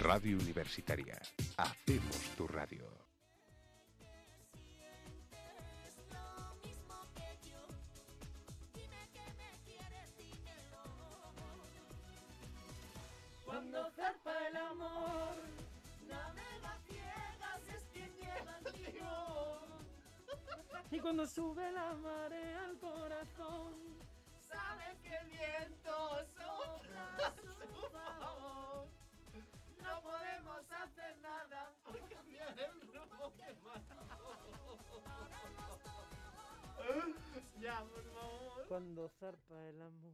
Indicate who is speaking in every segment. Speaker 1: Radio Universitaria. Hacemos tu radio.
Speaker 2: Cuando zarpa el amor, navega ciegas es quien lleva el timón. Y cuando sube la marea al corazón, sabes que el viento sopla a su favor. No podemos hacer nada por cambiar el rumbo que mató. Ya, por favor.
Speaker 3: Cuando zarpa el amor.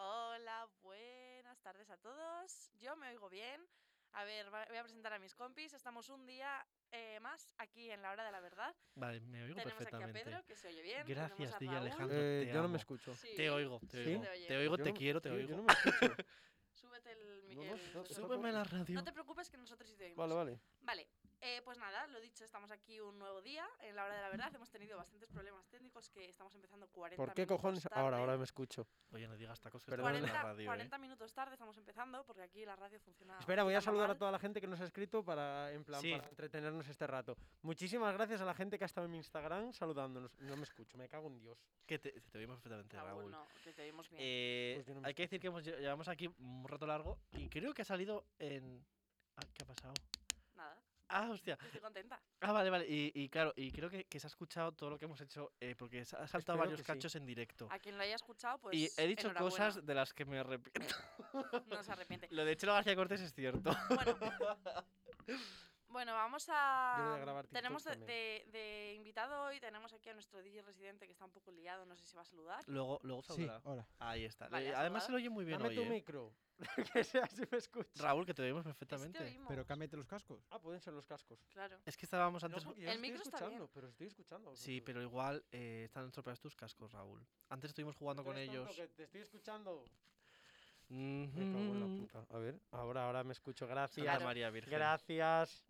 Speaker 4: Hola, buenas tardes a todos. Yo me oigo bien. A ver, va- voy a presentar a mis compis. Estamos un día eh, más aquí en la hora de la verdad.
Speaker 5: Vale, me oigo
Speaker 4: Tenemos aquí a
Speaker 5: perfectamente.
Speaker 4: Pedro, que se oye bien.
Speaker 5: Gracias,
Speaker 4: Tenemos a
Speaker 5: DJ
Speaker 4: Raúl.
Speaker 5: Alejandro.
Speaker 3: Eh,
Speaker 5: te
Speaker 3: yo no
Speaker 5: amo.
Speaker 3: me escucho.
Speaker 4: Sí,
Speaker 5: Te oigo, te
Speaker 3: ¿Sí?
Speaker 5: oigo.
Speaker 4: Te oye.
Speaker 5: Te oigo,
Speaker 3: Yo
Speaker 5: te
Speaker 3: no-
Speaker 5: quiero, te
Speaker 3: yo-
Speaker 5: oigo.
Speaker 3: Yo no me escucho.
Speaker 4: Súbete el, mi-
Speaker 3: No, no,
Speaker 4: el-
Speaker 3: no,
Speaker 4: el-
Speaker 3: no,
Speaker 5: Súbeme la radio.
Speaker 4: No te preocupes que nosotros sí te oímos.
Speaker 3: Vale, vale.
Speaker 4: Vale, eh, pues nada, lo dicho, estamos aquí un nuevo día. En la hora de la verdad hemos tenido bastantes problemas técnicos que estamos empezando 40
Speaker 3: ¿Por qué
Speaker 4: minutos
Speaker 3: cojones?
Speaker 4: tarde.
Speaker 3: Ahora, ahora me escucho.
Speaker 5: Oye, no digas tacos que
Speaker 3: Perdón.
Speaker 5: estamos en la
Speaker 4: 40,
Speaker 5: radio. ¿eh?
Speaker 4: 40 minutos tarde estamos empezando porque aquí la radio funciona.
Speaker 3: Espera, voy a
Speaker 4: funciona
Speaker 3: saludar a
Speaker 4: mal.
Speaker 3: toda la gente que nos ha escrito para, en plan,
Speaker 5: Sí.
Speaker 3: para entretenernos este rato. Muchísimas gracias a la gente que ha estado en mi Instagram saludándonos. No me escucho, me cago en Dios.
Speaker 5: Que te, te oímos perfectamente,
Speaker 4: Raúl,
Speaker 5: Raúl.
Speaker 4: no, que te oímos bien.
Speaker 5: Eh,
Speaker 3: Pues yo no me
Speaker 5: hay que decir que hemos, lle- llevamos aquí un rato largo y creo que ha salido en. Ah, ¿Qué ha pasado?
Speaker 4: Nada,
Speaker 5: Ah, hostia.
Speaker 4: estoy contenta.
Speaker 5: Ah, vale, vale. Y, y claro, y creo que, que se ha escuchado todo lo que hemos hecho eh, porque se ha saltado
Speaker 3: Espero
Speaker 5: varios
Speaker 3: que sí.
Speaker 5: cachos en
Speaker 3: Oh.
Speaker 5: directo.
Speaker 4: A quien lo haya escuchado, pues.
Speaker 5: y he dicho
Speaker 4: enhorabuena,
Speaker 5: cosas de las que me arrepiento.
Speaker 4: No se arrepiente.
Speaker 5: Lo de Chelo García Cortés es cierto.
Speaker 4: Bueno. Bueno, vamos
Speaker 3: Yo voy a
Speaker 4: a.
Speaker 3: grabar TikTok
Speaker 4: Tenemos de,
Speaker 3: también.
Speaker 4: de- de invitado hoy, tenemos aquí a nuestro DJ residente que está un poco liado, no sé si va a saludar.
Speaker 5: Luego, luego
Speaker 6: Sí,
Speaker 5: saldrá.
Speaker 6: hola.
Speaker 5: Ahí está.
Speaker 4: Vale,
Speaker 5: Le-
Speaker 4: ¿has
Speaker 5: Además
Speaker 4: saludado?
Speaker 5: se lo oye muy bien
Speaker 3: Dame
Speaker 5: hoy.
Speaker 3: tu
Speaker 5: eh.
Speaker 3: micro. que sea si me escucho.
Speaker 5: Raúl, que te oímos
Speaker 4: Es que
Speaker 5: perfectamente.
Speaker 4: oímos.
Speaker 6: Pero cámbiate los cascos.
Speaker 3: Ah, pueden ser los cascos.
Speaker 4: Claro.
Speaker 5: Es que estábamos
Speaker 3: No,
Speaker 5: antes.
Speaker 3: porque yo
Speaker 4: El
Speaker 3: estoy
Speaker 4: micro está
Speaker 3: escuchando,
Speaker 4: bien.
Speaker 3: pero estoy escuchando. a
Speaker 5: Sí,
Speaker 3: vosotros.
Speaker 5: pero igual eh, están estropeados tus cascos, Raúl. Antes estuvimos jugando
Speaker 3: Tú
Speaker 5: con
Speaker 3: eres tonto,
Speaker 5: ellos.
Speaker 3: que te estoy escuchando. Me cago en
Speaker 4: Mm.
Speaker 3: la
Speaker 5: Mhm.
Speaker 3: puta. A ver, ahora, ahora me escucho.
Speaker 5: Santa
Speaker 3: Gracias.
Speaker 4: Claro.
Speaker 5: María Virgen.
Speaker 3: Gracias.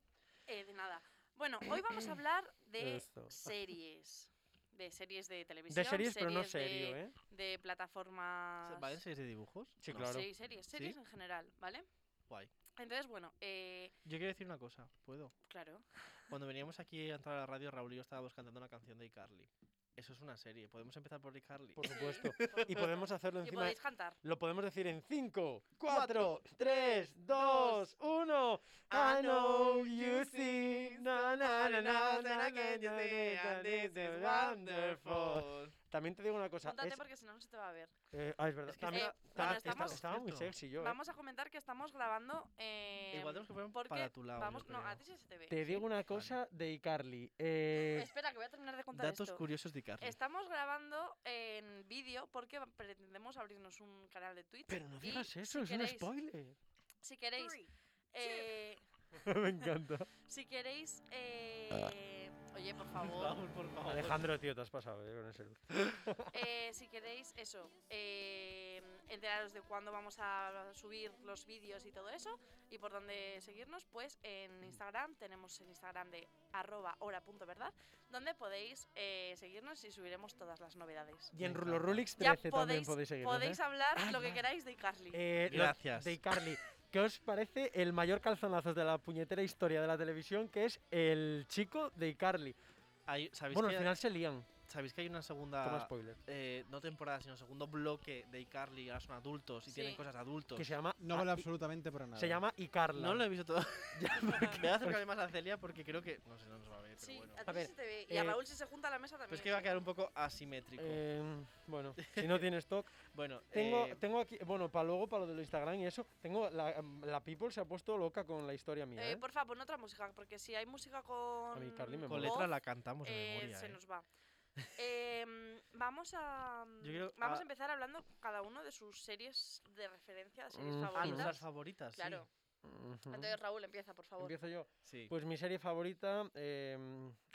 Speaker 4: Eh, de nada. Bueno, hoy vamos a hablar de
Speaker 3: Esto.
Speaker 4: series. De series de televisión.
Speaker 3: De series, pero no
Speaker 4: series de-
Speaker 3: serio, ¿eh?
Speaker 4: De plataformas.
Speaker 5: ¿Valen series de dibujos?
Speaker 3: Sí,
Speaker 5: No.
Speaker 3: claro.
Speaker 4: Sí, series. Series
Speaker 5: ¿Sí?
Speaker 4: en general, ¿vale?
Speaker 5: Guay.
Speaker 4: Entonces, bueno, eh,
Speaker 5: Yo quiero decir una cosa, ¿puedo?
Speaker 4: claro.
Speaker 5: Cuando veníamos aquí a entrar a la radio, Raúl y yo estábamos cantando una canción de iCarly. Eso es una serie. ¿Podemos empezar por iCarly?
Speaker 4: Pues,
Speaker 3: Por supuesto.
Speaker 4: Sí, por
Speaker 3: Y
Speaker 4: supuesto.
Speaker 3: podemos hacerlo
Speaker 4: Y
Speaker 3: encima.
Speaker 4: podéis cantar.
Speaker 3: Lo podemos decir en 5, 4, 3, 2, 1. I know you see. Na, na, na, na, na, can you see? And this is wonderful. También te digo una cosa.
Speaker 4: Júntate
Speaker 3: es-
Speaker 4: porque si no, no se te va a ver.
Speaker 3: eh, ah, es verdad.
Speaker 5: Es que
Speaker 3: También,
Speaker 4: está-
Speaker 3: ta-
Speaker 4: bueno,
Speaker 3: esta-
Speaker 4: estamos-
Speaker 3: estaba muy sexy yo. eh.
Speaker 4: Vamos a comentar que estamos grabando. Eh,
Speaker 5: Igual tenemos que poner
Speaker 4: porque
Speaker 5: para tu lado, yo
Speaker 4: Vamos, no,
Speaker 5: creo.
Speaker 4: a ti sí se te ve.
Speaker 3: Te digo una cosa de Icarly. Eh,
Speaker 4: Espera, que voy a terminar de contar
Speaker 5: Datos
Speaker 4: esto.
Speaker 5: curiosos de iCarly.
Speaker 4: Estamos grabando en vídeo porque pretendemos abrirnos un canal de Twitch.
Speaker 3: pero no
Speaker 4: y
Speaker 3: digas eso,
Speaker 4: si
Speaker 3: es
Speaker 4: queréis-
Speaker 3: un spoiler.
Speaker 4: Si queréis, eh,
Speaker 3: Me encanta.
Speaker 4: si queréis, eh, oye, por favor,
Speaker 5: Raúl, por favor.
Speaker 3: Alejandro, tío, te has pasado eh, con ese look.
Speaker 4: eh, si queréis eso, eh, enteraros de cuándo vamos a subir los vídeos y todo eso y por dónde seguirnos, pues en Instagram tenemos el Instagram de arroba hora.verdad, donde podéis eh, seguirnos y subiremos todas las novedades.
Speaker 3: Y en
Speaker 5: Me
Speaker 3: Rulorulix 13 también podéis seguir.
Speaker 4: podéis hablar lo que queráis de Carly.
Speaker 3: Eh, lo-
Speaker 5: Gracias.
Speaker 3: De Carly. ¿Qué os parece el mayor calzonazo de la puñetera historia de la televisión, que es el chico de Icarly?
Speaker 5: Hay- ¿sabéis,
Speaker 3: Bueno,
Speaker 5: que, Ah,
Speaker 3: al final se lían.
Speaker 5: ¿Sabéis que hay una
Speaker 3: Toma
Speaker 5: segunda...
Speaker 3: spoiler.
Speaker 5: eh, no temporada, sino segundo bloque de iCarly, ahora son adultos y
Speaker 4: Sí.
Speaker 5: tienen cosas de adultos.
Speaker 3: Que se llama.
Speaker 6: No
Speaker 3: Ah,
Speaker 6: vale
Speaker 3: I-
Speaker 6: absolutamente para nada.
Speaker 3: Se llama Icarla.
Speaker 5: No lo he visto todo. Me voy a acercarme más a Celia porque creo que. No sé, no nos va a ver, pero
Speaker 4: Sí,
Speaker 5: bueno.
Speaker 4: a ti
Speaker 3: A ver,
Speaker 4: se te ve. Y a
Speaker 3: eh, pues
Speaker 4: Raúl si se junta a la mesa también.
Speaker 5: Pero es que va a quedar un poco asimétrico.
Speaker 3: Eh, bueno, si no tienes stock.
Speaker 5: bueno,
Speaker 3: Tengo,
Speaker 5: eh,
Speaker 3: tengo aquí. Bueno, para luego, para lo de lo Instagram y eso. Tengo. La, la People se ha puesto loca con la historia mía.
Speaker 4: Eh,
Speaker 3: ¿eh?
Speaker 4: por favor, pon otra música, porque si hay música con,
Speaker 3: A mí, Carly, me
Speaker 5: con
Speaker 3: voz,
Speaker 5: letra la cantamos de
Speaker 4: eh,
Speaker 5: memoria.
Speaker 4: se
Speaker 5: eh.
Speaker 4: nos va. Em, vamos a
Speaker 5: Yo creo-
Speaker 4: vamos a
Speaker 5: ah.
Speaker 4: empezar hablando cada uno de sus series de referencia, de series
Speaker 3: Mm. Ah,
Speaker 5: Ah,
Speaker 4: favoritas.
Speaker 5: nuestras favoritas. sí.
Speaker 4: claro.
Speaker 3: Ujú.
Speaker 4: Entonces Raúl empieza, por favor.
Speaker 3: Empiezo yo.
Speaker 5: Sí.
Speaker 3: Pues mi serie favorita. Eh,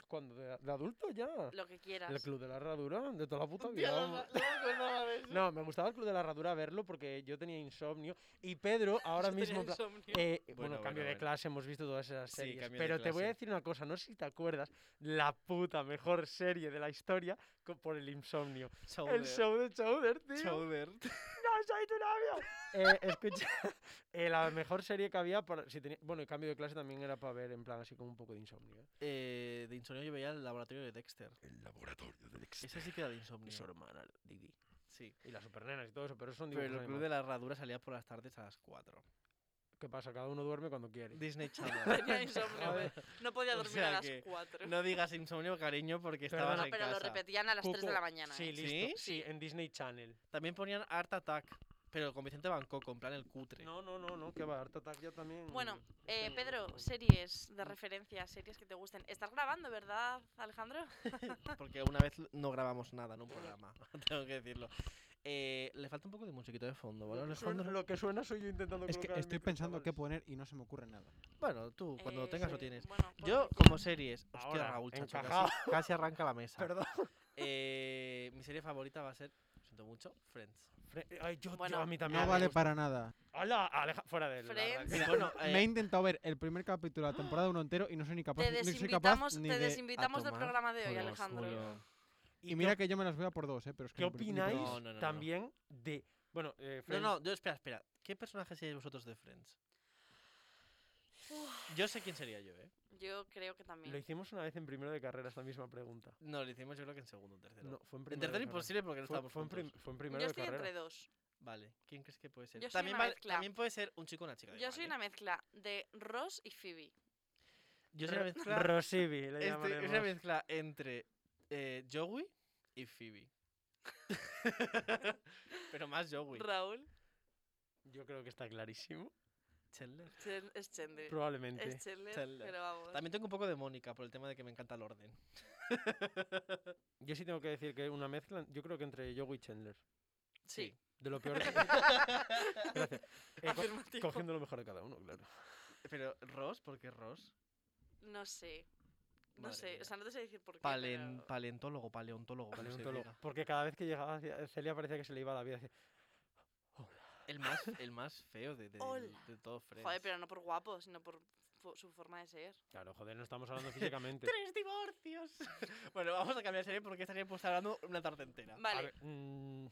Speaker 3: ¿Cuándo? ¿De, de adulto ya?
Speaker 4: Lo que quieras.
Speaker 3: El Club de la Herradura, de toda la puta
Speaker 5: Hostia,
Speaker 3: vida.
Speaker 5: no,
Speaker 3: vamos.
Speaker 5: no me acordaba de eso.
Speaker 3: No, me gustaba el Club de la Herradura verlo porque yo tenía insomnio. Y Pedro, ahora
Speaker 5: Yo tenía
Speaker 3: mismo. en plan-
Speaker 5: insomnio.
Speaker 3: eh, bueno,
Speaker 5: Bueno, bueno,
Speaker 3: cambio de
Speaker 5: bueno.
Speaker 3: clase, hemos visto todas esas
Speaker 5: Sí,
Speaker 3: series.
Speaker 5: cambio de
Speaker 3: pero te voy a
Speaker 5: clase.
Speaker 3: decir una cosa, no sé si te acuerdas, la puta mejor serie de la historia co- por el insomnio.
Speaker 5: Shoulder.
Speaker 3: El show de Chowder, tío.
Speaker 5: Shoulder.
Speaker 3: ¡No soy tu novio! Eh, escucha, eh, la mejor serie que había, para, si tenía- bueno, el cambio de clase también era para ver en plan así como un poco de insomnio. ¿eh?
Speaker 5: Eh, de insomnio yo veía el laboratorio de Dexter.
Speaker 1: El laboratorio del
Speaker 5: Ese sí que era de insomnio.
Speaker 3: hermana, Didi.
Speaker 5: Sí.
Speaker 3: Y las supernenas y todo eso, pero eso son
Speaker 5: Pero
Speaker 3: dibujos
Speaker 5: el club
Speaker 3: animados.
Speaker 5: de la herradura salía por las tardes a las 4.
Speaker 3: ¿Qué pasa? Cada uno duerme cuando quiere.
Speaker 5: Disney Channel.
Speaker 4: Tenía insomnio,
Speaker 5: Joder.
Speaker 4: ve. No podía
Speaker 5: O
Speaker 4: dormir
Speaker 5: sea
Speaker 4: a las
Speaker 5: que
Speaker 4: 4.
Speaker 5: No digas insomnio, cariño, porque
Speaker 3: Perdona,
Speaker 5: estabas
Speaker 4: No,
Speaker 5: en
Speaker 4: pero lo
Speaker 5: casa.
Speaker 4: repetían a las 3 de la mañana.
Speaker 3: Sí,
Speaker 4: ¿eh?
Speaker 3: listo.
Speaker 5: ¿Sí?
Speaker 3: ¿Sí? en Disney Channel.
Speaker 5: También ponían Art Attack, pero con Vicente Bancoco, en plan el cutre.
Speaker 3: No, no, no, no, que va, Art Attack ya también.
Speaker 5: Mm.
Speaker 4: Bueno, eh,
Speaker 3: no,
Speaker 4: Pedro,
Speaker 3: no.
Speaker 4: series de referencia, series que te gusten. Estás grabando, ¿verdad, Alejandro?
Speaker 5: Porque una vez l- no grabamos nada en un programa, tengo que decirlo. Eh, le falta un poco de musiquito de fondo, ¿vale,
Speaker 3: Suena-
Speaker 5: Alejandro?
Speaker 3: lo que suena soy yo intentando
Speaker 6: Es que
Speaker 3: colocar el
Speaker 6: estoy
Speaker 3: micro,
Speaker 6: pensando qué
Speaker 3: chavales.
Speaker 6: poner y no se me ocurre nada.
Speaker 5: Bueno, tú, Uh, cuando lo
Speaker 4: Eh,
Speaker 5: tengas lo
Speaker 4: sí,
Speaker 5: tienes.
Speaker 4: bueno, pues
Speaker 5: Yo,
Speaker 4: mira.
Speaker 5: como series... Hostia,
Speaker 3: Ahora,
Speaker 5: Raúl, chacho,
Speaker 3: encajado.
Speaker 5: casi, casi arranca la mesa.
Speaker 6: Perdón.
Speaker 5: Eh, mi serie favorita va a ser, lo siento mucho, Friends.
Speaker 3: Fre- Ay, yo, yo
Speaker 4: Bueno,
Speaker 3: a mí también.
Speaker 6: No
Speaker 3: me
Speaker 6: Ah, vale
Speaker 3: gusta.
Speaker 6: para nada.
Speaker 3: Hola, Aleja, fuera de la
Speaker 4: Friends.
Speaker 3: radio.
Speaker 5: Mira, bueno,
Speaker 6: Me he
Speaker 5: eh,
Speaker 6: intentado ver el primer capítulo de la temporada uno entero y no soy ni capaz,
Speaker 4: Te
Speaker 6: ni soy capaz
Speaker 4: desinvitamos,
Speaker 6: ni
Speaker 4: te
Speaker 6: de-
Speaker 4: desinvitamos del
Speaker 5: tomar
Speaker 4: programa de hoy,
Speaker 5: por
Speaker 4: Alejandro.
Speaker 5: culo.
Speaker 6: Y mira que yo me las veo por dos, ¿eh? Pero es que
Speaker 3: ¿Qué
Speaker 6: ni- ni- ni-
Speaker 3: opináis
Speaker 5: No, no, no, no.
Speaker 3: también de. Bueno, eh,
Speaker 5: No,
Speaker 3: Friends-
Speaker 5: no, yo, espera, espera. ¿Qué personaje seríais vosotros de Friends? Yo sé quién sería yo, ¿eh?
Speaker 4: Yo creo que
Speaker 3: Lo
Speaker 4: también.
Speaker 3: hicimos una vez en primero de carrera, esta misma pregunta.
Speaker 5: No, lo hicimos yo creo que en segundo, o tercero.
Speaker 3: No, fue en
Speaker 5: en tercero
Speaker 3: primero. de carrera.
Speaker 5: imposible porque no
Speaker 3: Fue,
Speaker 5: estábamos
Speaker 3: fue en, prim-
Speaker 5: juntos.
Speaker 3: fue en primero
Speaker 4: Yo
Speaker 3: de
Speaker 4: estoy
Speaker 3: carrera.
Speaker 4: entre dos.
Speaker 5: Vale, ¿quién crees que puede ser?
Speaker 4: Yo soy
Speaker 5: también,
Speaker 4: una
Speaker 5: vale-
Speaker 4: mezcla.
Speaker 5: también puede ser un chico o una chica. da
Speaker 4: Yo soy
Speaker 5: igual,
Speaker 4: una
Speaker 3: ¿eh?
Speaker 4: mezcla de Ross y Phoebe.
Speaker 5: ¿eh? Yo soy una mezcla,
Speaker 3: Rosivi, le
Speaker 5: este-
Speaker 3: llamaremos.
Speaker 5: una mezcla entre eh, Joey y Phoebe. Pero más Joey.
Speaker 4: Raúl
Speaker 3: Yo creo que está clarísimo.
Speaker 5: Chandler.
Speaker 4: Chen- es Chandler.
Speaker 3: Probablemente.
Speaker 4: Es Chandler,
Speaker 5: Chandler.
Speaker 4: pero vamos.
Speaker 5: También tengo un poco de Mónica por el tema de que me encanta el orden.
Speaker 3: Yo sí tengo que decir que una mezcla, yo creo que entre Yogo y Chandler.
Speaker 4: Sí.
Speaker 3: De lo peor. Gracias. Eh, co-
Speaker 4: Afirmativo.
Speaker 3: cogiendo lo mejor de cada uno, claro.
Speaker 5: Pero Ross, ¿por qué Ross?
Speaker 4: No sé. No
Speaker 5: Madre
Speaker 4: sé.
Speaker 5: mía.
Speaker 4: O sea, no te sé decir por qué.
Speaker 5: Palen-
Speaker 4: pero-
Speaker 5: Paleontólogo, paleontólogo. como se
Speaker 3: Paleontólogo.
Speaker 5: diga.
Speaker 3: Porque cada vez que llegaba hacia- Celia parecía que se le iba la vida. Decía,
Speaker 5: El más, el más feo de, de,
Speaker 4: Hola.
Speaker 5: de todo Friends.
Speaker 4: Joder, pero no por guapo, sino por fo- su forma de ser.
Speaker 3: Claro, joder, no estamos hablando físicamente.
Speaker 5: ¡Tres divorcios! bueno, vamos a cambiar de serie porque esta serie puede estar hablando una tarde entera.
Speaker 3: A
Speaker 4: Vale.
Speaker 3: ver, mm,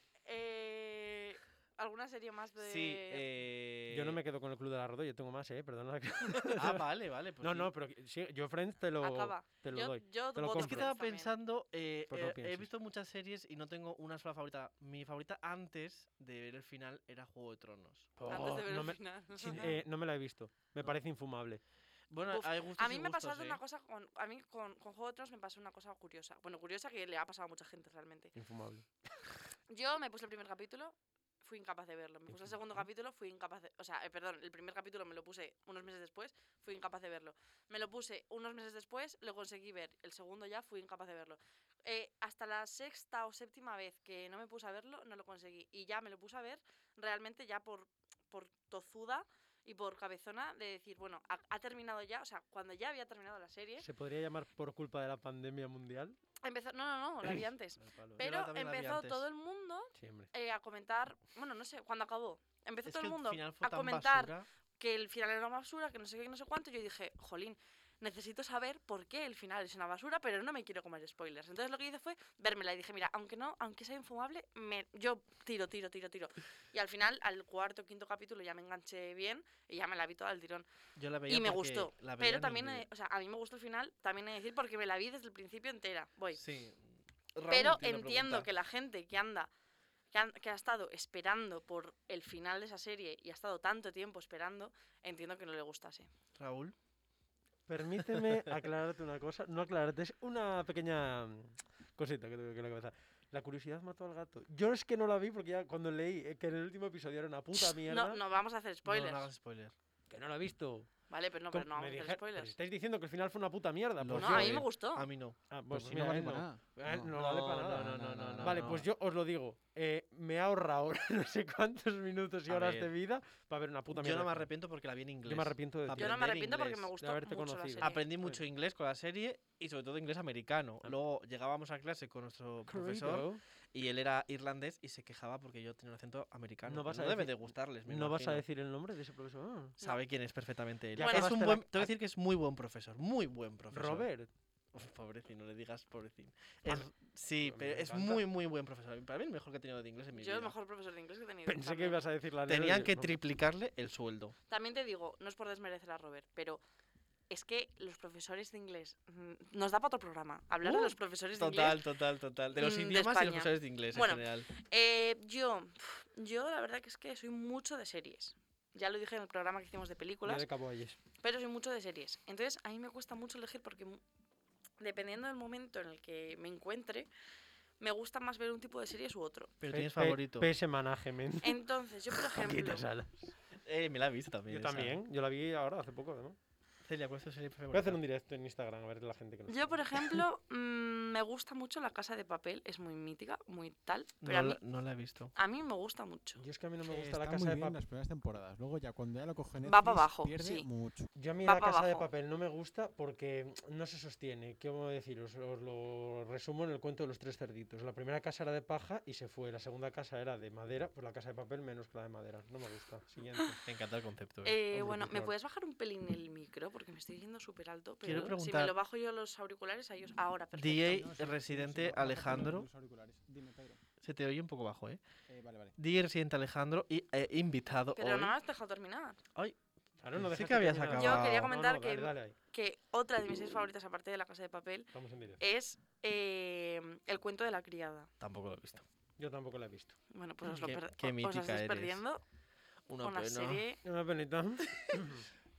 Speaker 4: Eh, ¿Alguna serie más de.?
Speaker 5: Sí, eh...
Speaker 3: yo no me quedo con el Club de la Roda, yo tengo más, ¿eh? Perdona. que-
Speaker 5: Ah, vale, vale. Pues
Speaker 3: no,
Speaker 5: sí.
Speaker 3: no, pero que- sí, yo Friends te lo,
Speaker 4: Acaba.
Speaker 3: te lo
Speaker 4: yo,
Speaker 3: doy.
Speaker 4: yo
Speaker 3: Te lo
Speaker 4: voto
Speaker 5: Es que
Speaker 3: compro.
Speaker 5: estaba
Speaker 4: también.
Speaker 5: pensando, eh,
Speaker 3: Pues no
Speaker 5: eh, he
Speaker 3: pienses.
Speaker 5: visto muchas series y no tengo una sola favorita. Mi favorita antes de ver el final era Juego de Tronos.
Speaker 4: Antes
Speaker 3: Oh,
Speaker 4: de ver
Speaker 3: no
Speaker 4: el
Speaker 3: me-
Speaker 4: final.
Speaker 3: sin- eh, no me la he visto. Me parece infumable.
Speaker 5: Bueno,
Speaker 4: Uf,
Speaker 5: hay gustos
Speaker 4: A
Speaker 5: y
Speaker 4: mí me ha
Speaker 5: gustos,
Speaker 4: pasado
Speaker 5: ¿eh?
Speaker 4: una cosa, con, a mí con, con Juego de Tronos me pasó una cosa curiosa. Bueno, curiosa que le ha pasado a mucha gente realmente.
Speaker 3: Infumable.
Speaker 4: Yo me puse el primer capítulo, fui incapaz de verlo. Me puse el segundo
Speaker 3: Ujú.
Speaker 4: capítulo, fui incapaz de... O sea, eh, perdón, el primer capítulo me lo puse unos meses después, fui incapaz de verlo. Me lo puse unos meses después, lo conseguí ver. El segundo ya fui incapaz de verlo. Eh, hasta la sexta o séptima vez que no me puse a verlo, no lo conseguí. Y ya me lo puse a ver realmente ya por, por tozuda y por cabezona de decir, bueno, ha, ha terminado ya. O sea, cuando ya había terminado la serie...
Speaker 3: ¿Se podría llamar por culpa de la pandemia mundial?
Speaker 4: Empezó... No, no, no, la vi antes.
Speaker 3: Al palo,
Speaker 5: la-
Speaker 3: ¿eh?
Speaker 4: Pero
Speaker 5: también la vi
Speaker 4: empezó
Speaker 5: antes.
Speaker 4: todo el mundo
Speaker 3: Sí, hombre.
Speaker 4: eh, a comentar, bueno, no sé, cuando acabó. Empezó
Speaker 5: Es
Speaker 4: todo
Speaker 5: que
Speaker 4: el mundo
Speaker 5: final fue
Speaker 4: a
Speaker 5: tan
Speaker 4: comentar
Speaker 5: basura.
Speaker 4: que el final era una basura, que no sé qué, que no sé cuánto. y Yo dije, jolín, necesito saber por qué el final es una basura, pero no me quiero comer spoilers. Entonces lo que hice fue vérmela y dije, mira, aunque no, aunque sea infumable, me, yo tiro, tiro, tiro, tiro. Y al final, al cuarto, quinto capítulo ya me enganché bien y ya me la vi toda al tirón.
Speaker 5: Yo la veía
Speaker 4: Y me
Speaker 5: porque
Speaker 4: gustó.
Speaker 5: la veía
Speaker 4: Pero
Speaker 5: en
Speaker 4: también,
Speaker 5: inglés.
Speaker 4: eh, o sea, a mí me gustó el final, también he de decir, porque me la vi desde el principio entera. Voy.
Speaker 5: Sí. Raúl
Speaker 4: Pero
Speaker 5: tiene
Speaker 4: entiendo
Speaker 5: una pregunta.
Speaker 4: que la gente que anda, que, han- que ha estado esperando por el final de esa serie y ha estado tanto tiempo esperando, entiendo que no le gustase.
Speaker 5: Raúl.
Speaker 3: Permíteme aclararte una cosa. No aclararte, es una pequeña mm, cosita que tengo que en la cabeza. La curiosidad mató al gato. Yo es que no la vi porque ya cuando leí eh, que en el último episodio era una puta mierda.
Speaker 4: No, no vamos a hacer
Speaker 5: No,
Speaker 4: spoilers.
Speaker 5: no hagas spoiler.
Speaker 3: Que no la he visto.
Speaker 4: Vale, pero no,
Speaker 3: ¿Cómo?
Speaker 4: pero no vamos
Speaker 3: Me
Speaker 4: a hacer
Speaker 3: dije- pero si
Speaker 4: spoilers.
Speaker 3: estáis diciendo que el final fue una puta mierda.
Speaker 4: No,
Speaker 5: Lo
Speaker 3: Pues
Speaker 5: sé.
Speaker 3: yo-
Speaker 4: a mí me
Speaker 5: eh,
Speaker 4: gustó.
Speaker 5: A mí no.
Speaker 3: Ah, pues
Speaker 6: Pues sí,
Speaker 3: mira,
Speaker 6: no vale
Speaker 3: él
Speaker 6: para nada.
Speaker 3: Eh,
Speaker 5: No.
Speaker 3: no, vale para
Speaker 5: No,
Speaker 3: nada.
Speaker 5: no, no, no, no,
Speaker 3: vale,
Speaker 5: no.
Speaker 3: pues yo os lo digo. eh, me he ahorrado no sé cuántos minutos y
Speaker 5: A
Speaker 3: horas
Speaker 5: ver.
Speaker 3: de vida para ver una puta
Speaker 5: Yo
Speaker 3: mierda.
Speaker 5: no me arrepiento porque la vi en inglés.
Speaker 3: Yo me arrepiento de ti.
Speaker 4: Yo no me
Speaker 5: aprender
Speaker 4: arrepiento porque
Speaker 5: inglés,
Speaker 4: me
Speaker 5: de
Speaker 4: gustó
Speaker 3: haberte
Speaker 4: mucho la
Speaker 3: conocido.
Speaker 4: serie.
Speaker 5: Aprendí
Speaker 3: Muy
Speaker 5: mucho
Speaker 3: bien.
Speaker 5: inglés con la serie y sobre todo inglés americano.
Speaker 3: Pues Ah.
Speaker 5: Luego llegábamos a clase con nuestro profesor
Speaker 3: Credo.
Speaker 5: y él era irlandés y se quejaba porque yo tenía un acento americano.
Speaker 3: No vas a
Speaker 5: debe
Speaker 3: decir-
Speaker 5: de gustarles, me
Speaker 3: No vas a
Speaker 5: imagino.
Speaker 3: decir el nombre de ese profesor.
Speaker 5: Sabe quién es perfectamente él.
Speaker 3: Ya
Speaker 5: es un
Speaker 3: acabaste la-
Speaker 5: buen, tengo que decir que es muy buen profesor, muy buen profesor.
Speaker 3: Robert.
Speaker 5: Uf, pobrecín, no le digas pobrecín.
Speaker 3: Ah,
Speaker 5: Es- sí,
Speaker 3: a mí
Speaker 5: pero
Speaker 3: me
Speaker 5: es
Speaker 3: encanta.
Speaker 5: muy, muy buen profesor. Para mí el mejor que he tenido de inglés en mi
Speaker 4: Yo el
Speaker 5: vida.
Speaker 4: mejor profesor de inglés que he tenido.
Speaker 3: Pensé que
Speaker 4: también.
Speaker 3: ibas a decir la anécdota y
Speaker 5: Tenían
Speaker 3: yo,
Speaker 5: que
Speaker 3: no.
Speaker 5: triplicarle el sueldo.
Speaker 4: También te digo, no es por desmerecer a Robert, pero es que los profesores de inglés mm, nos da para otro programa. Hablar de
Speaker 5: Uh,
Speaker 4: los profesores de inglés.
Speaker 5: Total, total, total. De los
Speaker 4: Mm, de
Speaker 5: idiomas y
Speaker 4: España.
Speaker 5: los profesores de inglés
Speaker 4: Bueno,
Speaker 5: en general.
Speaker 4: Eh, yo, yo la verdad que es que soy mucho de series. Ya lo dije en el programa que hicimos de
Speaker 3: Ya
Speaker 4: películas,
Speaker 3: de Cabo Ayes.
Speaker 4: pero soy mucho de series. Entonces a mí me cuesta mucho elegir porque mu- dependiendo del momento en el que me encuentre, me gusta más ver un tipo de series u otro.
Speaker 5: Pero
Speaker 3: Pe-
Speaker 5: tienes
Speaker 3: pe-
Speaker 5: favorito.
Speaker 3: Pese manaje, men.
Speaker 4: Entonces, yo por ejemplo,
Speaker 3: Paquita Salas.
Speaker 5: Eh, me la he visto también.
Speaker 3: Yo
Speaker 5: esa.
Speaker 3: también, yo la vi ahora hace poco, además.
Speaker 5: Celia, ¿cuál es tu serie
Speaker 3: Voy a hacer
Speaker 5: favorita?
Speaker 3: un directo en Instagram a ver la gente que nos
Speaker 4: yo por
Speaker 3: sigue.
Speaker 4: ejemplo mm, me gusta mucho La Casa de Papel, es muy mítica, muy tal, pero
Speaker 5: No,
Speaker 4: a mí,
Speaker 5: la- no la he visto.
Speaker 4: a mí me gusta mucho.
Speaker 3: Yo es que a mí no me gusta
Speaker 6: Está
Speaker 3: la
Speaker 6: muy
Speaker 3: casa de
Speaker 6: bien
Speaker 3: papel.
Speaker 6: las primeras temporadas. Luego ya cuando ya lo cogen
Speaker 4: Va pa' abajo,
Speaker 6: pierde
Speaker 4: sí.
Speaker 6: mucho.
Speaker 3: Yo a mí
Speaker 4: Va
Speaker 3: la
Speaker 4: pa'
Speaker 3: casa de
Speaker 4: abajo.
Speaker 3: papel no me gusta porque no se sostiene. ¿Cómo deciros? Os lo resumo en el cuento de los tres cerditos. La primera casa era de paja y se fue. La segunda casa era de madera, pues la casa de papel menos que la de madera. No me gusta. Siguiente.
Speaker 5: Me encanta el concepto. eh.
Speaker 4: Eh,
Speaker 3: hombre,
Speaker 4: bueno,
Speaker 3: pues
Speaker 4: ¿me
Speaker 3: claro.
Speaker 4: puedes bajar un pelín el micro? Porque me estoy yendo súper alto. Pero
Speaker 5: Quiero
Speaker 4: si me
Speaker 5: preguntar-
Speaker 4: lo bajo yo a los auriculares, a ellos. Ahora, perfecto.
Speaker 5: DJ
Speaker 6: No, sí, sí, sí,
Speaker 5: residente
Speaker 6: sí, bájate
Speaker 5: Alejandro.
Speaker 6: los auriculares. Dime, Pedro.
Speaker 5: Se te oye un poco bajo, ¿eh?
Speaker 6: Eh, vale, vale.
Speaker 5: DJ residente Alejandro y eh, invitado
Speaker 4: Pero
Speaker 5: hoy.
Speaker 4: no me has dejado terminar.
Speaker 3: Claro,
Speaker 5: Sí
Speaker 3: no
Speaker 5: que habías
Speaker 3: dejas termine
Speaker 5: acabado.
Speaker 3: nada.
Speaker 4: Yo quería
Speaker 3: No, no,
Speaker 4: comentar
Speaker 3: dale,
Speaker 4: que-
Speaker 3: dale ahí.
Speaker 4: Que otra de mis series favoritas, aparte de La Casa de Papel,
Speaker 3: Estamos en directo.
Speaker 4: es eh, El cuento de la criada.
Speaker 5: Tampoco lo he visto. Yo
Speaker 3: Yo tampoco la he visto.
Speaker 4: Bueno, pues os lo
Speaker 5: Qué-
Speaker 4: per-
Speaker 5: qué
Speaker 4: o- os la
Speaker 5: mítica
Speaker 4: estáis
Speaker 5: eres.
Speaker 4: perdiendo.
Speaker 5: Una
Speaker 4: una
Speaker 5: pena.
Speaker 4: serie.
Speaker 3: Una penita.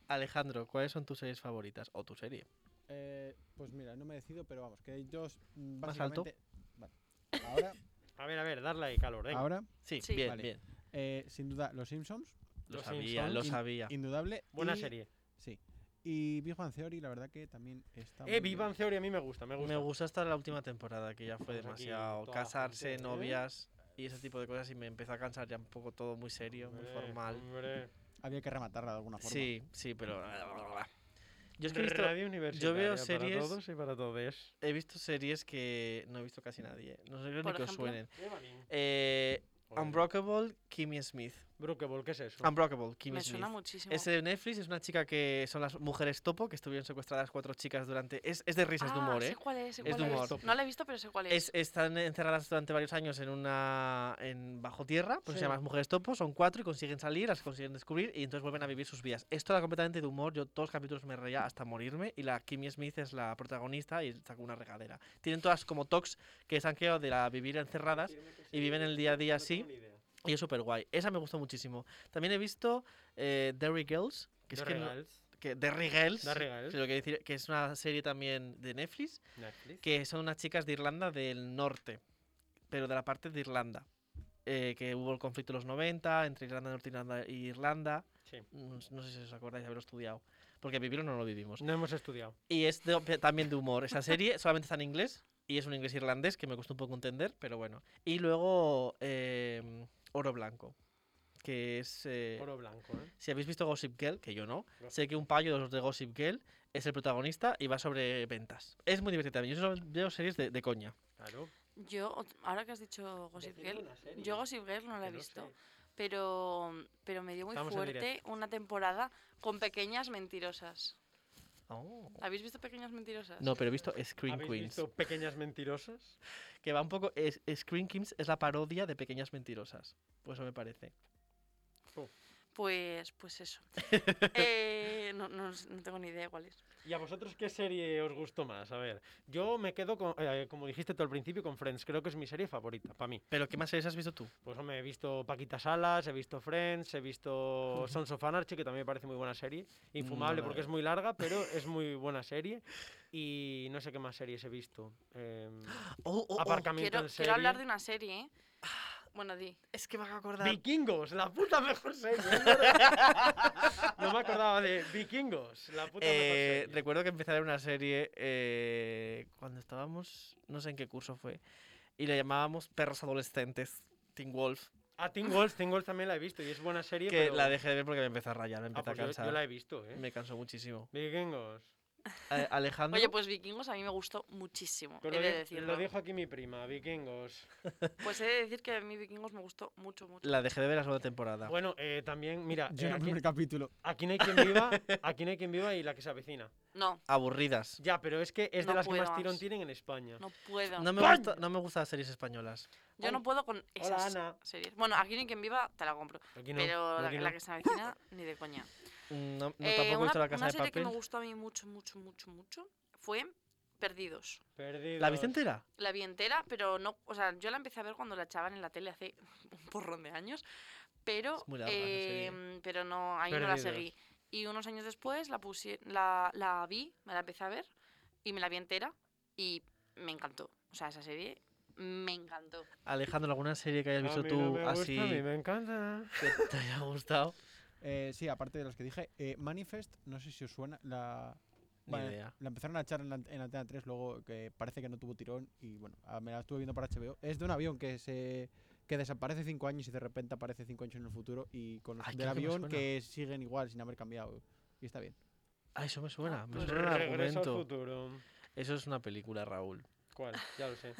Speaker 5: Alejandro, ¿cuáles son tus series favoritas? O tu serie.
Speaker 6: Eh, pues mira, no me decido, pero vamos, que hay dos mm,
Speaker 5: Más alto.
Speaker 6: básicamente... Vale. Ahora,
Speaker 3: A ver, a ver, darle ahí calor. Venga.
Speaker 6: ahora
Speaker 5: Sí,
Speaker 4: Sí.
Speaker 5: bien,
Speaker 6: Vale.
Speaker 5: bien.
Speaker 6: eh, sin duda, Los Simpsons,
Speaker 5: Lo
Speaker 3: Los
Speaker 5: sabía,
Speaker 3: Simpsons.
Speaker 5: lo
Speaker 6: In-
Speaker 5: sabía.
Speaker 6: indudable.
Speaker 3: Buena
Speaker 6: y-
Speaker 3: serie.
Speaker 6: Sí. Y Big Bang Theory, la verdad que también está... muy
Speaker 3: Eh,
Speaker 6: bien.
Speaker 3: Vivan Theory a mí me gusta, me gusta.
Speaker 5: Me gusta hasta la última temporada, que ya fue
Speaker 3: Estamos aquí
Speaker 5: demasiado.
Speaker 3: toda la
Speaker 5: Casarse,
Speaker 3: gente, ¿eh?
Speaker 5: novias y ese tipo de cosas. Y me empezó a cansar ya un poco todo muy serio, muy
Speaker 3: Hombre,
Speaker 5: formal.
Speaker 3: Eh, hombre.
Speaker 6: Había que rematarla de alguna forma.
Speaker 5: Sí, sí, pero. Yo es que he visto,
Speaker 3: Radio Universitaria
Speaker 5: series-
Speaker 3: para todos y para todos.
Speaker 5: he visto series que no he visto casi nadie. No sé ni
Speaker 4: Por
Speaker 5: que os
Speaker 4: ejemplo.
Speaker 5: suenen. Eh, Unbreakable, Kimmy Smith.
Speaker 3: Brookable, ¿qué es eso?
Speaker 5: Unbreakable, Kimmy
Speaker 4: Me
Speaker 5: Smith.
Speaker 4: suena muchísimo.
Speaker 5: Es de Netflix, es una chica que son las mujeres topo, que estuvieron secuestradas cuatro chicas durante... Es, es de risas de
Speaker 4: Ah,
Speaker 5: humor,
Speaker 4: sé
Speaker 5: ¿eh?
Speaker 4: cuál es, sé
Speaker 5: Es de
Speaker 4: cuál es.
Speaker 5: humor.
Speaker 4: No la he visto, pero sé cuál es.
Speaker 5: Es- están encerradas durante varios años en una en bajo tierra, pues
Speaker 3: Sí.
Speaker 5: se llaman las mujeres topo, son cuatro y consiguen salir, las consiguen descubrir y entonces vuelven a vivir sus vidas. Esto era completamente de humor, yo todos los capítulos me reía hasta morirme y la Kimmy Smith es la protagonista y está con una regadera. Tienen todas como tox que se han quedado de la vivir encerradas y viven el día a día así. y es súper guay. Esa me gustó muchísimo. También he visto eh, Derry Girls, que es que no- que The Regals,
Speaker 3: The Regals.
Speaker 5: que lo que decir que es una serie también de Netflix, que son unas chicas de Irlanda del norte, pero de la parte de Irlanda. eh, que hubo el conflicto en los 90 entre Irlanda del Norte y Irlanda- y Irlanda.
Speaker 3: Sí.
Speaker 5: No, no sé si os acordáis de haberlo estudiado. Porque vivirlo no lo vivimos.
Speaker 3: No hemos estudiado.
Speaker 5: Y es de- pe- también de humor. Esa serie solamente está en inglés y es un inglés irlandés que me costó un poco entender, pero bueno. Y luego eh, Oro Blanco, que es... eh,
Speaker 3: Oro blanco, ¿eh?
Speaker 5: si habéis visto Gossip Girl, que yo no,
Speaker 3: No.
Speaker 5: sé que un payo de los de Gossip Girl es el protagonista y va sobre ventas. Es muy divertida también. Yo solo veo series de, de coña.
Speaker 3: Claro.
Speaker 4: Yo, ot- ahora que has dicho Gossip Girl, yo Gossip Girl no la he visto. Pero, pero me dio muy
Speaker 3: Estamos en
Speaker 4: fuerte una temporada con pequeñas mentirosas.
Speaker 5: Ah.
Speaker 4: ¿Habéis visto pequeñas mentirosas?
Speaker 5: No, pero he visto Screen
Speaker 3: ¿Habéis
Speaker 5: Queens.
Speaker 3: visto Pequeñas Mentirosas?
Speaker 5: Que va un poco. es- Screen Queens es la parodia de Pequeñas Mentirosas. Pues eso me parece.
Speaker 4: Pues, pues eso. Eh, no, no, no tengo ni idea cuál es.
Speaker 3: ¿Y a vosotros qué serie os gustó más? A ver, yo me quedo, con, eh, como dijiste tú al principio, con Friends. Creo que es mi serie favorita, para mí.
Speaker 5: Pero ¿qué más series has visto tú?
Speaker 3: Pues hombre, he visto Paquita Salas, he visto Friends, he visto Sons of Anarchy, que también me parece muy buena serie. Infumable
Speaker 5: la
Speaker 3: porque es
Speaker 5: veo.
Speaker 3: muy larga, pero es muy buena serie. Y no sé qué más series he visto. Em,
Speaker 5: Oh, oh, oh,
Speaker 3: aparcamiento
Speaker 4: Quiero,
Speaker 3: en serie.
Speaker 4: quiero hablar de una serie, ¿eh? Bueno, di.
Speaker 5: Es que me acabo de acordar.
Speaker 3: Vikingos, la puta mejor serie. es verdad. no me acordaba de Vikingos, la puta
Speaker 5: Eh,
Speaker 3: mejor serie.
Speaker 5: recuerdo que empecé a ver una serie eh, cuando estábamos, no sé en qué curso fue, y la llamábamos Perros Adolescentes, Teen Wolf,
Speaker 3: A Ah, Teen Wolf, Teen Wolf también la he visto y es buena serie.
Speaker 5: que
Speaker 3: pero...
Speaker 5: la dejé de ver porque me empezó a rayar, me
Speaker 3: Ah,
Speaker 5: empezó a
Speaker 3: pues yo,
Speaker 5: cansar.
Speaker 3: yo la he visto, ¿eh?
Speaker 5: Me cansó muchísimo.
Speaker 3: Vikingos.
Speaker 5: Eh, Alejandro,
Speaker 4: Oye, pues Vikingos a mí me gustó muchísimo.
Speaker 3: Pero
Speaker 4: he
Speaker 3: lo,
Speaker 4: de
Speaker 3: di-
Speaker 4: decirlo.
Speaker 3: lo dijo aquí mi prima, Vikingos.
Speaker 4: Pues he de decir que a mí Vikingos me gustó mucho, mucho.
Speaker 5: la dejé de ver la segunda temporada.
Speaker 3: Bueno, eh, también, mira, eh,
Speaker 6: Yo en el
Speaker 3: aquí-
Speaker 6: primer capítulo.
Speaker 3: Aquí no hay quien viva, aquí no hay quien viva y la que se avecina.
Speaker 4: No,
Speaker 5: aburridas.
Speaker 3: Ya, pero es que es de
Speaker 4: No
Speaker 3: las que
Speaker 4: puedo
Speaker 3: más tirón
Speaker 4: más.
Speaker 3: tienen en España.
Speaker 4: no puedo.
Speaker 5: No me, gusta, no me gustan las series españolas.
Speaker 4: Yo no puedo con
Speaker 3: Hola,
Speaker 4: esas
Speaker 3: Ana.
Speaker 4: series. Bueno, aquí ni quien viva te la compro.
Speaker 3: Aquí no.
Speaker 4: pero la,
Speaker 3: aquí no.
Speaker 4: la que se avecina, ni de coña.
Speaker 5: Mm, No, no,
Speaker 4: Eh,
Speaker 5: tampoco he
Speaker 4: una,
Speaker 5: visto La Casa
Speaker 4: una
Speaker 5: de
Speaker 4: serie que me
Speaker 5: Papel.
Speaker 4: gustó a mí mucho, mucho, mucho, mucho fue Perdidos.
Speaker 3: Perdidos.
Speaker 5: ¿La viste entera?
Speaker 4: La vi entera, pero no. O sea, yo la empecé a ver cuando la echaban en la tele hace un porrón de años. Pero,
Speaker 5: Es muy larga esa serie.
Speaker 4: em, pero no, ahí no la
Speaker 3: Perdidos.
Speaker 4: seguí. Y unos años después la, pusie- la, la vi, me la empecé a ver y me la vi entera y me encantó. O sea, esa serie me encantó.
Speaker 5: Alejandro, ¿alguna serie que hayas visto
Speaker 3: a mí
Speaker 5: tú
Speaker 3: no me gusta,
Speaker 5: así
Speaker 3: a mí me encanta.
Speaker 5: que te haya gustado?
Speaker 6: Eh, sí, aparte de las que dije, eh, Manifest, no sé si os suena, la,
Speaker 5: Ni
Speaker 6: Vale,
Speaker 5: idea.
Speaker 6: la empezaron a echar en, la- en Antena 3, luego que parece que no tuvo tirón y bueno, ah, me la estuve viendo para HBO. Es de un avión que se que desaparece cinco años y de repente aparece cinco años en el futuro y con los
Speaker 5: Ay,
Speaker 6: del
Speaker 5: creo que me
Speaker 6: avión
Speaker 5: suena.
Speaker 6: que siguen igual sin haber cambiado. Y está bien.
Speaker 5: Ah, eso me suena. Me
Speaker 3: Pues
Speaker 5: suena el
Speaker 3: Regreso al
Speaker 5: argumento.
Speaker 3: futuro.
Speaker 5: Eso es una película, Raúl.
Speaker 3: ¿Cuál? Ya lo sé.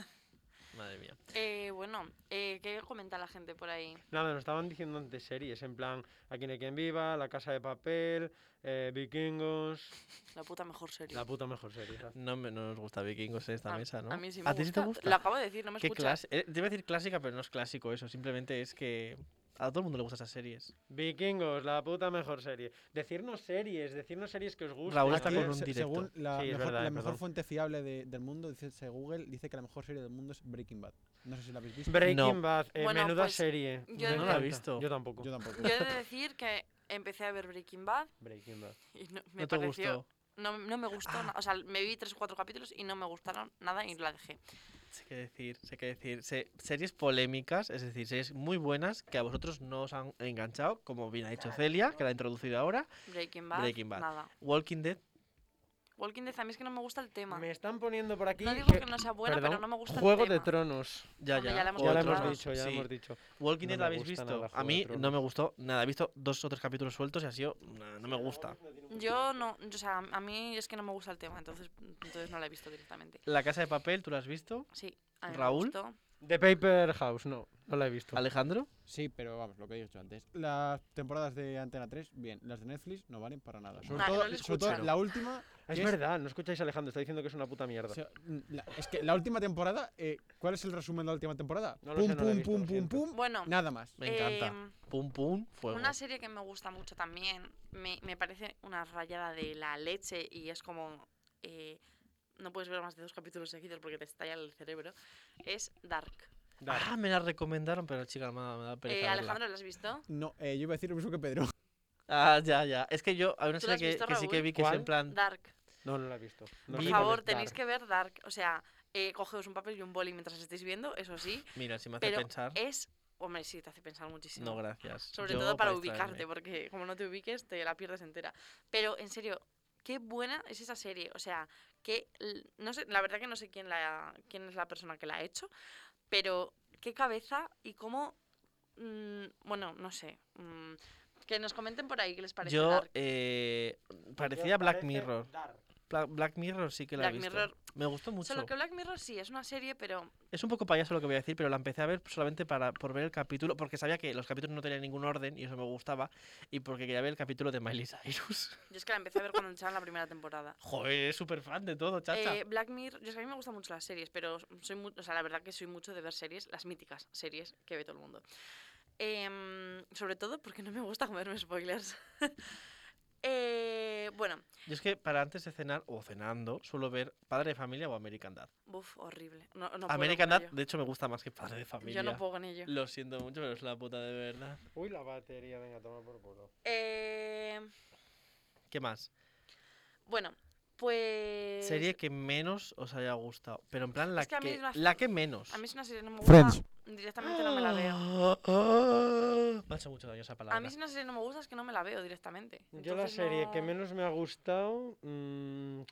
Speaker 5: Madre mía.
Speaker 4: Eh, bueno, eh, ¿qué comenta la gente por ahí?
Speaker 3: Nada, nos estaban diciendo antes series, en plan Aquí no hay quien viva, La Casa de Papel, eh, Vikingos.
Speaker 4: La puta mejor serie.
Speaker 3: La puta mejor serie. ¿sabes?
Speaker 5: No, me, no nos gusta Vikingos en esta
Speaker 4: A-
Speaker 5: mesa, ¿no?
Speaker 4: A mí sí me
Speaker 5: ¿A ti sí te gusta?
Speaker 4: Lo acabo de decir, no me
Speaker 5: ¿Qué
Speaker 4: escuchas.
Speaker 5: clase? eh, te iba a decir clásica, pero no es clásico eso. Simplemente es que a todo el mundo le gustan esas series.
Speaker 3: Vikingos, la puta mejor serie. Decirnos series, decirnos series que os gusten.
Speaker 5: Raúl
Speaker 3: a
Speaker 5: está
Speaker 3: ver.
Speaker 5: con un
Speaker 6: Se-
Speaker 5: directo.
Speaker 6: Según la
Speaker 3: Sí, es
Speaker 6: mejor,
Speaker 3: verdad,
Speaker 6: la
Speaker 3: es
Speaker 6: mejor
Speaker 3: verdad.
Speaker 6: fuente fiable de- del mundo, dice se- Google, dice que la mejor serie del mundo es Breaking Bad. No sé si la habéis visto.
Speaker 3: Breaking
Speaker 5: No.
Speaker 3: Bad, eh,
Speaker 4: Bueno,
Speaker 3: menuda
Speaker 4: pues,
Speaker 3: serie.
Speaker 4: yo no
Speaker 3: Me
Speaker 5: la he
Speaker 3: encanta.
Speaker 5: visto.
Speaker 3: Yo tampoco.
Speaker 6: Yo tampoco.
Speaker 4: Yo he de decir que empecé a ver Breaking Bad
Speaker 3: Breaking Bad.
Speaker 4: y no, me
Speaker 5: No te
Speaker 4: pareció.
Speaker 5: gustó.
Speaker 4: No, no me gustó,
Speaker 5: Ah.
Speaker 4: na- o sea, me vi tres o cuatro capítulos y no me gustaron nada y la dejé.
Speaker 5: Sé qué decir, sé qué decir. Se- series polémicas, es decir, series muy buenas que a vosotros no os han enganchado, como bien ha dicho Celia, que la ha introducido ahora.
Speaker 4: Breaking Bad,
Speaker 5: Breaking Bad.
Speaker 4: nada.
Speaker 5: Walking Dead,
Speaker 4: Walking Dead a mí es que no me gusta el tema.
Speaker 3: Me están poniendo por aquí.
Speaker 4: No digo
Speaker 3: que-
Speaker 4: que no sea buena,
Speaker 3: perdón,
Speaker 4: pero no me gusta
Speaker 3: Juego
Speaker 4: el tema.
Speaker 3: de Tronos.
Speaker 5: ya,
Speaker 4: Hombre,
Speaker 5: ya.
Speaker 4: ya la hemos
Speaker 5: o
Speaker 3: Ya
Speaker 4: Juego
Speaker 3: lo
Speaker 4: de
Speaker 3: hemos
Speaker 5: otros,
Speaker 4: Tronos.
Speaker 3: dicho, ya lo
Speaker 5: sí.
Speaker 3: hemos dicho.
Speaker 5: Walking Dead
Speaker 3: No
Speaker 5: la
Speaker 3: me
Speaker 5: habéis
Speaker 3: gusta
Speaker 5: visto.
Speaker 3: nada
Speaker 5: a
Speaker 3: Juego de
Speaker 5: mí no
Speaker 3: Tronos.
Speaker 5: me gustó nada. He visto dos o tres capítulos sueltos y ha sido. "Nah, no me gusta.
Speaker 4: Yo no, o sea, a mí es que no me gusta el tema, entonces, entonces no la he visto directamente.
Speaker 5: La Casa de Papel, ¿tú la has visto?
Speaker 4: Sí, a mí
Speaker 5: Raúl,
Speaker 4: me gustó.
Speaker 3: The Paper House, no, no la he visto.
Speaker 5: Alejandro,
Speaker 6: Sí, pero vamos, lo que he dicho antes. Las temporadas de Antena 3, bien. Las de Netflix no valen para nada. Sobre,
Speaker 4: Nah,
Speaker 6: todo,
Speaker 4: no les
Speaker 6: sobre todo
Speaker 4: escucho.
Speaker 6: la última.
Speaker 3: Es
Speaker 6: que es-
Speaker 3: verdad, no escucháis a Alejandro, está diciendo que es una puta mierda.
Speaker 6: o sea, n- la- es que la última temporada, eh, ¿cuál es el resumen de la última temporada?
Speaker 3: No lo
Speaker 6: pum,
Speaker 3: sé, no lo he
Speaker 6: pum,
Speaker 3: visto,
Speaker 6: pum,
Speaker 3: lo
Speaker 6: pum,
Speaker 3: siento.
Speaker 6: pum,
Speaker 4: Bueno,
Speaker 6: Nada más.
Speaker 5: me encanta.
Speaker 4: em,
Speaker 5: Pum, pum, fuego.
Speaker 4: Una serie que me gusta mucho también, me, me parece una rayada de la leche y es como... eh, no puedes ver más de dos capítulos seguidos porque te estalla el cerebro, es Dark.
Speaker 3: Dale.
Speaker 5: Ah, me la recomendaron, pero chica, me da, me da pereza
Speaker 4: Eh,
Speaker 5: verla.
Speaker 4: Alejandro, ¿lo has visto?
Speaker 6: No, eh, yo iba a decir lo mismo que Pedro.
Speaker 5: Ah, ya, ya. Es que yo, hay una
Speaker 4: ¿Tú la
Speaker 5: serie
Speaker 4: has
Speaker 5: que,
Speaker 4: visto,
Speaker 5: que sí que
Speaker 4: Raúl?
Speaker 5: vi que es en
Speaker 3: ¿Cuál?
Speaker 5: plan.
Speaker 4: Dark.
Speaker 3: No, no la he visto. No
Speaker 4: Por
Speaker 3: sé cuál
Speaker 4: favor,
Speaker 3: es
Speaker 4: tenéis
Speaker 3: Dark.
Speaker 4: que ver Dark. O sea, eh, cogeos un papel y un boli mientras estéis viendo, eso sí.
Speaker 5: Mira, si me hace
Speaker 4: Pero
Speaker 5: pensar.
Speaker 4: es... Hombre, sí, te hace pensar muchísimo.
Speaker 5: No, gracias.
Speaker 4: Sobre
Speaker 5: Yo,
Speaker 4: todo para,
Speaker 5: distraerme.
Speaker 4: ubicarte, porque como no te ubiques, te la pierdes entera. Pero en serio, qué buena es esa serie. O sea, que l- no sé, la verdad que no sé quién la quién es la persona que la ha hecho, pero qué cabeza y cómo mm, bueno, no sé. mm, que nos comenten por ahí qué les parece
Speaker 5: Yo,
Speaker 4: Dark.
Speaker 5: eh, parecía Black Mirror. Pla- Black Mirror sí que la he
Speaker 4: Black
Speaker 5: visto.
Speaker 4: Mirror.
Speaker 5: Me gustó mucho.
Speaker 4: Solo que Black Mirror sí, es una serie, pero
Speaker 5: Es un poco payaso lo que voy a decir, pero la empecé a ver solamente para, por ver el capítulo, porque sabía que los capítulos no tenían ningún orden y eso me gustaba, y porque quería ver el capítulo de Miley Cyrus.
Speaker 4: yo es que la empecé a ver cuando echaban la primera temporada.
Speaker 5: Joder, es súper fan de todo, chacha.
Speaker 4: Eh, Black Mirror, yo es que a mí me gustan mucho las series, pero soy mu- o sea, la verdad que soy mucho de ver series, las míticas series que ve todo el mundo. Em, sobre todo porque no me gusta comerme spoilers. Eh, bueno,
Speaker 5: Yo es que para antes de cenar o cenando suelo ver Padre de Familia o American Dad.
Speaker 4: buf, horrible. No, no puedo
Speaker 5: American
Speaker 4: con
Speaker 5: Dad,
Speaker 4: ello.
Speaker 5: de hecho, me gusta más que Padre de Familia.
Speaker 4: Yo no puedo con ello.
Speaker 5: Lo siento mucho, pero es la puta de verdad.
Speaker 3: Uy, la batería, venga, toma por culo.
Speaker 4: Em,
Speaker 5: ¿Qué más?
Speaker 4: bueno, pues.
Speaker 5: Serie que menos os haya gustado, pero en plan la
Speaker 4: Es que a mí
Speaker 5: que,
Speaker 4: es una-
Speaker 5: la que menos.
Speaker 4: A mí es una serie que no me gusta.
Speaker 6: Friends.
Speaker 4: Directamente no me la veo.
Speaker 5: Me ha hecho mucho daño esa palabra.
Speaker 4: A mí si una serie no me gusta es que no me la veo directamente.
Speaker 3: Yo la
Speaker 4: Entonces
Speaker 3: serie que
Speaker 4: no-
Speaker 3: menos me ha gustado... mm,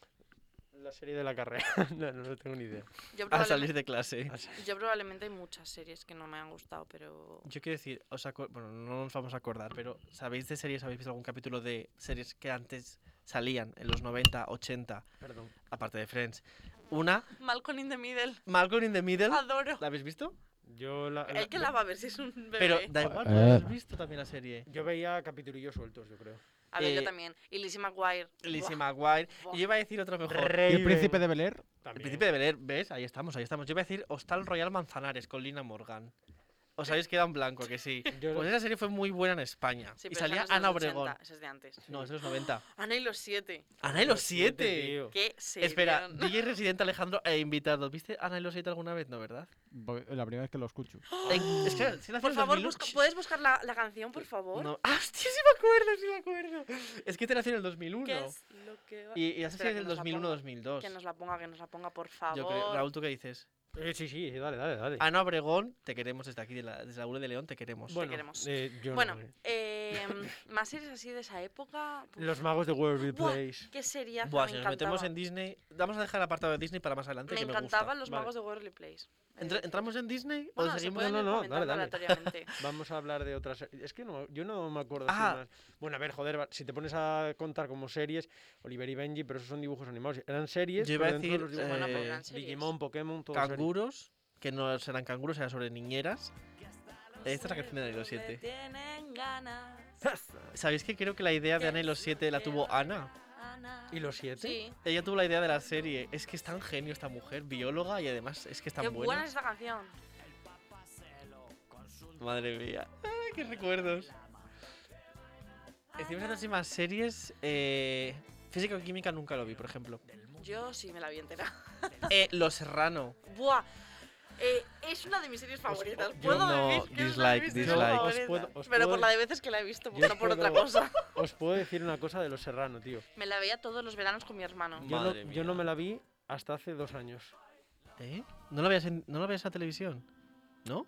Speaker 3: la serie de la carrera. no, no, no tengo ni idea.
Speaker 4: Yo
Speaker 5: Al
Speaker 4: probablemente,
Speaker 5: salir de clase.
Speaker 4: yo probablemente hay muchas series que no me han gustado, pero.
Speaker 5: Yo quiero decir, os aco- bueno, no nos vamos a acordar, pero ¿sabéis de series? ¿Habéis visto algún capítulo de series que antes salían en los 90, 80,
Speaker 3: Perdón.
Speaker 5: aparte de Friends? Una,
Speaker 4: Malcolm in the Middle.
Speaker 5: Malcolm in the Middle.
Speaker 4: Adoro.
Speaker 5: ¿La habéis visto?
Speaker 3: Yo la- la-
Speaker 4: Hay que lavar a ver si es un bebé.
Speaker 5: Pero da igual, porque
Speaker 6: Eh.
Speaker 5: has visto también la serie.
Speaker 3: Yo veía capitulillos sueltos, yo creo.
Speaker 4: a ver,
Speaker 5: eh,
Speaker 4: yo también. Y Lizzie McGuire.
Speaker 5: Lizzie
Speaker 4: Buah,
Speaker 5: McGuire.
Speaker 4: buah.
Speaker 5: Y yo iba a decir otro mejor.
Speaker 3: Eh,
Speaker 6: ¿Y el príncipe de Bel Air?
Speaker 5: El príncipe de Beler, ¿ves? Ahí estamos, ahí estamos. Yo iba a decir Hostal Royal Manzanares con Lina Morgan. Os habéis quedado en blanco, que sí.
Speaker 3: Yo-
Speaker 5: Pues esa serie fue muy buena en España.
Speaker 4: Sí,
Speaker 5: y
Speaker 4: pero
Speaker 5: salía
Speaker 4: esa no es de
Speaker 5: Ana
Speaker 4: los 80,
Speaker 5: Obregón.
Speaker 4: esa es de antes.
Speaker 5: No, es de los 90.
Speaker 4: Ana y los siete.
Speaker 5: ¡Ana y los siete!
Speaker 3: tío.
Speaker 4: ¿Qué se
Speaker 5: Espera, DJ Residente Alejandro e invitado. ¿Viste Ana y los siete alguna vez? No, ¿verdad?
Speaker 6: Bo- La primera vez que lo escucho.
Speaker 5: En- es que si la
Speaker 4: Por
Speaker 5: hacían
Speaker 4: favor,
Speaker 5: en 2008.
Speaker 4: busca- ¿puedes buscar la, la canción, por favor?
Speaker 5: No. ¡Ah, hostia, sí me acuerdo, sí me acuerdo! Es que te nació en el 2001.
Speaker 4: ¿Qué es lo que va-
Speaker 5: Y, y esa
Speaker 4: Espera,
Speaker 5: serie
Speaker 4: que
Speaker 5: del
Speaker 4: nos la ponga. Que
Speaker 5: 2001-2002.
Speaker 4: nos la ponga, que nos la ponga, por
Speaker 5: Yo creo.
Speaker 4: favor.
Speaker 5: Raúl, ¿tú qué dices?
Speaker 3: Eh, sí, sí, sí, dale, dale, dale.
Speaker 4: Ah,
Speaker 5: Ana Obregón, te queremos desde aquí, de la- desde la URL de León, te queremos.
Speaker 3: bueno,
Speaker 4: queremos.
Speaker 3: eh, yo no,
Speaker 4: bueno,
Speaker 3: eh.
Speaker 4: eh, más series así de esa época. Uf,
Speaker 3: Los magos de Waverly
Speaker 4: Buah,
Speaker 3: Place.
Speaker 4: ¿Qué sería?
Speaker 5: Buah,
Speaker 4: me
Speaker 5: si nos metemos
Speaker 4: encantaba.
Speaker 5: en Disney, vamos a dejar el apartado de Disney para más adelante.
Speaker 4: Me
Speaker 5: que
Speaker 4: encantaban
Speaker 5: me
Speaker 4: los
Speaker 5: gusta.
Speaker 3: Vale.
Speaker 4: magos de Worldly Place. eh,
Speaker 5: Entra- ¿Entramos en Disney o
Speaker 4: Bueno, se
Speaker 5: seguimos?
Speaker 4: pueden
Speaker 3: No,
Speaker 4: ir
Speaker 3: no, no,
Speaker 4: comentando
Speaker 3: dale, dale.
Speaker 4: aleatoriamente.
Speaker 3: Vamos a hablar de otras. Es que no, yo no me acuerdo
Speaker 5: Ah.
Speaker 3: así más. Bueno, a ver, joder, va- si te pones a contar como series, Oliver y Benji, pero esos son dibujos animados. Eran series.
Speaker 5: Yo iba
Speaker 3: pero
Speaker 5: a
Speaker 3: dentro de
Speaker 5: decir,
Speaker 3: los dibujos
Speaker 5: eh,
Speaker 3: animados,
Speaker 4: Eran series.
Speaker 3: Digimon, Pokémon, todo. series.
Speaker 5: Canguros, que no serán canguros, eran sobre niñeras. Esta es la canción de Ana y los
Speaker 4: Donde
Speaker 5: siete.
Speaker 4: tienen ganas,
Speaker 5: ¿Sabéis que creo que la idea de Ana y los siete la tuvo Ana?
Speaker 4: Ana.
Speaker 3: ¿Y los siete?
Speaker 4: Sí,
Speaker 5: Ella tuvo la idea de la serie. Es que es tan genio esta mujer, bióloga y además es que es
Speaker 4: qué
Speaker 5: tan
Speaker 4: buena
Speaker 5: buena.
Speaker 4: es esta canción.
Speaker 5: Madre mía, Ay, qué recuerdos. Encima haciendo así más series. Eh, Física o química nunca lo vi, por ejemplo.
Speaker 4: Yo sí me la vi entera.
Speaker 5: Eh, Los Serrano.
Speaker 4: Buah. Eh, es una de mis series favoritas.
Speaker 3: yo
Speaker 4: Puedo
Speaker 5: no,
Speaker 4: decir que es una de
Speaker 5: dislike,
Speaker 4: mis series
Speaker 5: dislike.
Speaker 3: Os
Speaker 4: favoritas.
Speaker 3: puedo- os
Speaker 4: Pero
Speaker 3: puedo-
Speaker 4: por la de veces que la he visto,
Speaker 3: yo os
Speaker 4: no por otra
Speaker 3: puedo-
Speaker 4: cosa.
Speaker 3: Os puedo decir una cosa de los Serrano, tío.
Speaker 4: Me la veía todos los veranos con mi hermano.
Speaker 3: Yo no,
Speaker 5: Madre
Speaker 3: yo no
Speaker 5: mía.
Speaker 3: me la vi hasta hace dos años.
Speaker 5: ¿Eh? ¿No lo veías en, no lo veías a televisión? ¿No?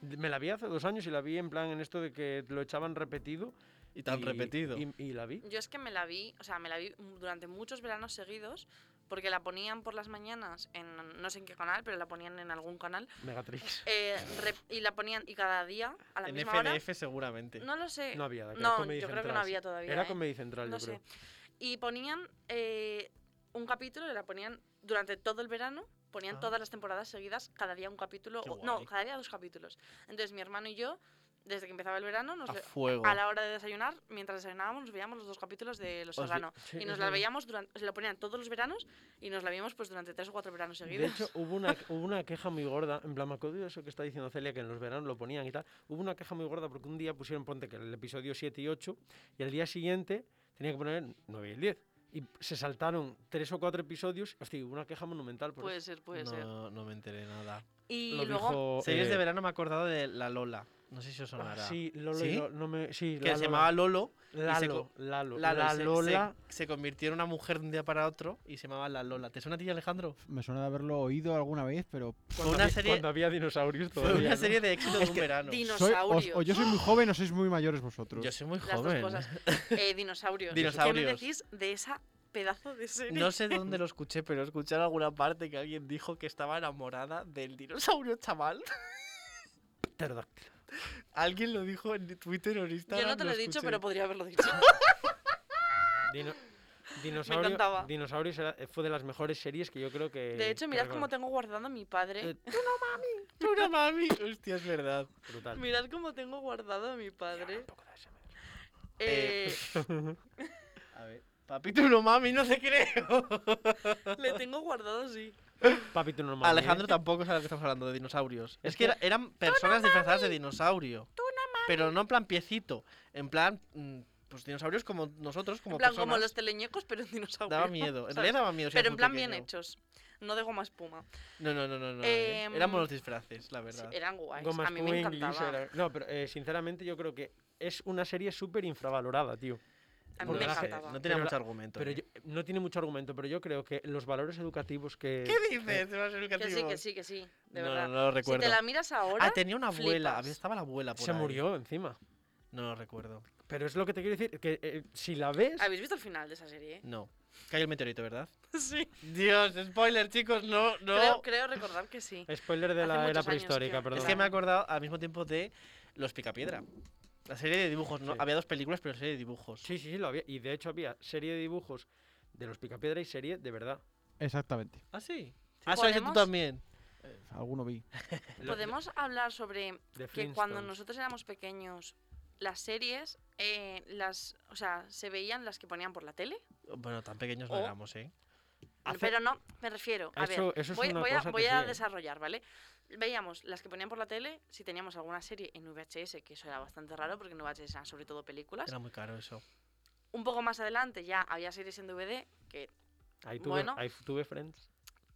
Speaker 3: Me la vi hace dos años y la vi en plan en esto de que lo echaban repetido.
Speaker 5: Y tan repetido.
Speaker 3: Y, y la vi.
Speaker 4: Yo es que me la vi, o sea, me la vi durante muchos veranos seguidos, porque la ponían por las mañanas en no sé en qué canal, pero la ponían en algún canal.
Speaker 3: Megatrix.
Speaker 4: eh, rep- y la ponían y cada día a la
Speaker 5: en
Speaker 4: misma
Speaker 5: FDF seguramente.
Speaker 4: hora. No lo sé.
Speaker 3: No había. que era
Speaker 4: Eh, No,
Speaker 3: Comedy
Speaker 4: yo creo que no
Speaker 3: Central.
Speaker 4: había todavía.
Speaker 3: Era
Speaker 4: ¿eh?
Speaker 3: Comedy Central,
Speaker 4: No
Speaker 3: yo creo.
Speaker 4: sé. Y ponían eh, un capítulo, la ponían durante todo el verano, ponían
Speaker 5: Ah.
Speaker 4: todas las temporadas seguidas, cada día un capítulo,
Speaker 5: Qué
Speaker 4: o- no,
Speaker 5: guay.
Speaker 4: cada día dos capítulos. Entonces mi hermano y yo, desde que empezaba el verano, nos
Speaker 5: a
Speaker 4: ve-
Speaker 5: fuego.
Speaker 4: a la hora de desayunar, mientras desayunábamos, nos veíamos los dos capítulos de Los
Speaker 5: Os vi-
Speaker 4: Serrano.
Speaker 3: Sí,
Speaker 4: y nos
Speaker 3: es
Speaker 4: la
Speaker 3: verdad.
Speaker 4: veíamos durante, se lo ponían todos los veranos y nos la vimos pues durante tres o cuatro veranos
Speaker 3: De
Speaker 4: seguidos.
Speaker 3: hecho, hubo una, hubo una queja muy gorda, en plan, me acuerdo de eso que está diciendo Celia, que en los veranos lo ponían y tal. Hubo una queja muy gorda porque un día pusieron, ponte, que el episodio 7 y 8, y al día siguiente tenía que poner 9 y el 10. Y se saltaron tres o cuatro episodios. Hostia, hubo una queja monumental por
Speaker 4: puede
Speaker 3: eso.
Speaker 4: ser, puede ser.
Speaker 5: No, no me enteré nada.
Speaker 4: Pues Y
Speaker 3: pues, Lo
Speaker 4: luego,
Speaker 3: dijo,
Speaker 5: Series de
Speaker 3: eh,
Speaker 5: verano me he acordado de La Lola. No sé si os
Speaker 3: ah,
Speaker 5: sonará.
Speaker 3: Sí, Lolo y
Speaker 5: ¿Sí?
Speaker 3: Lo- no me... Sí,
Speaker 5: que
Speaker 3: la
Speaker 5: se
Speaker 3: Lola.
Speaker 5: llamaba Lolo. y se
Speaker 3: Lalo,
Speaker 5: co-
Speaker 3: Lalo,
Speaker 5: Lalo,
Speaker 3: la
Speaker 5: y se- se-
Speaker 3: Lola.
Speaker 5: Se, convirtió en una mujer de un día para otro y se llamaba La Lola. ¿Te suena a ti, Alejandro?
Speaker 6: Me suena de haberlo oído alguna vez, pero
Speaker 5: Fue una
Speaker 3: había-
Speaker 5: serie,
Speaker 3: cuando había dinosaurios
Speaker 5: fue
Speaker 3: todavía.
Speaker 5: una
Speaker 3: ¿no?
Speaker 5: serie de éxito de un verano.
Speaker 6: soy- os-
Speaker 4: dinosaurios.
Speaker 6: o yo soy muy joven o sois muy mayores vosotros.
Speaker 5: Yo soy muy
Speaker 4: las dos
Speaker 5: joven.
Speaker 4: cosas. Eh, dinosaurios. ¿Qué me
Speaker 5: Dinosaurios.
Speaker 4: decís de esa pedazo de serie?
Speaker 5: No sé dónde lo escuché, pero escuché en alguna parte que alguien dijo que estaba enamorada del dinosaurio chaval.
Speaker 3: Pterodáctilo.
Speaker 5: Alguien lo dijo en Twitter o en Instagram.
Speaker 4: yo no te lo he dicho,
Speaker 5: escuché.
Speaker 4: pero podría haberlo dicho.
Speaker 3: Dino- dinosaurio-
Speaker 4: encantaba.
Speaker 3: Dinosaurios era- fue de las mejores series que yo creo que.
Speaker 5: Eh,
Speaker 4: De hecho,
Speaker 3: que
Speaker 4: mirad
Speaker 3: recuerdo.
Speaker 4: cómo tengo guardado a mi padre.
Speaker 3: Eh,
Speaker 5: Una mami. Hostia, es verdad.
Speaker 3: Brutal.
Speaker 4: Mirad cómo tengo guardado a mi padre.
Speaker 3: Un poco de ASMR.
Speaker 5: Eh,
Speaker 4: Eh,
Speaker 5: A ver. Papi, tú no mami, no te creo.
Speaker 4: Eh, le tengo guardado así.
Speaker 3: Papito normal. ¿eh?
Speaker 5: Alejandro tampoco sabe de que estamos hablando, de dinosaurios. Es que era- eran personas disfrazadas de dinosaurio. Pero no en plan piecito. En plan, mm, pues dinosaurios como nosotros, como
Speaker 4: en plan, como
Speaker 5: personas.
Speaker 4: los teleñecos, pero en dinosaurio.
Speaker 5: Daba miedo. En
Speaker 4: ¿sabes?
Speaker 5: realidad daba miedo. si
Speaker 4: Pero
Speaker 5: eras
Speaker 4: en
Speaker 5: muy
Speaker 4: plan bien
Speaker 5: pequeño.
Speaker 4: hechos. No de goma espuma.
Speaker 5: No, no, no, no. no eh.
Speaker 4: Em,
Speaker 5: Éramos los disfraces, la
Speaker 4: Sí,
Speaker 5: verdad.
Speaker 4: eran guays.
Speaker 3: Gomas
Speaker 4: a mí me
Speaker 3: Puma English
Speaker 4: encantaba.
Speaker 3: era- No, pero eh, sinceramente yo creo que es una serie súper infravalorada, tío.
Speaker 4: A mí
Speaker 5: No
Speaker 4: me
Speaker 5: sé,
Speaker 4: encantaba.
Speaker 5: No tenía
Speaker 3: Pero
Speaker 5: mucho
Speaker 3: la-
Speaker 5: argumento.
Speaker 3: Pero
Speaker 5: eh.
Speaker 3: yo- no tiene mucho argumento, pero yo creo que los valores educativos que.
Speaker 5: ¿Qué dices? Los
Speaker 4: eh, Que sí, que
Speaker 5: educativos.
Speaker 4: sí, que sí. De
Speaker 5: No,
Speaker 4: verdad.
Speaker 5: no, no lo
Speaker 4: si
Speaker 5: recuerdo.
Speaker 4: te la miras ahora,
Speaker 5: Ah, tenía una abuela.
Speaker 4: flipas.
Speaker 5: había- Estaba la abuela por
Speaker 3: Se
Speaker 5: ahí.
Speaker 3: murió encima.
Speaker 5: No lo recuerdo.
Speaker 3: Pero es lo que te quiero decir, que eh, si la ves.
Speaker 4: ¿habéis visto el final de esa serie?
Speaker 5: No. Cayó el meteorito, ¿verdad?
Speaker 4: sí.
Speaker 5: Dios, spoiler, chicos, no, no.
Speaker 4: Creo, creo recordar que sí.
Speaker 3: Spoiler de
Speaker 4: Hace
Speaker 3: la era
Speaker 4: muchos años,
Speaker 3: prehistórica,
Speaker 4: tío.
Speaker 3: perdón.
Speaker 5: Es que me he acordado al mismo tiempo de Los Picapiedra. La serie de dibujos, ¿no?
Speaker 3: Sí.
Speaker 5: Había dos películas, pero serie de dibujos.
Speaker 3: Sí, sí, sí, lo había. Y de hecho había serie de dibujos de los Picapiedra y serie de verdad.
Speaker 6: Exactamente.
Speaker 5: Ah, sí. Ah, eso
Speaker 4: ¿Podemos?
Speaker 5: tú también.
Speaker 6: Eh, alguno vi.
Speaker 3: Lo-
Speaker 4: Podemos hablar sobre
Speaker 3: de
Speaker 4: que cuando
Speaker 3: Flintstones.
Speaker 4: nosotros éramos pequeños, las series, eh, las, o sea, se veían las que ponían por la tele.
Speaker 5: Bueno, tan pequeños no
Speaker 4: O-
Speaker 5: éramos, ¿eh?
Speaker 3: Hace-
Speaker 4: Pero no, me refiero. A
Speaker 3: Eso-
Speaker 4: ver,
Speaker 3: eso es
Speaker 4: voy,
Speaker 3: una
Speaker 4: voy a,
Speaker 3: cosa que
Speaker 4: voy a
Speaker 3: sí, ¿eh?
Speaker 4: desarrollar, ¿vale? Veíamos las que ponían por la tele, si teníamos alguna serie en VHS, que eso era bastante raro porque en VHS eran sobre todo películas.
Speaker 5: Era muy caro eso.
Speaker 4: Un poco más adelante ya había series en DVD que...
Speaker 3: Ahí tuve,
Speaker 4: Bueno.
Speaker 3: ahí tuve Friends.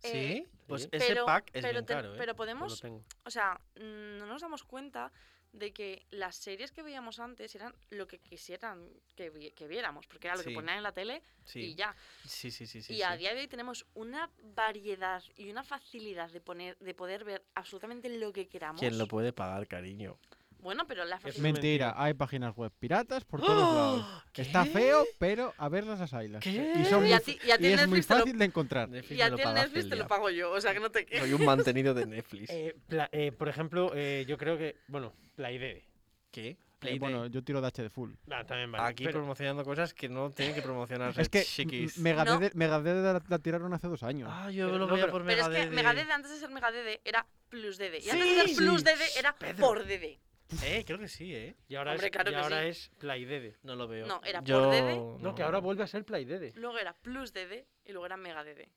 Speaker 4: eh,
Speaker 5: ¿Sí? Pues
Speaker 3: sí.
Speaker 5: ese
Speaker 4: pero,
Speaker 5: pack es
Speaker 4: pero
Speaker 5: bien
Speaker 4: te-
Speaker 5: caro, ¿eh?
Speaker 4: Pero
Speaker 3: yo Lo
Speaker 4: podemos
Speaker 3: tengo.
Speaker 4: O sea, mm, no nos damos cuenta de que las series que veíamos antes eran lo que quisieran que, vi- que viéramos, porque era lo
Speaker 5: Sí.
Speaker 4: que ponían en la tele y
Speaker 5: sí.
Speaker 4: ya.
Speaker 5: sí, sí, sí, sí.
Speaker 4: y
Speaker 5: sí.
Speaker 4: a día de hoy tenemos una variedad y una facilidad de poner de poder ver absolutamente lo que queramos.
Speaker 5: ¿Quién lo puede pagar, cariño?
Speaker 4: Bueno, pero la
Speaker 3: Es
Speaker 6: Es
Speaker 4: facilidad...
Speaker 3: mentira.
Speaker 6: mentira, hay páginas web piratas por
Speaker 3: ¡Oh!
Speaker 6: todos lados. Está feo, pero a verlas las ailas.
Speaker 5: ¡Oh! ¿Qué?
Speaker 6: Y, son
Speaker 4: Y
Speaker 6: muy,
Speaker 4: a
Speaker 6: fa-
Speaker 4: ti, y a ti
Speaker 6: y
Speaker 4: en
Speaker 6: es muy
Speaker 4: Netflix, te lo,
Speaker 6: fácil de encontrar. Eh,
Speaker 5: Netflix
Speaker 4: y a
Speaker 5: me lo
Speaker 4: ti en
Speaker 5: paga
Speaker 4: Netflix te lo
Speaker 5: Celia.
Speaker 4: pago yo, o sea que no te...
Speaker 5: Soy un mantenido de Netflix.
Speaker 3: Eh, pla- eh, por ejemplo, eh, yo creo que. Bueno, la idea.
Speaker 5: ¿Qué?
Speaker 6: Eh, bueno, yo tiro de HD full.
Speaker 3: Ah, también vale.
Speaker 5: Aquí
Speaker 3: pero-
Speaker 5: promocionando cosas que no tienen que promocionarse.
Speaker 6: Es que
Speaker 5: chiquis.
Speaker 6: m- Megadeth
Speaker 4: No.
Speaker 6: Megadeth la, la tiraron hace dos años.
Speaker 5: Ah, yo
Speaker 3: Pero-
Speaker 5: lo
Speaker 3: no,
Speaker 5: veía
Speaker 3: pero-
Speaker 5: por
Speaker 4: Pero es
Speaker 5: Megadeth.
Speaker 4: que Megadede antes de ser Megadede era Plus DD. Y antes
Speaker 5: Sí,
Speaker 4: de ser Plus
Speaker 5: sí.
Speaker 4: DD era
Speaker 5: Pedro.
Speaker 4: por DD.
Speaker 5: Eh, creo que sí, ¿eh?
Speaker 3: Y ahora
Speaker 4: Hombre,
Speaker 3: es,
Speaker 4: claro
Speaker 3: y
Speaker 4: que
Speaker 3: ahora
Speaker 4: sí.
Speaker 3: es Playdede.
Speaker 5: No lo veo.
Speaker 4: No, era por
Speaker 5: Yo-
Speaker 4: DD.
Speaker 3: No, que ahora vuelve a ser Playdede.
Speaker 4: Luego era Plus DD y luego era Megadede.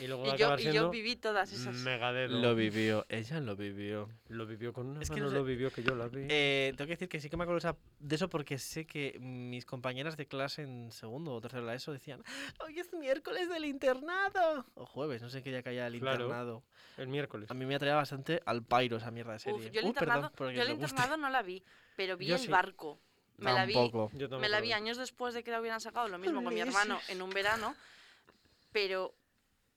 Speaker 3: Y luego va a
Speaker 4: Y yo,
Speaker 3: acabar
Speaker 4: y yo
Speaker 3: siendo
Speaker 4: viví todas esas.
Speaker 3: Megadeth.
Speaker 5: Lo vivió, ella lo vivió.
Speaker 3: Lo vivió con una
Speaker 5: Es que
Speaker 3: mano,
Speaker 5: no sé-
Speaker 3: lo vivió que yo la vi.
Speaker 5: Eh, tengo que decir que sí que me acuerdo esa- de eso porque sé que mis compañeras de clase en segundo o tercero de la ESO decían Hoy es miércoles del internado. O jueves, no sé qué día caía el
Speaker 3: Claro.
Speaker 5: internado.
Speaker 3: el miércoles.
Speaker 5: A mí me atraía bastante al pairo esa mierda de serie.
Speaker 4: Uf, yo el
Speaker 5: Uh,
Speaker 4: internado,
Speaker 5: perdón por el
Speaker 4: yo
Speaker 5: que
Speaker 4: el
Speaker 5: os guste.
Speaker 4: internado no la vi, pero vi
Speaker 3: Yo
Speaker 4: el
Speaker 3: sí.
Speaker 4: barco. Me la vi,
Speaker 5: Tampoco.
Speaker 3: Yo tampoco
Speaker 4: me la
Speaker 3: lo
Speaker 4: vi años después de que la hubieran sacado, lo mismo con mi
Speaker 5: Leches.
Speaker 4: hermano en un verano. Pero,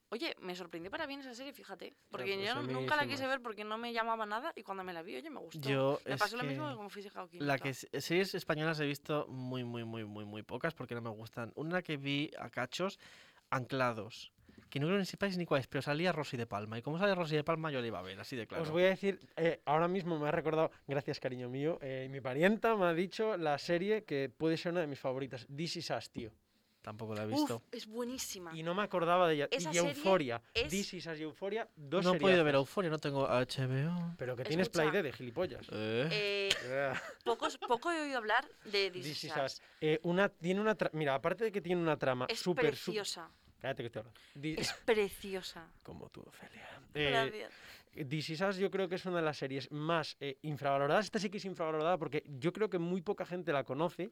Speaker 4: oye, me sorprendió para bien esa serie, fíjate. Porque
Speaker 3: pues
Speaker 4: yo
Speaker 3: a
Speaker 4: no-
Speaker 3: mí
Speaker 4: nunca la quise
Speaker 3: jamás.
Speaker 4: ver porque no me llamaba nada y cuando me la vi, oye, me gustó.
Speaker 5: Yo
Speaker 4: me
Speaker 5: es
Speaker 4: pasó lo
Speaker 5: que
Speaker 4: mismo que con física o química.
Speaker 5: La que s- series españolas he visto muy, muy, muy, muy, muy pocas porque no me gustan. Una que vi a cachos, Anclados. Que no creo ni sepáis ni cuál es, pero salía Rosy de Palma. Y como salía Rosy de Palma, yo la iba a ver, así de claro.
Speaker 3: Os voy a decir, eh, ahora mismo me ha recordado, gracias cariño mío, eh, mi parienta me ha dicho la serie que puede ser una de mis favoritas, This Is Us, tío.
Speaker 5: Tampoco la he
Speaker 4: Uf,
Speaker 5: visto.
Speaker 4: es buenísima.
Speaker 3: Y no me acordaba de ella.
Speaker 4: Ah. Esa
Speaker 3: y
Speaker 4: serie
Speaker 3: Euforia,
Speaker 4: es-
Speaker 3: This Is Us y Euforia, dos
Speaker 5: no he
Speaker 3: series.
Speaker 5: podido ver Euphoria, no tengo HBO.
Speaker 3: Pero que tienes
Speaker 4: Escucha.
Speaker 3: Playdede, gilipollas.
Speaker 5: Eh,
Speaker 4: Eh,
Speaker 3: Eh,
Speaker 4: pocos, poco he oído hablar de This,
Speaker 3: This
Speaker 4: Is
Speaker 3: Is
Speaker 4: Us.
Speaker 3: Us. Eh, una, tiene una tra- Mira, aparte de que tiene una trama
Speaker 4: Es
Speaker 3: súper, súper...
Speaker 4: preciosa,
Speaker 3: Cállate que te hablo. Di-
Speaker 4: es preciosa.
Speaker 3: Como tú, Ofelia. Eh,
Speaker 4: Gracias.
Speaker 3: This Is Us yo creo que es una de las series más eh, infravaloradas. Esta sí que es infravalorada porque yo creo que muy poca gente la conoce.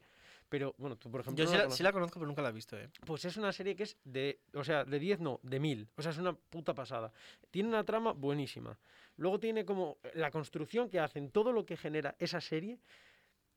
Speaker 3: Pero bueno, tú por ejemplo.
Speaker 5: yo
Speaker 3: no
Speaker 5: sí la,
Speaker 3: la
Speaker 5: sí
Speaker 3: conoces.
Speaker 5: la conozco, pero nunca la he visto. Eh.
Speaker 3: Pues es una serie que es de. O sea, de 10 no, de 1000. O sea, es una puta pasada. Tiene una trama buenísima. Luego tiene como eh, la construcción que hacen, todo lo que genera esa serie.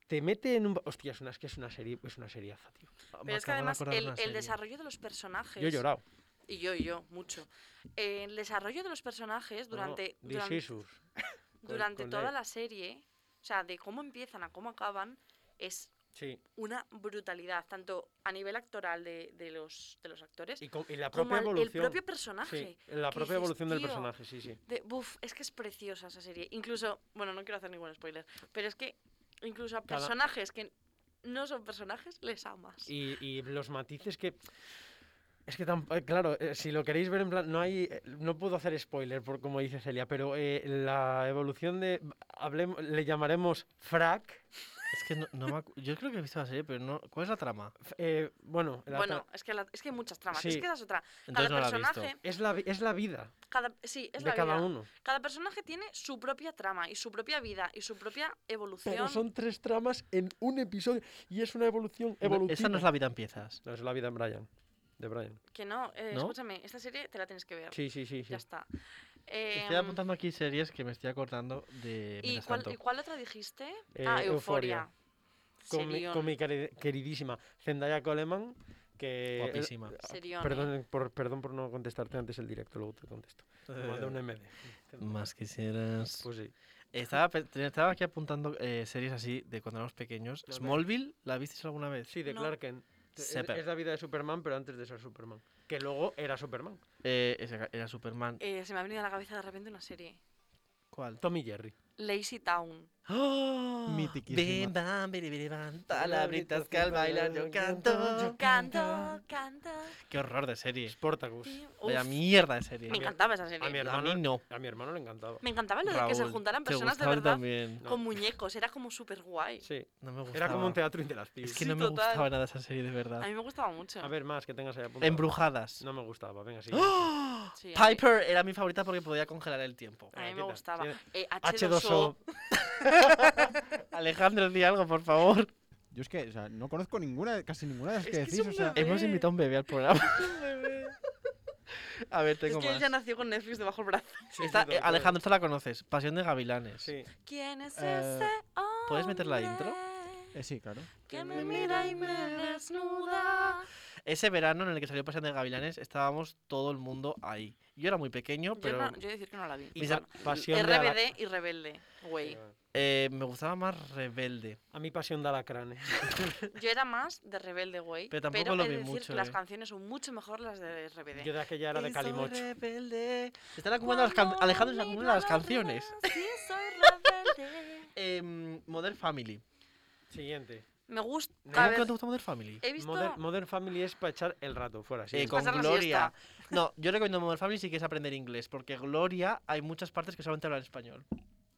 Speaker 3: Te mete en un. ba- Hostia, es una, es que es una serie, es una serie tío.
Speaker 5: Me
Speaker 4: Pero es que
Speaker 5: acabo de
Speaker 4: además
Speaker 5: acordar de
Speaker 4: el,
Speaker 5: una
Speaker 4: el
Speaker 5: serie.
Speaker 4: desarrollo de los personajes.
Speaker 3: Yo he llorado.
Speaker 4: Y yo, y yo, mucho. Eh, el desarrollo de los personajes
Speaker 3: No, no,
Speaker 4: durante,
Speaker 3: This
Speaker 4: durante,
Speaker 3: Is Us. con-
Speaker 4: durante
Speaker 3: con
Speaker 4: toda
Speaker 3: él.
Speaker 4: la serie, o sea, de cómo empiezan a cómo acaban, es
Speaker 3: Sí.
Speaker 4: una brutalidad, tanto a nivel actoral de, de los, de los actores,
Speaker 3: Y, con- y la
Speaker 4: como
Speaker 3: propia
Speaker 4: al- el
Speaker 3: evolución.
Speaker 4: propio
Speaker 3: sí,
Speaker 4: personaje.
Speaker 3: la
Speaker 4: que
Speaker 3: propia
Speaker 4: dices,
Speaker 3: evolución del
Speaker 4: "Tío".
Speaker 3: personaje, sí, sí.
Speaker 4: De, buf, es que es preciosa esa serie. Incluso, bueno, no quiero hacer ningún spoiler, pero es que incluso a
Speaker 3: Cada-
Speaker 4: personajes que no son personajes, les amas.
Speaker 3: Y, y los matices que. Es que, tamp- eh, claro, eh, si lo queréis ver en plan, no hay, eh, no puedo hacer spoiler, por como dice Celia, pero eh, la evolución de, hablem- le llamaremos frac,
Speaker 5: Es que no, no me acu- Yo creo que he visto la serie, pero no. ¿Cuál es la trama?
Speaker 3: f- eh, bueno, la
Speaker 4: bueno,
Speaker 3: tra-
Speaker 4: es que, la- es que hay muchas tramas. Es
Speaker 3: Sí.
Speaker 4: que esa es otra. Cada
Speaker 5: Entonces no la he visto.
Speaker 4: personaje,
Speaker 3: es la, vi- es la vida
Speaker 4: cada, sí, es
Speaker 3: de
Speaker 4: la
Speaker 3: cada
Speaker 4: vida.
Speaker 3: uno.
Speaker 4: Cada personaje tiene su propia trama y su propia vida y su propia evolución.
Speaker 3: Pero son tres tramas en un episodio y es una evolución
Speaker 5: No,
Speaker 3: evolutiva.
Speaker 5: Esa no es la vida en piezas.
Speaker 3: No, es la vida en Brian, de Brian.
Speaker 4: Que no, eh,
Speaker 5: ¿No?
Speaker 4: escúchame, esta serie te la tienes que ver.
Speaker 3: Sí, sí, sí, sí.
Speaker 4: Ya está.
Speaker 5: Estoy
Speaker 4: Em,
Speaker 5: apuntando aquí series que me estoy acordando de.
Speaker 4: ¿y,
Speaker 5: mientras
Speaker 4: cuál,
Speaker 5: tanto.
Speaker 4: y cuál otra dijiste?
Speaker 3: Eh,
Speaker 4: ah,
Speaker 3: Euphoria.
Speaker 4: Euforia.
Speaker 3: Con mi, con mi queri- queridísima Zendaya Coleman, que...
Speaker 5: Guapísima.
Speaker 4: ¿eh?
Speaker 3: Perdón por, perdón por no contestarte antes el directo, luego te contesto. Me manda un MD.
Speaker 5: Más quisieras.
Speaker 3: Pues sí.
Speaker 5: Estaba, pe- te- estaba aquí apuntando eh, series así de cuando éramos pequeños.
Speaker 3: A ver.
Speaker 5: Smallville, ¿la visteis alguna vez?
Speaker 3: Sí, de
Speaker 4: No.
Speaker 3: Clark Kent. Es,
Speaker 5: Sepa.
Speaker 3: es la vida de Superman, pero antes de ser Superman. Que luego era Superman.
Speaker 5: Eh, ese ca- era Superman.
Speaker 4: Eh, se me ha venido a la cabeza de repente una serie.
Speaker 5: ¿Cuál?
Speaker 3: Tommy Jerry.
Speaker 4: Lazy Town.
Speaker 5: ¡Oh!
Speaker 6: Mitiquísima.
Speaker 5: Ven, van, biri, biri, van, palabritas que al bailar yo canto.
Speaker 4: Canto, canto.
Speaker 5: Qué horror de serie.
Speaker 3: Sportacus.
Speaker 4: y-
Speaker 5: Vaya
Speaker 4: Uf,
Speaker 5: mierda de serie.
Speaker 4: me
Speaker 3: mía.
Speaker 4: encantaba esa serie.
Speaker 3: A mi
Speaker 5: A
Speaker 3: hermano,
Speaker 5: mí no.
Speaker 3: a mi hermano le encantaba.
Speaker 4: Me encantaba lo de que se
Speaker 5: Raúl,
Speaker 4: juntaran
Speaker 5: ¿te
Speaker 4: personas de
Speaker 5: gustaba
Speaker 4: verdad
Speaker 5: también?
Speaker 4: con muñecos. Era como súper guay.
Speaker 3: Sí.
Speaker 5: No me gustaba.
Speaker 3: Era como un teatro interactivo.
Speaker 5: Es que
Speaker 4: Sí,
Speaker 5: no me
Speaker 4: total.
Speaker 5: gustaba nada esa serie de
Speaker 4: A
Speaker 5: verdad.
Speaker 4: mí me gustaba mucho.
Speaker 3: A ver, más que tengas ahí apuntado.
Speaker 5: Embrujadas.
Speaker 3: No me gustaba, venga, sí.
Speaker 4: ¡Ah!
Speaker 5: ¡Oh!
Speaker 4: Sí, a mí-
Speaker 5: Piper era mi favorita porque podía congelar el tiempo.
Speaker 4: A mí me
Speaker 3: quita,
Speaker 4: gustaba.
Speaker 3: tiene-
Speaker 4: Eh,
Speaker 3: H2O.
Speaker 4: H2O.
Speaker 5: Alejandro, di algo, por favor.
Speaker 6: Yo es que, o sea, no conozco ninguna, casi ninguna de las
Speaker 4: Es
Speaker 6: que
Speaker 4: que es
Speaker 6: decís.
Speaker 4: un
Speaker 6: o sea,
Speaker 4: bebé.
Speaker 5: Hemos invitado a un bebé al programa. A ver,
Speaker 4: Es
Speaker 5: tengo
Speaker 4: que él
Speaker 5: más.
Speaker 4: ya nació con Netflix debajo del brazo.
Speaker 3: Sí,
Speaker 5: Esta-
Speaker 3: sí, tal
Speaker 5: eh,
Speaker 3: cual.
Speaker 5: Alejandro, esta la conoces. Pasión de Gavilanes.
Speaker 3: Sí.
Speaker 4: ¿Quién es
Speaker 6: Eh,
Speaker 4: ese hombre?
Speaker 5: ¿puedes meter la intro?
Speaker 6: eh, sí, claro.
Speaker 4: Que me mira y me desnuda.
Speaker 5: Ese verano en el que salió Pasión de Gavilanes estábamos todo el mundo ahí. Yo era muy pequeño,
Speaker 4: Yo,
Speaker 5: pero
Speaker 4: no- yo he de decir que no la vi.
Speaker 5: Mis ar-
Speaker 3: Pasión de ala-
Speaker 4: RBD y Rebelde, güey.
Speaker 5: eh, me gustaba más Rebelde.
Speaker 3: A mí pasión de ¿eh? alacranes.
Speaker 4: Yo era más de Rebelde, güey.
Speaker 5: Pero tampoco
Speaker 4: pero
Speaker 5: lo
Speaker 4: he de
Speaker 5: vi
Speaker 4: decir
Speaker 5: mucho,
Speaker 4: que las
Speaker 5: eh.
Speaker 4: canciones son mucho mejor las de RBD.
Speaker 3: Yo de aquella era de
Speaker 5: Y soy
Speaker 3: Calimocho.
Speaker 5: Rebelde. Se Están acumulando las can- Alejandro se acumula las canciones.
Speaker 4: Sí, soy rebelde.
Speaker 5: Em, Modern Family.
Speaker 3: Siguiente.
Speaker 4: Me gusta.
Speaker 3: No,
Speaker 4: a
Speaker 5: ¿Nunca
Speaker 4: ver, Eh,
Speaker 5: te gustó Modern Family?
Speaker 4: he visto.
Speaker 3: Modern, Modern Family es para echar el rato fuera.
Speaker 5: Eh,
Speaker 3: siguiente.
Speaker 5: con
Speaker 4: Pasar la
Speaker 5: Gloria. No, yo recomiendo Modern Family si quieres aprender inglés, porque Gloria hay muchas partes que solamente hablan español.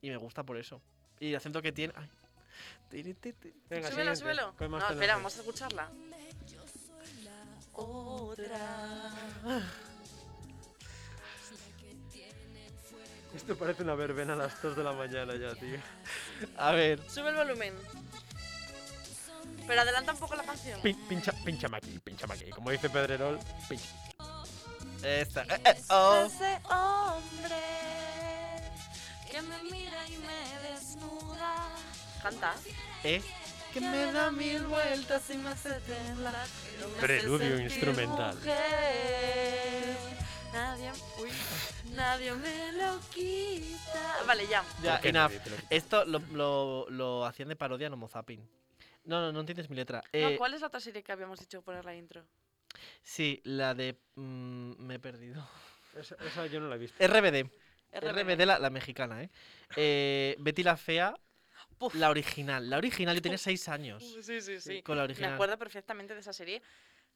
Speaker 5: Y me gusta por eso. Y el acento que tiene. ay. Tiri, ti, ti.
Speaker 3: Venga,
Speaker 4: súbelo,
Speaker 3: siguiente.
Speaker 4: súbelo.
Speaker 3: ¿Cuál más
Speaker 4: No, espera,
Speaker 3: tenemos?
Speaker 4: vamos a escucharla.
Speaker 3: Esto parece una verbena a las 2 de la mañana ya, tío.
Speaker 5: A ver.
Speaker 4: Sube el volumen. Pero adelanta un poco la canción.
Speaker 3: Pin- pincha, pincha aquí, pincha aquí. Como dice Pedrerol, pincha.
Speaker 5: Esta. eh, eh, oh.
Speaker 4: Ese hombre que me mira y me desnuda. Canta.
Speaker 5: Eh.
Speaker 4: Que me da mil vueltas y me hace temblar. pero me hace
Speaker 3: Preludio
Speaker 4: sentir
Speaker 3: instrumental.
Speaker 4: mujer. Nadie, uy, nadie me lo quita. Vale, ya.
Speaker 5: Ya,
Speaker 3: ¿Por qué
Speaker 5: enough.
Speaker 3: nadie te lo quita?
Speaker 5: Esto lo, lo- lo hacían de parodia en Homo Zapping. No, no, no entiendes mi letra. Eh,
Speaker 4: No, ¿Cuál es la otra serie que habíamos dicho poner la intro?
Speaker 5: sí, la de. mm, me he perdido.
Speaker 3: Esa, esa yo no la he visto.
Speaker 5: RBD.
Speaker 4: RBD.
Speaker 5: RBD, la, la mexicana, ¿eh? Eh, Betty la Fea,
Speaker 4: Puf.
Speaker 5: la original. La original, yo tenía seis años
Speaker 4: Sí, sí, sí.
Speaker 5: con la
Speaker 4: Me
Speaker 5: original.
Speaker 4: acuerdo perfectamente de esa serie.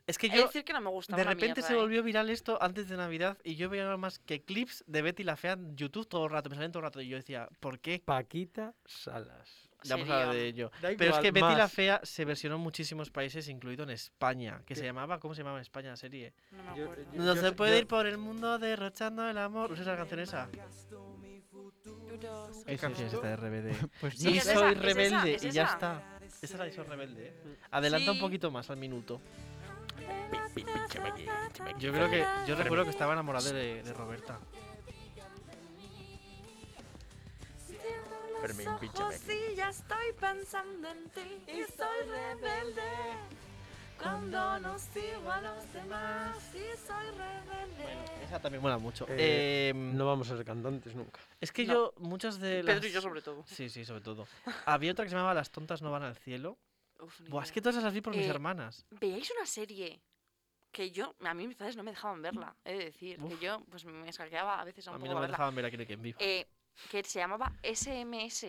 Speaker 5: Es que
Speaker 4: Es
Speaker 5: yo,
Speaker 4: decir que no me gusta.
Speaker 5: de
Speaker 4: una
Speaker 5: repente se
Speaker 4: mierda, ¿eh?
Speaker 5: volvió viral esto antes de Navidad y yo veía nada más que clips de Betty la Fea en YouTube todo el rato, me salían todo el rato y yo decía, ¿por qué?
Speaker 3: Paquita Salas.
Speaker 5: Ya hemos hablado
Speaker 4: Sería-
Speaker 5: de ello.
Speaker 3: Da
Speaker 5: Pero es
Speaker 3: igual,
Speaker 5: que Betty la
Speaker 3: más.
Speaker 5: Fea se versionó en muchísimos países, incluido en España, que se
Speaker 3: ¿Qué?
Speaker 5: llamaba, ¿cómo se llamaba en España la serie?
Speaker 4: No me
Speaker 3: Yo-
Speaker 4: acuerdo.
Speaker 3: yo-
Speaker 5: No se
Speaker 3: sé-
Speaker 5: puede
Speaker 3: yo-
Speaker 5: ir por el mundo derrochando el amor. ¿No es esa canción esa?
Speaker 6: ¿Qué
Speaker 5: ¿Qué canción es esta de RBD?
Speaker 6: Pues
Speaker 4: Sí,
Speaker 5: y
Speaker 4: es
Speaker 5: soy
Speaker 4: esa, es
Speaker 5: rebelde
Speaker 4: esa, es
Speaker 5: y ya
Speaker 4: esa.
Speaker 5: está. Esa es la de soy rebelde. ¿eh? Adelanta un
Speaker 4: Sí.
Speaker 5: poquito más al minuto. Yo creo que yo recuerdo que estaba enamorado de, de Roberta.
Speaker 4: Los ojos y ya estoy pensando en ti y soy rebelde cuando no sigo a los demás y soy rebelde.
Speaker 5: Esa también mola mucho.
Speaker 3: Eh,
Speaker 5: Em,
Speaker 3: No vamos a ser cantantes nunca.
Speaker 5: es que
Speaker 4: no.
Speaker 5: yo muchas de las...
Speaker 4: Pedro y yo sobre todo.
Speaker 5: Sí, sí, sobre todo. Había otra que se llamaba Las tontas no van al cielo.
Speaker 4: Uf, ni
Speaker 5: Buah, es
Speaker 4: idea.
Speaker 5: que todas esas las vi por mis
Speaker 4: Eh,
Speaker 5: hermanas.
Speaker 4: Veíais una serie que yo, a mí mis padres no me dejaban verla, he de decir, que
Speaker 5: Uf.
Speaker 4: yo pues me escaqueaba a veces a
Speaker 5: A
Speaker 4: un
Speaker 5: mí
Speaker 4: poco
Speaker 5: no me
Speaker 4: verla.
Speaker 5: dejaban ver a Quien Viva.
Speaker 4: Eh, que se llamaba SMS.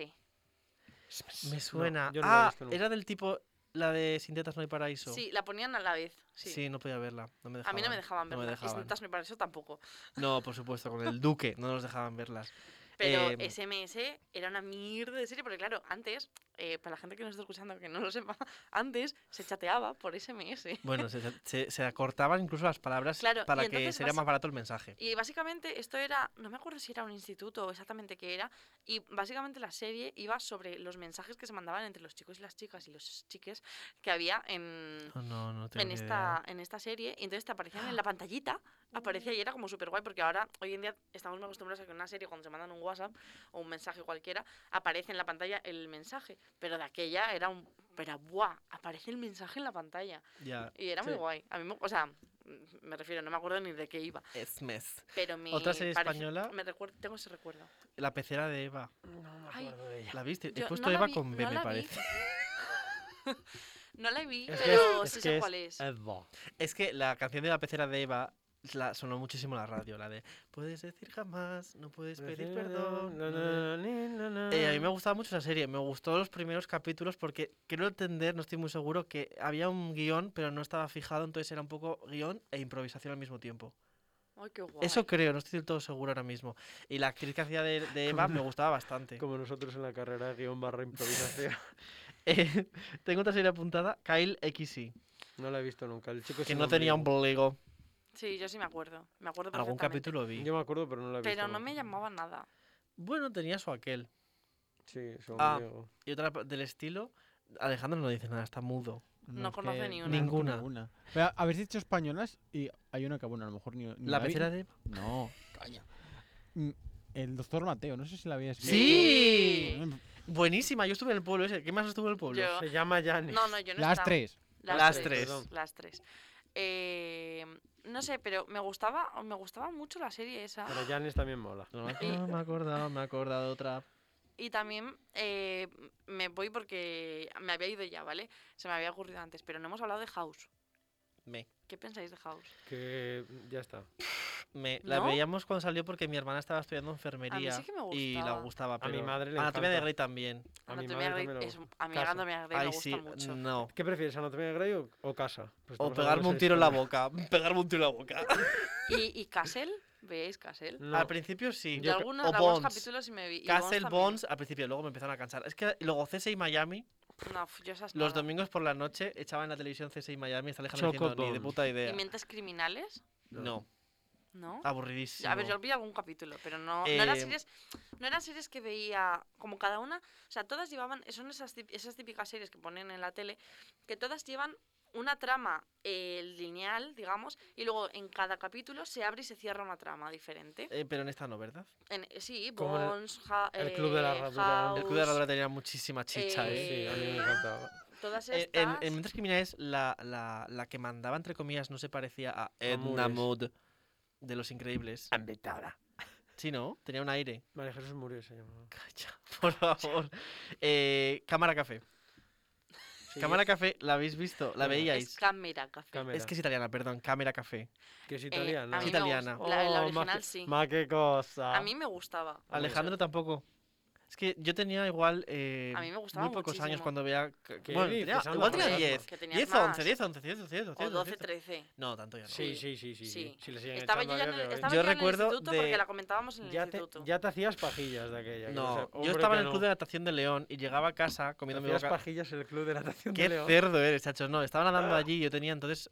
Speaker 5: Me
Speaker 3: No,
Speaker 5: suena.
Speaker 3: yo no la he
Speaker 5: ah,
Speaker 3: visto nunca.
Speaker 5: era del tipo la de Sin tetas no hay paraíso.
Speaker 4: Sí, la ponían a la vez. Sí.
Speaker 5: Sí, no podía verla. No me
Speaker 4: a
Speaker 5: dejaban.
Speaker 4: mí no me dejaban
Speaker 5: no
Speaker 4: verla. y
Speaker 5: me dejaban.
Speaker 4: Sintas, me pareció tampoco.
Speaker 5: No, por supuesto, con el duque no nos dejaban verlas.
Speaker 4: Pero
Speaker 5: Em,
Speaker 4: SMS era una mierda de serie, porque claro, antes, eh, para la gente que nos está escuchando que no lo sepa, antes se chateaba por SMS.
Speaker 5: Bueno, se, se- se acortaban incluso las palabras
Speaker 4: Claro, y
Speaker 5: para que
Speaker 4: entonces
Speaker 5: sería
Speaker 4: vas-
Speaker 5: más barato el mensaje.
Speaker 4: Y básicamente esto era, no me acuerdo si era un instituto o exactamente qué era, y básicamente la serie iba sobre los mensajes que se mandaban entre los chicos y las chicas y los chiques que había en,
Speaker 5: Oh, no, no tengo
Speaker 4: en,
Speaker 5: ni idea.
Speaker 4: esta, en esta serie, y entonces te aparecían en la pantallita, aparecía y era como súper guay, porque ahora, hoy en día, estamos muy acostumbrados a que en una serie, cuando se mandan un WhatsApp o un mensaje cualquiera, aparece en la pantalla el mensaje, pero de aquella era un... Pero, ¡buah! Aparece el mensaje en la pantalla.
Speaker 5: Ya,
Speaker 4: Y era muy
Speaker 3: Sí.
Speaker 4: guay. A mí, me- o sea, mm, me refiero, no me acuerdo ni de qué iba.
Speaker 5: es mes.
Speaker 4: Pero me
Speaker 5: Otra serie
Speaker 4: parece-
Speaker 5: española.
Speaker 4: Me recuerdo, tengo ese recuerdo.
Speaker 5: La pecera de Eva.
Speaker 4: Ay,
Speaker 5: ¿La viste? He
Speaker 4: yo
Speaker 5: puesto
Speaker 4: no la
Speaker 5: Eva
Speaker 4: vi-
Speaker 5: con B,
Speaker 4: no
Speaker 5: me
Speaker 4: la vi.
Speaker 5: parece.
Speaker 4: No la vi,
Speaker 3: Es que
Speaker 4: pero
Speaker 3: es-
Speaker 4: sí
Speaker 3: es
Speaker 4: sé
Speaker 3: que
Speaker 4: cuál es.
Speaker 3: Eva.
Speaker 5: eh, Es que la canción de la pecera de Eva la- sonó muchísimo la radio, la de puedes decir jamás, no puedes pedir perdón. no debes-". Eh, a mí me
Speaker 3: me
Speaker 5: gustaba mucho esa serie, me gustó los primeros capítulos porque quiero entender, no estoy muy seguro, que había un guión, pero no estaba fijado, entonces era un poco guión e improvisación al mismo tiempo.
Speaker 4: Ay, qué guay.
Speaker 5: Eso creo, no estoy del todo seguro ahora mismo. Y la actriz que hacía de, de Eva me gustaba bastante.
Speaker 3: Como nosotros en la carrera guión barra improvisación.
Speaker 5: Eh, tengo otra serie apuntada, Kyle XY,
Speaker 3: No la he visto nunca. El chico
Speaker 5: que
Speaker 3: sin
Speaker 5: no tenía un
Speaker 3: ombligo.
Speaker 5: bligo.
Speaker 4: Sí, yo sí me acuerdo. Me acuerdo
Speaker 5: Algún
Speaker 4: perfectamente.
Speaker 5: capítulo vi.
Speaker 3: Yo me acuerdo, pero no la he visto.
Speaker 4: Pero no me
Speaker 3: nunca.
Speaker 4: llamaba nada.
Speaker 5: Bueno, tenía su aquel.
Speaker 3: Sí, su
Speaker 5: Ah.
Speaker 3: ombligo.
Speaker 5: Y otra pa- del estilo, Alejandro no dice nada, está mudo.
Speaker 4: No
Speaker 6: es que
Speaker 4: conoce ni
Speaker 6: no
Speaker 4: una.
Speaker 6: conozco
Speaker 5: Ninguna.
Speaker 6: Pero habéis dicho españolas y hay una que, bueno, a lo mejor ni. ni
Speaker 5: La
Speaker 6: vi.
Speaker 5: pecera de...
Speaker 6: No, caña. Mm, El doctor Mateo, no sé si la habías visto.
Speaker 5: ¡Sí!
Speaker 6: Mm,
Speaker 5: Buenísima, yo estuve en el pueblo ese. ¿Qué más estuvo en el pueblo?
Speaker 4: Yo-
Speaker 3: Se llama Janis.
Speaker 4: No, no, yo no
Speaker 6: Las
Speaker 4: estaba.
Speaker 6: tres.
Speaker 5: Las
Speaker 4: Las
Speaker 5: tres.
Speaker 4: tres. Las tres. Eh, no sé, pero me gustaba, me gustaba mucho la serie esa.
Speaker 3: Pero Janis también mola.
Speaker 5: No me acuerdo, Ah, me he acordado, me he acordado de otra.
Speaker 4: Y también eh, me voy porque me había ido ya, ¿vale? Se me había ocurrido antes, pero no hemos hablado de House.
Speaker 5: Me.
Speaker 4: ¿Qué pensáis de House?
Speaker 3: Que mm, ya está.
Speaker 5: me- La
Speaker 4: ¿No?
Speaker 5: veíamos cuando salió porque mi hermana estaba estudiando
Speaker 4: A mí
Speaker 5: enfermería
Speaker 4: sí que me gustaba.
Speaker 5: y la gustaba.
Speaker 3: A mi
Speaker 5: Pero
Speaker 3: madre le
Speaker 5: Anatomía de
Speaker 3: encanta.
Speaker 5: Grey también.
Speaker 3: A mi
Speaker 4: Anatomía
Speaker 3: madre
Speaker 4: Grey
Speaker 3: también le
Speaker 4: es-
Speaker 3: gusta.
Speaker 4: a mí
Speaker 3: Casa.
Speaker 4: Anatomía Grey
Speaker 5: Ay,
Speaker 4: me gusta
Speaker 5: sí, mm.
Speaker 4: mucho.
Speaker 5: no.
Speaker 3: ¿Qué prefieres, Anatomía de Grey o, o Casa? Pues
Speaker 5: O
Speaker 3: estamos hablando
Speaker 5: pegarme
Speaker 3: de
Speaker 5: un
Speaker 3: series
Speaker 5: tiro en la
Speaker 3: coreanas.
Speaker 5: boca. Pegarme un tiro en la boca.
Speaker 4: ¿Y, y Castle? ¿Veis Castle?
Speaker 3: No.
Speaker 5: Al principio sí.
Speaker 4: Yo,
Speaker 5: Mm, Yo-
Speaker 4: algunos,
Speaker 5: o
Speaker 4: algunos
Speaker 5: Bones.
Speaker 4: capítulos sí me vi. y
Speaker 5: Castle
Speaker 4: también.
Speaker 5: Bones al principio, luego me empezaron a cansar. Es que luego CSI Miami,
Speaker 4: No, f- yo esas
Speaker 5: los
Speaker 4: nada.
Speaker 5: domingos por la noche, echaban en la televisión CSI Miami, está Alejandro
Speaker 3: Choco
Speaker 5: diciendo ni de
Speaker 3: Bones.
Speaker 5: puta
Speaker 4: ¿Y
Speaker 5: idea.
Speaker 4: mentes criminales?
Speaker 5: No,
Speaker 4: ¿No?
Speaker 5: aburridísimo.
Speaker 4: A ver, yo vi algún capítulo, pero no, no eran
Speaker 5: Ah, Eh,
Speaker 4: series, no eran series que veía como cada una, o sea, todas llevaban, son esas, tip- esas típicas series que ponen en la tele, que todas llevan una trama eh, lineal, digamos, y luego en cada capítulo se abre y se cierra una trama diferente.
Speaker 5: Eh, pero en esta no, ¿verdad?
Speaker 4: En- eh, sí,
Speaker 3: Como el-
Speaker 4: Bones, Ja-
Speaker 3: el Club de la
Speaker 4: eh,
Speaker 3: Herradura.
Speaker 5: El Club de la
Speaker 4: House,
Speaker 5: Ladra tenía muchísima chicha,
Speaker 4: Eh,
Speaker 5: eh.
Speaker 3: Sí, a mí me
Speaker 4: Eh,
Speaker 3: encantaba.
Speaker 4: Todas
Speaker 5: En-
Speaker 4: estas...
Speaker 5: En, en Mentes Criminales, la, la, la que mandaba, entre comillas, no se parecía a Edna
Speaker 3: Mures.
Speaker 5: Mood de Los Increíbles.
Speaker 3: Ambitada.
Speaker 5: Sí, ¿no? Tenía un aire.
Speaker 3: María Jesús Muriel se llamaba.
Speaker 5: Calla, por favor. Eh, Cámara Café.
Speaker 3: Sí,
Speaker 5: Cámara Café, ¿la habéis visto? ¿La
Speaker 3: Venga.
Speaker 5: veíais?
Speaker 4: es Cámara Café.
Speaker 3: Cámara.
Speaker 5: Es que es italiana, perdón. Cámara Café.
Speaker 3: Que es
Speaker 4: Eh,
Speaker 3: italiana.
Speaker 4: a mí me
Speaker 5: Italiana.
Speaker 4: gust- la, la
Speaker 3: Oh,
Speaker 4: original
Speaker 3: ma que-
Speaker 4: sí.
Speaker 3: Ma qué cosa.
Speaker 4: A mí me gustaba.
Speaker 3: Ah, muy
Speaker 5: Alejandro tampoco. Es que yo tenía igual. eh,
Speaker 4: A mí me gustaba
Speaker 5: Muy pocos años
Speaker 4: muchísimo.
Speaker 5: cuando veía. ca-
Speaker 3: ¿Qué
Speaker 5: Bueno,
Speaker 3: dices,
Speaker 5: tenía-
Speaker 3: anda,
Speaker 5: igual
Speaker 3: por
Speaker 5: tenía
Speaker 3: favor?
Speaker 5: 10.
Speaker 4: Que tenías
Speaker 5: 10 o 11,
Speaker 4: más.
Speaker 5: 10 o 11, 10 o 11, 10 o 11.
Speaker 4: O 12, 13.
Speaker 5: No, tanto ya no.
Speaker 3: Sí, sí, sí, sí. sí.
Speaker 4: Sí.
Speaker 3: Si le siguen
Speaker 4: Estaba yo
Speaker 3: echando
Speaker 4: ya
Speaker 3: a
Speaker 4: en
Speaker 3: día
Speaker 4: el,
Speaker 3: de hoy.
Speaker 4: estaba
Speaker 5: Yo
Speaker 4: yo en el
Speaker 5: recuerdo
Speaker 4: instituto
Speaker 5: de-
Speaker 4: porque la comentábamos en el
Speaker 3: Ya te,
Speaker 4: instituto.
Speaker 3: ya te hacías pajillas de aquella. que
Speaker 5: No,
Speaker 3: dices,
Speaker 5: yo
Speaker 3: "Hombre,
Speaker 5: estaba en
Speaker 3: que
Speaker 5: el
Speaker 3: no".
Speaker 5: club de natación de León y llegaba a casa
Speaker 3: Te
Speaker 5: comiendo mi
Speaker 3: Hacías
Speaker 5: boca.
Speaker 3: pajillas en el club de natación de
Speaker 5: Qué
Speaker 3: León.
Speaker 5: cerdo eres, chachos. No, estaba nadando allí y yo tenía entonces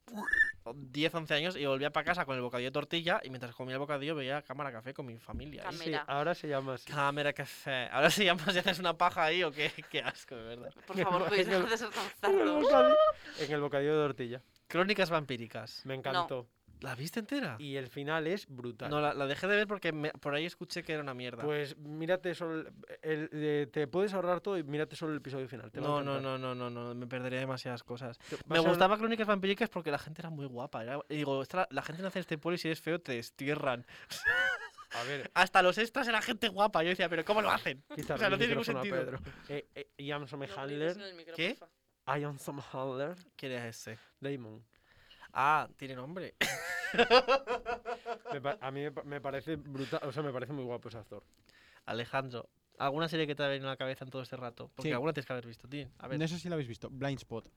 Speaker 5: 10, 11 años y volvía para casa con el bocadillo de tortilla y mientras comía el bocadillo veía cámara café con mi familia. ahí.
Speaker 4: Cam-
Speaker 3: Sí,
Speaker 4: Mira.
Speaker 3: ahora se llama así.
Speaker 5: Cámara café. Ahora se llama si haces una paja ahí o qué, qué asco, de verdad.
Speaker 4: Por favor, podéis dejar de ser tan cerdos.
Speaker 3: en el bocadillo de tortilla.
Speaker 5: Crónicas vampíricas.
Speaker 3: Me encantó.
Speaker 5: ¿La viste entera?
Speaker 3: Y el final es brutal.
Speaker 5: No, la, la dejé de ver porque me- por ahí escuché que era una mierda.
Speaker 3: Pues mírate solo. el- el- eh, te puedes ahorrar todo y mírate solo el episodio final. te va a
Speaker 5: no, no,
Speaker 3: encantar.
Speaker 5: no, no, no, no, me perdería demasiadas cosas.
Speaker 3: Te-
Speaker 5: Me
Speaker 3: vas a-
Speaker 5: gustaba Crónicas Vampíricas porque la gente era muy guapa. era- y digo, "Ostras, la gente nace en este pueblo y si eres feo te destierran.
Speaker 3: A ver,
Speaker 5: Hasta los extras era gente guapa. Yo decía, pero ¿cómo lo hacen?
Speaker 3: quita
Speaker 5: O sea, no
Speaker 3: el
Speaker 5: tiene ningún
Speaker 3: micrófono a
Speaker 5: sentido.
Speaker 3: Pedro. Eh, eh, Ian Somehandler.
Speaker 5: ¿Qué?
Speaker 3: Ian Somehandler.
Speaker 5: ¿Quién es ese?
Speaker 3: Damon.
Speaker 5: Ah, tiene nombre.
Speaker 3: Me pa- a mí me, pa- me parece brutal. O sea, me parece muy guapo ese actor.
Speaker 5: Alejandro, ¿alguna serie que te ha venido a la cabeza en todo este rato? Porque
Speaker 6: Sí.
Speaker 5: alguna tienes que haber visto, tío. A ver.
Speaker 6: No sé si la habéis visto. Blind Spot.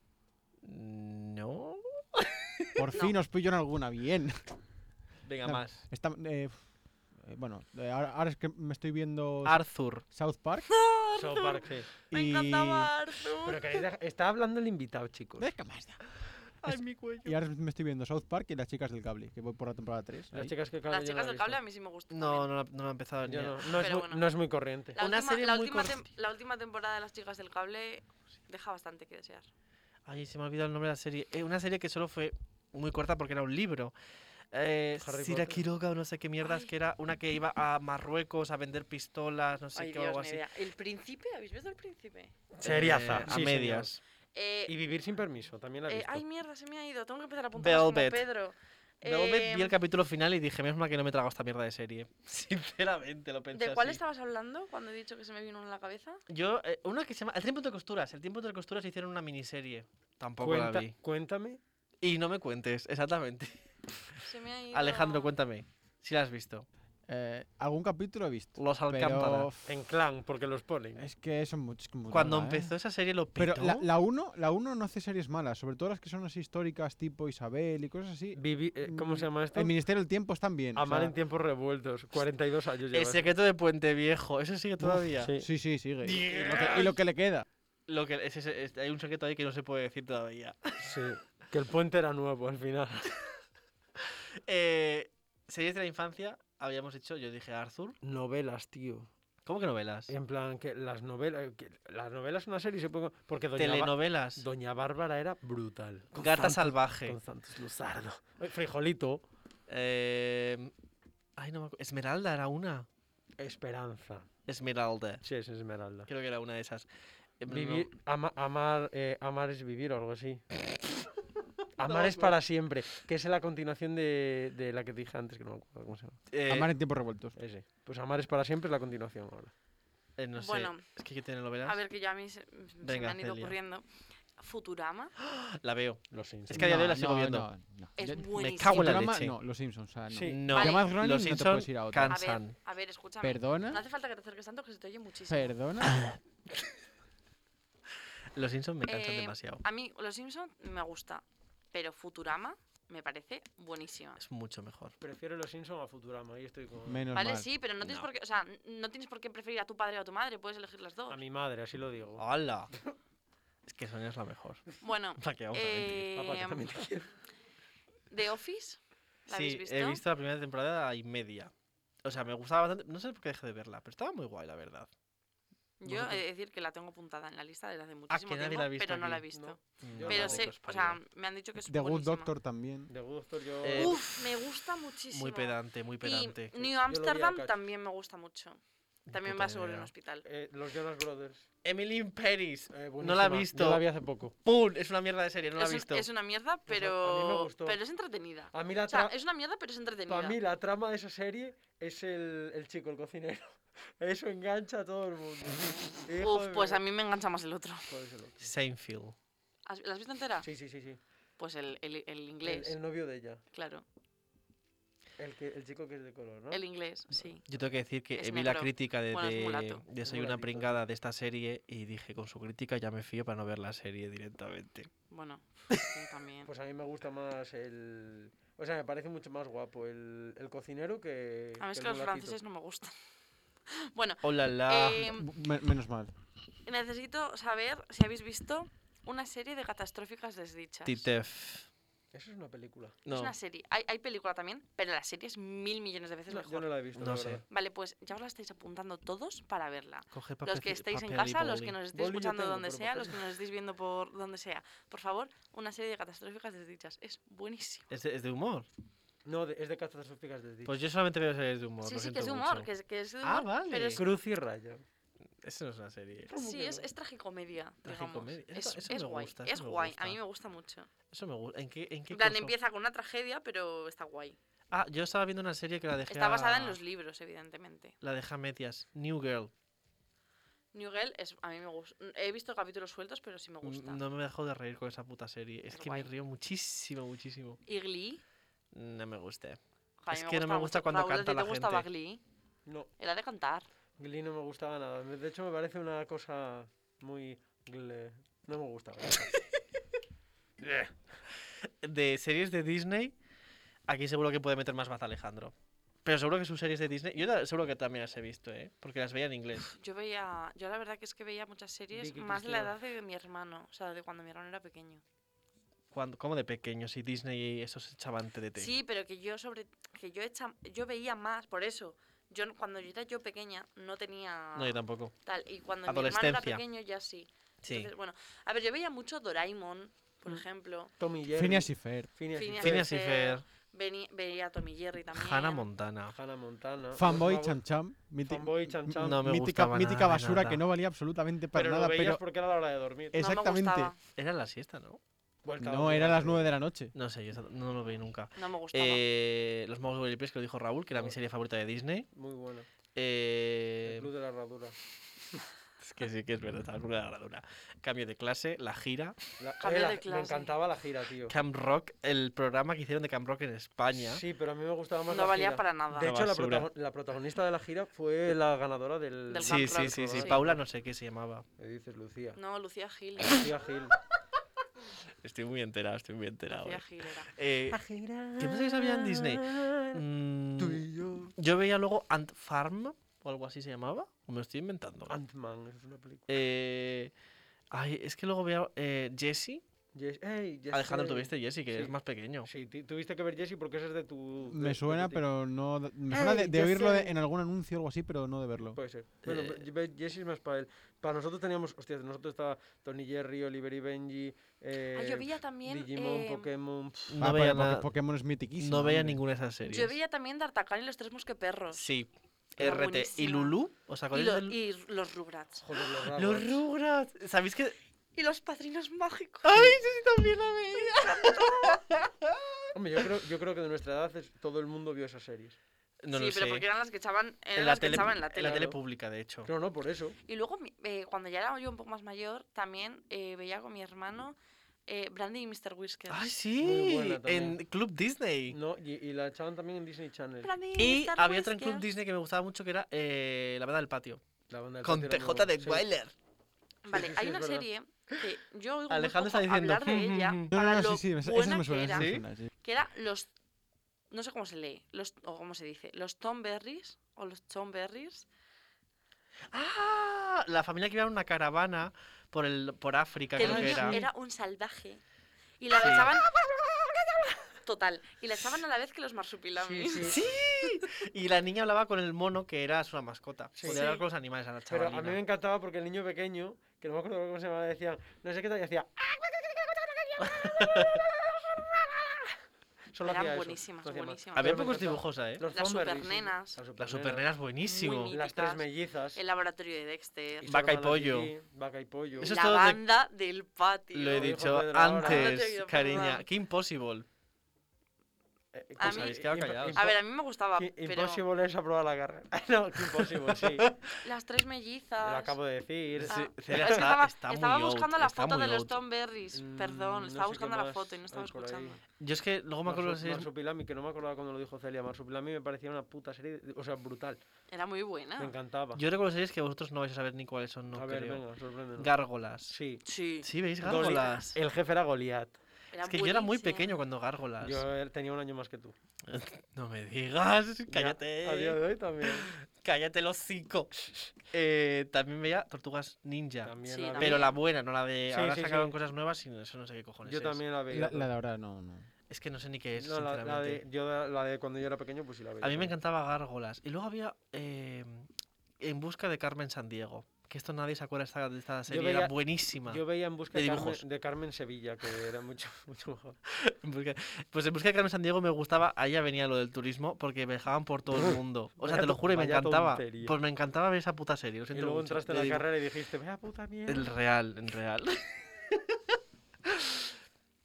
Speaker 5: No.
Speaker 6: Por fin os pillo en alguna. Bien.
Speaker 5: Venga,
Speaker 6: No.
Speaker 5: más.
Speaker 6: Está- eh, f- eh, bueno, eh, ahora, ahora es que me estoy
Speaker 5: Pues
Speaker 6: viendo
Speaker 5: Ah, Arthur.
Speaker 6: South Park.
Speaker 3: South Park, sí.
Speaker 4: Me
Speaker 6: y...
Speaker 4: encantaba Arthur.
Speaker 3: Pero que ahí deja- está hablando el invitado, chicos.
Speaker 6: Venga, más da.
Speaker 5: Ay,
Speaker 6: Es-
Speaker 5: mi cuello.
Speaker 6: Y ahora me estoy viendo South Park y las chicas del cable, que voy por la temporada 3.
Speaker 3: Las chicas que acaban
Speaker 4: Las chicas del cable a mí sí me gustan.
Speaker 5: No, no, la- no lo he empezado ni
Speaker 3: Yo
Speaker 5: a-
Speaker 3: no, no, es
Speaker 4: Pero
Speaker 3: muy,
Speaker 4: bueno.
Speaker 3: no es muy corriente.
Speaker 4: La
Speaker 5: Una
Speaker 4: última,
Speaker 5: serie
Speaker 4: la,
Speaker 5: muy
Speaker 4: última
Speaker 5: corta.
Speaker 4: tem- la última temporada de Las chicas del cable deja bastante que desear.
Speaker 5: Ay, se me ha olvidado el nombre de la serie. Eh, una serie que solo fue muy corta porque era un libro. Eh,
Speaker 3: Harry
Speaker 5: Sira
Speaker 3: Potter.
Speaker 5: Quiroga o no sé qué mierdas,
Speaker 4: Ay.
Speaker 5: que era una que iba a Marruecos a vender pistolas, no sé
Speaker 4: Ay,
Speaker 5: qué o
Speaker 4: Dios,
Speaker 5: algo
Speaker 4: ni
Speaker 5: así.
Speaker 4: idea. ¿El príncipe? ¿Habéis visto el príncipe?
Speaker 3: Seriaza,
Speaker 5: Eh,
Speaker 3: sí,
Speaker 5: a
Speaker 3: señor.
Speaker 5: medias.
Speaker 4: Eh,
Speaker 3: Y vivir sin permiso, también la he
Speaker 4: eh,
Speaker 3: visto.
Speaker 4: ay, mierda, se me ha ido. Tengo que empezar a apuntar como
Speaker 5: Velvet.
Speaker 4: Pedro.
Speaker 5: Velvet
Speaker 4: Em,
Speaker 5: vi el capítulo final y dije, menos mal que no me trago esta mierda de serie. Sinceramente, lo pensé
Speaker 4: ¿De cuál
Speaker 5: así.
Speaker 4: estabas hablando cuando he dicho que se me vino una en la cabeza?
Speaker 5: Yo, eh, una que se llama El tiempo de costuras. El tiempo de costuras hicieron una miniserie. Tampoco
Speaker 3: Cuenta-
Speaker 5: la vi.
Speaker 3: Cuéntame.
Speaker 5: Y no me cuentes, exactamente.
Speaker 4: Se me ha ido.
Speaker 5: Alejandro, cuéntame. Si la has visto.
Speaker 6: Eh, algún capítulo he visto.
Speaker 5: Los Alcántara.
Speaker 6: Pero f-
Speaker 3: En clan, porque los ponen.
Speaker 5: Eh,
Speaker 6: es que son muchos. que muy
Speaker 5: Cuando
Speaker 6: rara, ¿eh?
Speaker 5: empezó este esa serie lo
Speaker 6: Pero
Speaker 5: petó.
Speaker 6: la, la uno, la uno no hace series malas, sobre todo las que son así históricas, tipo Isabel y cosas así. Mm,
Speaker 3: Vivi- eh,
Speaker 5: Mm,
Speaker 3: ¿Cómo se llama esto?
Speaker 6: El Ministerio del Tiempo están bien. o
Speaker 3: Amar
Speaker 6: sea,
Speaker 3: en tiempos revueltos. 42 años
Speaker 5: El
Speaker 3: lleva.
Speaker 5: secreto de Puente Viejo. Eso sigue todavía.
Speaker 3: Sí.
Speaker 6: Sí, sí, sigue. Y- Y lo, que, y lo que le queda.
Speaker 5: Lo que, es- es- es- hay un secreto ahí que no se puede decir todavía.
Speaker 3: Sí. Que el puente era nuevo al final.
Speaker 5: Eh, series de la infancia, habíamos dicho, yo dije Arthur.
Speaker 3: Novelas, tío.
Speaker 5: ¿Cómo que novelas?
Speaker 6: Em,
Speaker 3: En plan, que las novelas. que las novelas son una serie, supongo. Porque Doña, Ba-
Speaker 5: Telenovelas.
Speaker 3: Doña Bárbara era brutal. Con
Speaker 5: Gata
Speaker 3: Santos-
Speaker 5: salvaje.
Speaker 3: Con Santos Luzardo. Eh, Frijolito.
Speaker 5: Eh, ay, no me acu- Esmeralda era una.
Speaker 3: Esperanza.
Speaker 5: Esmeralda.
Speaker 3: Sí, es Esmeralda.
Speaker 5: Creo que era una de esas. Eh, no-
Speaker 3: Vivi- ama- amar, eh, amar es vivir o algo así. amar
Speaker 5: No,
Speaker 3: es para siempre. Que es la continuación de, de la que dije antes, que no me acuerdo cómo se llama.
Speaker 5: eh,
Speaker 6: Amar en tiempos revueltos.
Speaker 3: Ese. Pues amar es para siempre es la continuación ahora.
Speaker 5: eh, no sé.
Speaker 4: Bueno,
Speaker 5: Es que yo telenovelas.
Speaker 4: a ver, que ya a mí se, se me
Speaker 5: Venga,
Speaker 4: han ido
Speaker 5: Celia. Ah,
Speaker 4: ocurriendo. Futurama
Speaker 5: La veo.
Speaker 3: Los Simpsons.
Speaker 5: Es que a día de hoy la
Speaker 6: No,
Speaker 5: sigo
Speaker 6: no,
Speaker 5: viendo.
Speaker 6: no, no.
Speaker 4: es
Speaker 6: Yo-
Speaker 4: buenísima.
Speaker 5: cago en la
Speaker 6: Futurama,
Speaker 5: leche.
Speaker 6: No, los Simpsons. O sea, no.
Speaker 3: Sí.
Speaker 5: No.
Speaker 4: Vale.
Speaker 6: Llamad Groening, no
Speaker 5: Los
Speaker 6: te
Speaker 5: Simpson
Speaker 6: puedes ir a otra.
Speaker 4: A ver,
Speaker 5: cansan.
Speaker 4: a ver, escúchame. No
Speaker 6: Perdona.
Speaker 4: hace falta que te acerques tanto que se te oye muchísimo.
Speaker 6: Perdona.
Speaker 5: Los Simpsons me cansan
Speaker 4: Eh,
Speaker 5: demasiado.
Speaker 4: A mí, Los Simpsons me gusta, pero Futurama me parece buenísima.
Speaker 5: Es mucho mejor.
Speaker 3: Prefiero los Simpsons a Futurama. Ahí estoy con.
Speaker 6: Menos
Speaker 4: Vale,
Speaker 6: mal.
Speaker 4: sí, pero no tienes
Speaker 5: No.
Speaker 4: por qué, o sea, n- no tienes por qué preferir a tu padre o a tu madre, puedes elegir las dos.
Speaker 3: A mi madre, así lo digo.
Speaker 5: ¡Hala! es que Sonia es la mejor.
Speaker 4: Bueno,
Speaker 5: ¿Para qué vamos a mentir?
Speaker 3: Papá, que
Speaker 4: eh,
Speaker 3: también te quiero.
Speaker 4: The Office, ¿la habéis
Speaker 5: Sí,
Speaker 4: visto?
Speaker 5: he visto la primera temporada y media. O sea, me gustaba bastante. No sé por qué dejé de verla, pero estaba muy guay, la verdad.
Speaker 4: Yo he
Speaker 5: vosotros-
Speaker 4: de decir que la tengo apuntada en la lista desde hace muchísimo
Speaker 5: que nadie la
Speaker 4: tiempo,
Speaker 5: ha visto
Speaker 4: pero no la he
Speaker 5: aquí.
Speaker 4: visto.
Speaker 5: Mm,
Speaker 3: No. Yo
Speaker 4: Pero
Speaker 3: la
Speaker 5: tampoco
Speaker 4: sé,
Speaker 5: es
Speaker 4: o
Speaker 5: para
Speaker 4: sea,
Speaker 5: mí.
Speaker 4: me han dicho que es
Speaker 6: The Good
Speaker 4: buenísima.
Speaker 6: Doctor también.
Speaker 3: De gusto yo.
Speaker 5: Eh,
Speaker 4: Uf, me gusta muchísimo.
Speaker 5: Muy pedante, muy pedante.
Speaker 4: Y New
Speaker 3: a
Speaker 4: Amsterdam
Speaker 3: Cacho.
Speaker 4: también me gusta mucho. También
Speaker 5: puta
Speaker 4: va sobre
Speaker 5: idea.
Speaker 4: un hospital.
Speaker 3: Eh, los Jonas Brothers.
Speaker 5: Emily in Paris.
Speaker 3: eh,
Speaker 5: No la he
Speaker 3: buenísima.
Speaker 5: visto.
Speaker 3: Yo la vi hace poco.
Speaker 5: ¡Pum! Es una mierda de serie, no la
Speaker 4: es,
Speaker 5: he
Speaker 4: un-
Speaker 5: visto.
Speaker 4: es una mierda,
Speaker 3: Pues a- a mí me
Speaker 4: pero,
Speaker 3: gustó.
Speaker 4: pero es entretenida.
Speaker 3: A mí la
Speaker 4: O sea,
Speaker 3: tra-
Speaker 4: es una mierda, pero es entretenida.
Speaker 3: Para mí la trama de esa serie es el, el chico, el cocinero. Eso engancha a todo el mundo. Hijo
Speaker 4: Uf,
Speaker 3: de
Speaker 4: pues a
Speaker 3: mi-
Speaker 4: mí me engancha más el otro.
Speaker 3: Joder, ese loco.
Speaker 5: Seinfeld.
Speaker 4: ¿Has- ¿La has visto entera?
Speaker 3: Sí, sí, sí, sí.
Speaker 4: Pues el, el- el
Speaker 3: El,
Speaker 4: inglés,
Speaker 3: el novio de ella.
Speaker 4: claro.
Speaker 3: El, que, el chico que es de color, ¿no?
Speaker 4: El inglés, sí.
Speaker 5: Yo tengo que decir que
Speaker 4: Es
Speaker 5: vi la
Speaker 4: negro.
Speaker 5: crítica de,
Speaker 4: Bueno, es
Speaker 5: de-
Speaker 4: mulato.
Speaker 5: de
Speaker 3: Es
Speaker 5: Soy una
Speaker 3: mulatito,
Speaker 5: pringada de esta serie y dije con su crítica ya me fío para no ver la serie directamente.
Speaker 4: Bueno, yo también.
Speaker 3: Pues a mí me gusta más el... O sea, me parece mucho más guapo el, el cocinero que...
Speaker 4: A mí es
Speaker 3: el
Speaker 4: que los
Speaker 3: mulatito.
Speaker 4: franceses no me gustan. Bueno,
Speaker 5: Hola, la.
Speaker 3: Ah.
Speaker 4: em,
Speaker 6: Bu- men- menos mal.
Speaker 4: necesito saber si habéis visto una serie de catastróficas desdichas.
Speaker 5: Titef.
Speaker 3: Eso es una película.
Speaker 5: No.
Speaker 4: Es una serie. Hay, hay película también, pero la serie es mil millones de veces
Speaker 3: No, yo
Speaker 4: mejor.
Speaker 3: no la he visto,
Speaker 5: No
Speaker 3: la
Speaker 5: sé.
Speaker 3: verdad.
Speaker 4: Vale, pues ya os la estáis apuntando todos para verla.
Speaker 5: Coge papel,
Speaker 4: Los que estéis en casa, los que nos estéis
Speaker 3: Boli yo
Speaker 4: escuchando
Speaker 3: tengo,
Speaker 4: donde
Speaker 3: pero
Speaker 4: sea,
Speaker 3: papel
Speaker 4: los que nos estéis viendo por donde sea. Por favor, una serie de catastróficas desdichas. Es buenísimo.
Speaker 5: ¿Es de, es de humor?
Speaker 3: No, de- es de catastróficas de
Speaker 5: Pues yo solamente veo series de humor.
Speaker 4: Sí,
Speaker 5: lo
Speaker 4: sí, que es de
Speaker 5: siento
Speaker 4: humor.
Speaker 5: mucho.
Speaker 4: Que es, que es de
Speaker 5: Ah,
Speaker 4: humor,
Speaker 5: vale.
Speaker 4: Pero es,
Speaker 3: Cruz y Raya.
Speaker 5: Eso no es una serie.
Speaker 4: sí, es, es tragicomedia, digamos.
Speaker 5: Tragicomedia. Eso-
Speaker 4: Es,
Speaker 5: eso
Speaker 4: es
Speaker 5: me
Speaker 4: guay.
Speaker 5: gusta, eso
Speaker 4: es
Speaker 5: me
Speaker 4: guay.
Speaker 5: gusta.
Speaker 4: A mí me gusta mucho.
Speaker 5: Eso me gusta. ¿En qué, en qué
Speaker 4: En plan,
Speaker 5: curso?
Speaker 4: empieza con una tragedia, pero está guay.
Speaker 5: Ah, yo estaba viendo una serie que la dejé
Speaker 4: Está basada en
Speaker 5: a-
Speaker 4: los libros, evidentemente.
Speaker 5: La dejé a medias. New Girl.
Speaker 4: New Girl es, a mí me gusta. He visto capítulos sueltos, pero sí me gusta.
Speaker 5: No me dejó de reír con esa puta serie. Es
Speaker 4: Es
Speaker 5: que
Speaker 4: guay.
Speaker 5: me río muchísimo, muchísimo.
Speaker 4: Y Glee.
Speaker 5: No me gusta.
Speaker 4: a mí
Speaker 5: Es que no me gusta
Speaker 4: mucho.
Speaker 5: cuando
Speaker 4: Raúl, ¿a ti
Speaker 5: canta la
Speaker 4: te gustaba
Speaker 5: gente.
Speaker 4: Glee?
Speaker 3: No,
Speaker 4: Era de cantar.
Speaker 3: Glee no me gustaba nada. De hecho, me parece una cosa muy... Gle- No me gustaba.
Speaker 5: De series de Disney, aquí seguro que puede meter más baza Alejandro. Pero seguro que sus series de Disney. Yo la- seguro que también las he visto, ¿eh? Porque las veía en inglés.
Speaker 4: Yo veía, yo la verdad que es que veía muchas series
Speaker 3: Vicky
Speaker 4: más de la
Speaker 3: Cristina.
Speaker 4: edad de mi hermano, o sea, de cuando mi hermano era pequeño.
Speaker 5: Cuando, como de pequeño, si Disney y esos echaban TDT.
Speaker 4: Sí, pero que yo sobre que yo echa- yo veía más, por eso. Yo no- cuando yo era yo pequeña no tenía
Speaker 5: No, yo tampoco.
Speaker 4: tal y cuando mi hermano era
Speaker 5: Adolescencia.
Speaker 4: pequeño ya sí.
Speaker 5: Sí.
Speaker 4: Entonces, bueno, a ver, yo veía mucho Doraemon, por
Speaker 3: Mm.
Speaker 4: ejemplo.
Speaker 3: Tommy Jerry.
Speaker 6: Phineas y Fer.
Speaker 3: Phineas y
Speaker 4: Phineas
Speaker 3: Ferb,
Speaker 4: y
Speaker 5: Phineas y
Speaker 4: Fer,
Speaker 5: Fer,
Speaker 4: Veni- veía a Tommy Jerry también.
Speaker 5: Hannah Montana.
Speaker 3: Hannah Montana.
Speaker 6: Fanboy
Speaker 3: Los magos-
Speaker 6: Cham Cham. miti-
Speaker 3: Fanboy Chan Chan.
Speaker 5: No me
Speaker 6: mítica,
Speaker 5: gustaba
Speaker 6: mítica
Speaker 5: nada de
Speaker 6: basura
Speaker 5: nada.
Speaker 6: que no valía absolutamente para
Speaker 3: pero lo
Speaker 6: nada,
Speaker 3: veías
Speaker 6: pero
Speaker 3: porque era la hora de dormir.
Speaker 6: Eh, exactamente.
Speaker 4: No me gustaba.
Speaker 5: Era la siesta, ¿no?
Speaker 3: Bueno, cada
Speaker 6: no,
Speaker 3: uno
Speaker 6: era a las
Speaker 3: hace-
Speaker 6: 9 de la noche.
Speaker 5: No sé, yo esa- no lo vi nunca.
Speaker 4: No me gustaba.
Speaker 5: Eh, Los Magos de Waverly Place, que lo dijo Raúl, que era mi
Speaker 3: Joder.
Speaker 5: serie favorita de Disney.
Speaker 3: Muy buena. El
Speaker 5: Eh,
Speaker 3: Club de la Herradura.
Speaker 5: que sí que es verdad, estaba con la grabadora. Cambio de clase, la gira,
Speaker 3: La- eh,
Speaker 4: Cambio
Speaker 3: la-
Speaker 4: de
Speaker 3: Me
Speaker 4: clase.
Speaker 3: encantaba la gira, tío.
Speaker 5: Camp Rock, el programa que hicieron de Camp Rock en España.
Speaker 3: Sí, pero a mí me gustaba más
Speaker 4: No
Speaker 3: la
Speaker 4: valía
Speaker 3: gira.
Speaker 4: para nada.
Speaker 3: De
Speaker 5: Una
Speaker 3: hecho, la,
Speaker 5: basura.
Speaker 3: protago- la protagonista de la gira fue la ganadora del...
Speaker 4: Del
Speaker 5: sí,
Speaker 4: Camp
Speaker 5: sí,
Speaker 4: Rock,
Speaker 5: sí, sí,
Speaker 4: sí.
Speaker 5: Paula no sé qué se llamaba.
Speaker 3: Me dices, Lucía.
Speaker 4: No, Lucía Gil.
Speaker 3: Lucía Gil.
Speaker 5: Estoy muy enterado, estoy muy enterado.
Speaker 4: Lucía
Speaker 5: eh.
Speaker 4: Gil era. Ah,
Speaker 5: Eh, ¿Qué pasa que sabía en Disney? Mm,
Speaker 3: Tú y yo.
Speaker 5: yo veía luego Ant Farm o algo así se llamaba, o me lo estoy inventando.
Speaker 3: Ant-Man, es una película.
Speaker 5: Eh, ay, es que luego veía eh, Jesse.
Speaker 3: Yes- ey, Jesse.
Speaker 5: Ah, Alejandro, tuviste Jesse, que
Speaker 3: Sí.
Speaker 5: es más pequeño.
Speaker 3: Sí, ti- tuviste que ver Jesse porque ese es de tu... de-
Speaker 6: Me
Speaker 3: de
Speaker 6: suena,
Speaker 3: tu-
Speaker 6: pero no. de- Me suena de,
Speaker 3: Ey,
Speaker 6: de
Speaker 3: ya
Speaker 6: oírlo de-
Speaker 3: sé. Pues,
Speaker 6: en algún anuncio o algo así, pero no de verlo.
Speaker 3: Puede ser. Bueno,
Speaker 5: Eh,
Speaker 3: pero ve- Jesse es más para él. Para nosotros teníamos... Hostia, de nosotros estaba Tony Jerry, Oliver y Benji... Eh,
Speaker 4: Ah, yo veía también.
Speaker 3: Digimon,
Speaker 4: eh,
Speaker 3: Pokémon... pff,
Speaker 5: No
Speaker 6: Ah,
Speaker 5: veía,
Speaker 6: porque
Speaker 5: nada-
Speaker 6: Pokémon es mitiquísimo.
Speaker 5: no veía
Speaker 6: hombre.
Speaker 5: ninguna de esas series.
Speaker 4: yo veía también D'Artagnan y los tres mosqueperros.
Speaker 5: Sí.
Speaker 4: Era
Speaker 5: RT. ¿Y
Speaker 4: buenísima.
Speaker 5: Lulu? ¿Os
Speaker 4: Y,
Speaker 5: acordáis
Speaker 4: lo-
Speaker 5: de Lu-
Speaker 4: y los Rugrats.
Speaker 3: Joder, los
Speaker 5: Los
Speaker 3: Rugrats.
Speaker 5: Rugrats. ¿Sabéis que...?
Speaker 4: Y los padrinos mágicos.
Speaker 5: ¡Ay, sí, sí, también la veía!
Speaker 3: Hombre, yo creo, yo creo que de nuestra edad es- todo el mundo vio esas series.
Speaker 5: No
Speaker 4: sí,
Speaker 5: lo
Speaker 4: pero
Speaker 5: sé.
Speaker 4: porque eran las que echaban eran
Speaker 5: en, la
Speaker 4: las que
Speaker 5: tele,
Speaker 4: echaban en la tele.
Speaker 3: tele.
Speaker 5: pública, de hecho.
Speaker 3: No, no, por eso.
Speaker 4: Y luego, mi- eh, cuando ya era yo un poco más mayor, también eh, veía con mi hermano eh, Brandy y Mr. Whiskers.
Speaker 5: ¡Ay,
Speaker 3: Muy
Speaker 5: sí!
Speaker 3: buena también.
Speaker 5: En Club Disney.
Speaker 3: No, y, y la echaban también en Disney Channel.
Speaker 4: Brandy
Speaker 5: Y
Speaker 4: Mr.
Speaker 5: había otra en Club
Speaker 4: Whiskers.
Speaker 5: Disney que me gustaba mucho, que era eh, La Banda del Patio.
Speaker 3: La banda del
Speaker 5: Con
Speaker 3: patio era muy
Speaker 5: TJ de
Speaker 3: buena. Sí.
Speaker 5: Weiler.
Speaker 4: Vale,
Speaker 3: sí, sí,
Speaker 4: hay
Speaker 3: es
Speaker 4: una
Speaker 3: verdad.
Speaker 4: serie que yo oigo muy
Speaker 5: Alejandro está
Speaker 4: poco
Speaker 5: diciendo,
Speaker 4: hablar de
Speaker 5: "Mm,
Speaker 4: ella
Speaker 5: mm, mm".
Speaker 6: No,
Speaker 4: para
Speaker 6: no, no,
Speaker 4: lo
Speaker 6: Ah, sí, sí, esa-
Speaker 4: buena
Speaker 6: esa me suena.
Speaker 4: que
Speaker 6: esa
Speaker 4: era,
Speaker 6: me
Speaker 5: ¿Sí?
Speaker 6: suena, sí.
Speaker 4: que era los no sé cómo se lee, los o cómo se dice, los Tomberries o los Chomberries.
Speaker 5: ¡Ah! La familia que iba en una caravana por, el, por África,
Speaker 4: que el
Speaker 5: creo que
Speaker 4: niño
Speaker 5: era.
Speaker 4: era. un salvaje y la echaban total y la echaban a la vez que los
Speaker 3: Sí,
Speaker 4: marsupilamis.
Speaker 3: sí.
Speaker 5: Sí. Y la niña hablaba con el mono, que era su mascota.
Speaker 3: Sí.
Speaker 5: Podía hablar
Speaker 4: Sí.
Speaker 5: con los animales a la
Speaker 3: Pero a
Speaker 5: chavalina.
Speaker 3: mí me encantaba porque el niño pequeño, que no me acuerdo cómo se llamaba, decía, no sé qué tal, y hacía... "Ah, Solo
Speaker 4: Eran
Speaker 3: hacía eso,
Speaker 4: buenísimas,
Speaker 3: no hacía más.
Speaker 4: buenísimas.
Speaker 5: Había
Speaker 3: Pero me
Speaker 5: pocos
Speaker 3: encantaba.
Speaker 5: dibujos, ¿eh?
Speaker 3: Los
Speaker 4: Las
Speaker 3: Thornberrys, sí, sí.
Speaker 4: supernenas.
Speaker 5: La superneras buenísimo.
Speaker 4: Muy
Speaker 3: Las tres
Speaker 4: míticas.
Speaker 3: mellizas.
Speaker 4: El laboratorio de Dexter.
Speaker 3: su
Speaker 5: Vaca y
Speaker 3: hermana
Speaker 5: pollo.
Speaker 3: Titi, Vaca y pollo.
Speaker 5: Eso es
Speaker 4: la
Speaker 5: todo de-
Speaker 4: banda del patio.
Speaker 5: Lo he
Speaker 3: dijo
Speaker 5: dicho
Speaker 3: Pedro ahora.
Speaker 4: Ahora te he
Speaker 5: antes,
Speaker 4: oído,
Speaker 5: cariña.
Speaker 4: perdón.
Speaker 5: Qué imposible.
Speaker 3: Eh, eh,
Speaker 4: A
Speaker 3: cosa-
Speaker 4: mí-
Speaker 5: Habéis quedado
Speaker 3: imp-
Speaker 5: callados.
Speaker 3: imp-
Speaker 4: A ver, a mí me gustaba,
Speaker 3: i-
Speaker 4: pero
Speaker 3: Impossible es aprobar la carrera. no, que imposible, sí.
Speaker 4: las tres mellizas.
Speaker 3: Lo acabo de decir.
Speaker 4: Ah.
Speaker 5: Sí, Celia
Speaker 4: Es que
Speaker 5: está-
Speaker 4: estaba,
Speaker 5: está muy
Speaker 4: estaba buscando
Speaker 5: out,
Speaker 4: la
Speaker 5: está
Speaker 4: foto
Speaker 5: muy
Speaker 4: de los
Speaker 5: out.
Speaker 4: Tomberries.
Speaker 3: Mm,
Speaker 4: Perdón,
Speaker 3: no
Speaker 4: estaba
Speaker 3: sé qué
Speaker 4: buscando la
Speaker 3: más
Speaker 4: foto y no estaba
Speaker 3: hay por ahí.
Speaker 4: escuchando.
Speaker 5: Yo es que luego me acuerdo de
Speaker 3: Marsu-
Speaker 5: ser-
Speaker 3: Marsupilami, que no me acordaba cuando lo dijo Celia. Marsupilami me parecía una puta serie, de- o sea, brutal.
Speaker 4: Era muy buena.
Speaker 3: Me encantaba.
Speaker 5: Ah. Yo recuerdo series que vosotros no vais a saber ni cuáles son, no
Speaker 3: a ver,
Speaker 5: creo.
Speaker 3: venga, sorpréndenos.
Speaker 5: Gárgolas. Sí.
Speaker 3: sí.
Speaker 4: Sí,
Speaker 5: ¿veis?
Speaker 3: Goli-
Speaker 5: Gárgolas.
Speaker 3: El jefe era Goliat.
Speaker 4: era
Speaker 5: Es que yo era muy
Speaker 4: buenísima.
Speaker 5: pequeño cuando Gárgolas.
Speaker 3: Yo eh, tenía un año más que tú.
Speaker 5: No me digas, cállate.
Speaker 3: Ya, A día de hoy también.
Speaker 5: Cállate los cinco. Eh, también veía Tortugas Ninja.
Speaker 3: También
Speaker 4: Sí,
Speaker 3: la vi.
Speaker 5: Pero la buena, no la de.
Speaker 3: Sí,
Speaker 5: ahora
Speaker 3: sí,
Speaker 5: sacaron
Speaker 3: sí.
Speaker 5: cosas nuevas y eso no sé qué cojones.
Speaker 3: Yo
Speaker 5: es.
Speaker 3: también la veía.
Speaker 6: La, la de ahora no, no.
Speaker 5: Es que no sé ni qué es.
Speaker 3: No, la- la,
Speaker 5: sinceramente.
Speaker 3: de, yo la- la de cuando yo era pequeño, pues sí la veía.
Speaker 5: A mí me
Speaker 3: también.
Speaker 5: encantaba Gárgolas. Y luego había eh, En busca de Carmen Sandiego. Que esto nadie se acuerda de esta, de esta serie.
Speaker 3: veía-
Speaker 5: Era buenísima.
Speaker 3: Yo veía en busca
Speaker 5: De
Speaker 3: de, Carmen,
Speaker 5: dibujos.
Speaker 3: de Carmen Sevilla, que era mucho, mucho mejor.
Speaker 5: En busca- Pues En busca de Carmen Sandiego me gustaba. Ahí ya venía lo del turismo porque viajaban por todo el mundo. O sea,
Speaker 3: Vaya
Speaker 5: te lo
Speaker 3: to-
Speaker 5: juro, y me
Speaker 3: vaya
Speaker 5: encantaba.
Speaker 3: tontería.
Speaker 5: Pues me encantaba ver esa puta serie. Lo
Speaker 3: Y
Speaker 5: siento
Speaker 3: luego
Speaker 5: mucho.
Speaker 3: entraste en
Speaker 5: Te
Speaker 3: la
Speaker 5: digo,
Speaker 3: carrera y dijiste, vea puta mierda.
Speaker 5: El real, el real.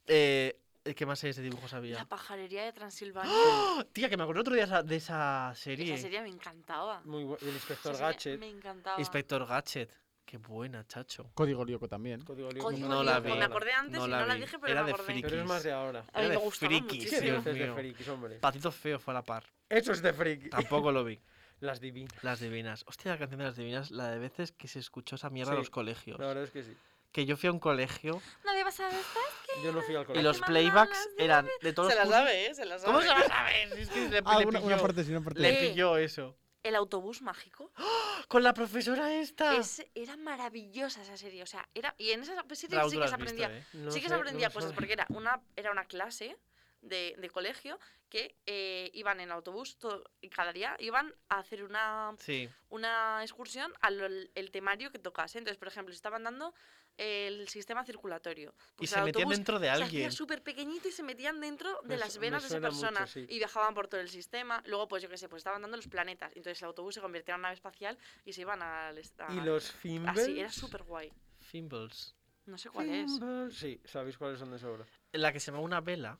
Speaker 5: eh, ¿Qué más series de dibujos
Speaker 4: La
Speaker 5: había?
Speaker 4: pajarería de Transilvania.
Speaker 5: ¡Oh! Tía, que me acuerdo otro día esa- de esa serie.
Speaker 4: Esa serie me encantaba.
Speaker 3: Muy bu- y el
Speaker 4: Esa
Speaker 3: inspector
Speaker 4: serie
Speaker 3: Gadget.
Speaker 4: Me encantaba.
Speaker 5: Inspector Gadget. Qué buena, chacho.
Speaker 6: Código Lyoko también.
Speaker 3: Código Lyoko.
Speaker 4: Código
Speaker 5: No
Speaker 4: no
Speaker 5: la
Speaker 4: la
Speaker 5: vi,
Speaker 4: Me acordé antes
Speaker 5: no
Speaker 4: y
Speaker 5: la
Speaker 4: no la
Speaker 5: vi.
Speaker 4: dije, pero
Speaker 5: Era
Speaker 4: me
Speaker 5: de
Speaker 4: acordé.
Speaker 5: friki.
Speaker 3: Pero es más de ahora.
Speaker 4: A mí
Speaker 5: Era
Speaker 4: me
Speaker 5: de
Speaker 4: gustaba
Speaker 5: frikis,
Speaker 3: ¿Qué
Speaker 5: Dios
Speaker 4: muchísimo.
Speaker 3: dices de
Speaker 5: mío.
Speaker 3: frikis, hombre?
Speaker 5: Patito Feo fue a la par.
Speaker 3: Eso es de friki.
Speaker 5: Tampoco lo vi.
Speaker 3: Las divinas.
Speaker 5: Las divinas. Hostia, la canción de las divinas, la de veces que se escuchó esa mierda en
Speaker 3: Sí,
Speaker 5: los colegios.
Speaker 3: La verdad es que sí.
Speaker 5: Que yo fui a un colegio
Speaker 4: Nadie va a saber esta.
Speaker 3: Yo no fui al
Speaker 5: y
Speaker 3: colegio.
Speaker 5: los
Speaker 4: mandaban
Speaker 5: playbacks
Speaker 4: las
Speaker 5: eran de todos los cursos.
Speaker 4: sabe, ¿eh? Se la
Speaker 5: ¿Cómo se lo sabes? Es que le,
Speaker 6: Ah,
Speaker 5: le
Speaker 6: una,
Speaker 5: pilló,
Speaker 6: una parte sí, una parte
Speaker 5: le
Speaker 6: sí.
Speaker 4: Eh.
Speaker 5: pilló eso.
Speaker 4: El autobús mágico.
Speaker 5: ¡Ah! Con la profesora esta.
Speaker 4: Es- era maravillosa esa serie. O sea, era... Y en esa serie
Speaker 5: Raúl,
Speaker 4: sí
Speaker 5: tú la
Speaker 4: que
Speaker 5: has
Speaker 4: se
Speaker 5: visto,
Speaker 4: aprendía.
Speaker 5: ¿eh?
Speaker 3: No
Speaker 4: sí que
Speaker 3: sé,
Speaker 4: se aprendía
Speaker 3: no
Speaker 4: cosas
Speaker 3: sé.
Speaker 4: porque era una, era una clase de, de colegio que eh, iban en autobús todo- y cada día iban a hacer una,
Speaker 5: Sí.
Speaker 4: una excursión al el temario que tocase. Entonces, por ejemplo, si estaban dando el sistema circulatorio.
Speaker 5: Y
Speaker 4: pues
Speaker 5: se
Speaker 4: el
Speaker 5: metían
Speaker 4: autobús
Speaker 5: dentro de
Speaker 4: se hacía
Speaker 5: alguien.
Speaker 4: súper pequeñito y se metían dentro de
Speaker 3: Me
Speaker 4: las
Speaker 3: su- me
Speaker 4: venas de esa
Speaker 3: suena mucho,
Speaker 4: persona
Speaker 3: sí.
Speaker 4: y viajaban por todo el sistema. Luego, pues yo qué sé, pues estaban dando los planetas. Entonces el autobús se convertía en una nave espacial y se iban al... est-
Speaker 3: Y
Speaker 4: a-
Speaker 3: los Fimbels.
Speaker 4: Así, era ¿eh? súper guay.
Speaker 5: Fimbles.
Speaker 4: No sé cuál es.
Speaker 3: Fimbels. Sí, sabéis cuáles son de sobra.
Speaker 5: La que se llama una vela.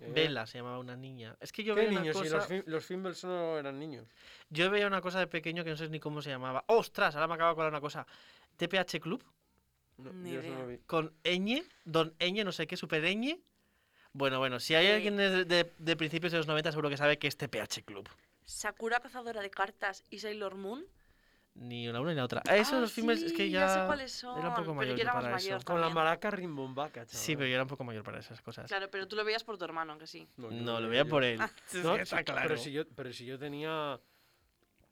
Speaker 3: Eh,
Speaker 5: Bella se llamaba una niña. Es que yo
Speaker 3: ¿Qué
Speaker 5: veía una
Speaker 3: niños? Si los,
Speaker 5: cosa...
Speaker 3: Fim- los Fimbles no eran niños.
Speaker 5: Yo veía una cosa de pequeño que no sé ni cómo se llamaba. ¡Ostras! Ahora me acabo de acordar una cosa. TPH Club
Speaker 3: No,
Speaker 4: Ni
Speaker 3: yo eso no
Speaker 4: idea.
Speaker 3: lo vi.
Speaker 5: con Ñ, Don Ñ, no sé qué, Super Ñ. Bueno, bueno, si hay
Speaker 4: Sí.
Speaker 5: alguien de, de- de principios de los 90 seguro que sabe que es TPH Club.
Speaker 4: Sakura cazadora de cartas y Sailor Moon.
Speaker 5: Ni la una ni la otra. A Esos
Speaker 4: Ah,
Speaker 5: los filmes es que
Speaker 4: sí,
Speaker 5: ya...
Speaker 4: sé cuáles son,
Speaker 5: era un poco
Speaker 4: pero
Speaker 5: mayor yo
Speaker 4: yo era más
Speaker 5: para eso.
Speaker 4: mayor
Speaker 3: Con la
Speaker 4: también.
Speaker 3: maraca rimbombaca, chaval.
Speaker 5: Sí, pero yo era un poco mayor para esas cosas.
Speaker 4: Claro, pero tú lo veías por tu hermano, que sí.
Speaker 3: No, yo
Speaker 5: No, lo
Speaker 3: vi
Speaker 5: veía
Speaker 3: yo.
Speaker 5: por él.
Speaker 3: No,
Speaker 5: No, está claro.
Speaker 3: Pero si yo, pero si yo tenía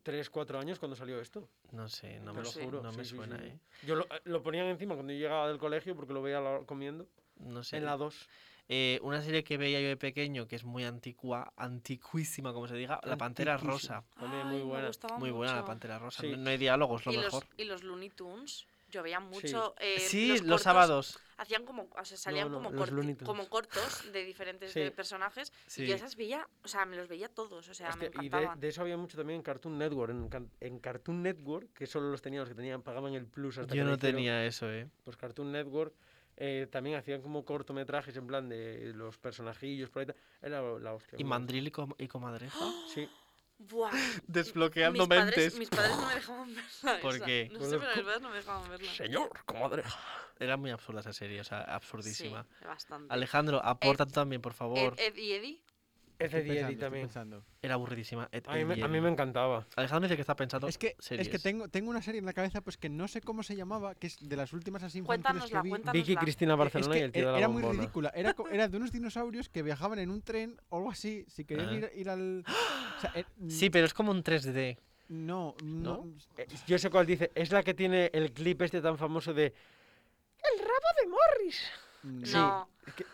Speaker 3: 3, 4 años cuando salió esto.
Speaker 5: No sé, no
Speaker 3: te
Speaker 5: me,
Speaker 3: lo
Speaker 5: su-
Speaker 3: juro.
Speaker 5: no
Speaker 3: sí,
Speaker 5: me
Speaker 3: sí, sí,
Speaker 5: suena,
Speaker 3: sí.
Speaker 5: ¿eh?
Speaker 3: Yo lo, lo ponían encima cuando yo llegaba del colegio porque lo veía a la hora- comiendo.
Speaker 5: No sé.
Speaker 3: En la 2.
Speaker 5: Eh, una serie que veía yo de pequeño, que es muy antigua, antiquísima, como se diga, La Pantera Rosa.
Speaker 3: También muy
Speaker 4: Ay, me
Speaker 3: buena.
Speaker 4: gustaba
Speaker 5: Muy buena La
Speaker 4: mucho.
Speaker 5: Pantera Rosa.
Speaker 3: Sí.
Speaker 5: No, no hay diálogos, lo
Speaker 4: Y los,
Speaker 5: mejor.
Speaker 4: y los Looney Tunes. Yo veía mucho. eh,
Speaker 5: sí, los,
Speaker 4: cortos
Speaker 5: sábados.
Speaker 4: Hacían como, o sea, salían
Speaker 3: no,
Speaker 4: como,
Speaker 3: los
Speaker 4: corti-
Speaker 3: Looney Tunes.
Speaker 4: como cortos de diferentes
Speaker 3: Sí.
Speaker 4: de personajes.
Speaker 5: Sí.
Speaker 4: Y yo esas veía, o sea, me los veía todos. O sea,
Speaker 3: Hostia,
Speaker 4: me
Speaker 3: y de,
Speaker 4: encantaban.
Speaker 3: de eso había mucho también en Cartoon Network. En, can- en Cartoon Network, que solo los tenían los que tenían, pagaban el plus hasta que
Speaker 5: Yo
Speaker 3: lo
Speaker 5: no
Speaker 3: hicieron,
Speaker 5: tenía eso, ¿eh?
Speaker 3: Pues Cartoon Network eh, también hacían como cortometrajes en plan de los personajillos, por ahí. tal. Era la hostia.
Speaker 5: Y
Speaker 3: muy buena.
Speaker 5: Mandril y, com- y Comadreja.
Speaker 3: Sí.
Speaker 4: Buah.
Speaker 5: Desbloqueando
Speaker 4: mis padres,
Speaker 5: mentes.
Speaker 4: Mis padres no me dejaban verla.
Speaker 5: ¿Por
Speaker 4: esa.
Speaker 5: qué?
Speaker 4: No
Speaker 3: Con
Speaker 4: sé,
Speaker 3: los
Speaker 4: pero mis
Speaker 3: cu-
Speaker 4: padres no me dejaban verla.
Speaker 3: Señor, comadre.
Speaker 5: Era muy absurda esa serie, o sea,
Speaker 4: Sí, Eh,
Speaker 5: absurdísima.
Speaker 4: bastante.
Speaker 5: Alejandro, aporta tú también, por
Speaker 4: Ed,
Speaker 5: favor.
Speaker 4: Ed y Eddie.
Speaker 3: Ese
Speaker 6: Estoy
Speaker 3: día
Speaker 6: pensando, estoy
Speaker 3: también.
Speaker 6: pensando.
Speaker 5: Era aburridísima. Ed,
Speaker 3: A mí,
Speaker 5: Ed
Speaker 3: me,
Speaker 5: y
Speaker 3: a mí
Speaker 5: Eddie.
Speaker 3: me encantaba.
Speaker 5: Alejandro dice que está pensando
Speaker 6: Es que, es que
Speaker 5: series.
Speaker 6: tengo, tengo una serie en la cabeza pues que no sé cómo se llamaba, que es de las últimas así infantiles
Speaker 4: Cuéntanosla,
Speaker 6: que vi.
Speaker 4: cuéntanosla.
Speaker 3: Vicky Cristina
Speaker 6: Eh, es
Speaker 3: Barcelona
Speaker 6: que
Speaker 3: y el tío de
Speaker 6: era-
Speaker 3: la
Speaker 6: Era muy
Speaker 3: bombona.
Speaker 6: ridícula. Era, co- era de unos dinosaurios que viajaban en un tren o algo así. Si querían
Speaker 5: Ah.
Speaker 6: ir, ir al. o sea, eh, mm,
Speaker 5: Sí, pero es como un 3D.
Speaker 6: No, no.
Speaker 3: Eh, Yo sé cuál dice. Es la que tiene el clip este tan famoso de. El rabo de Morris.
Speaker 6: mm,
Speaker 3: Sí.
Speaker 4: No,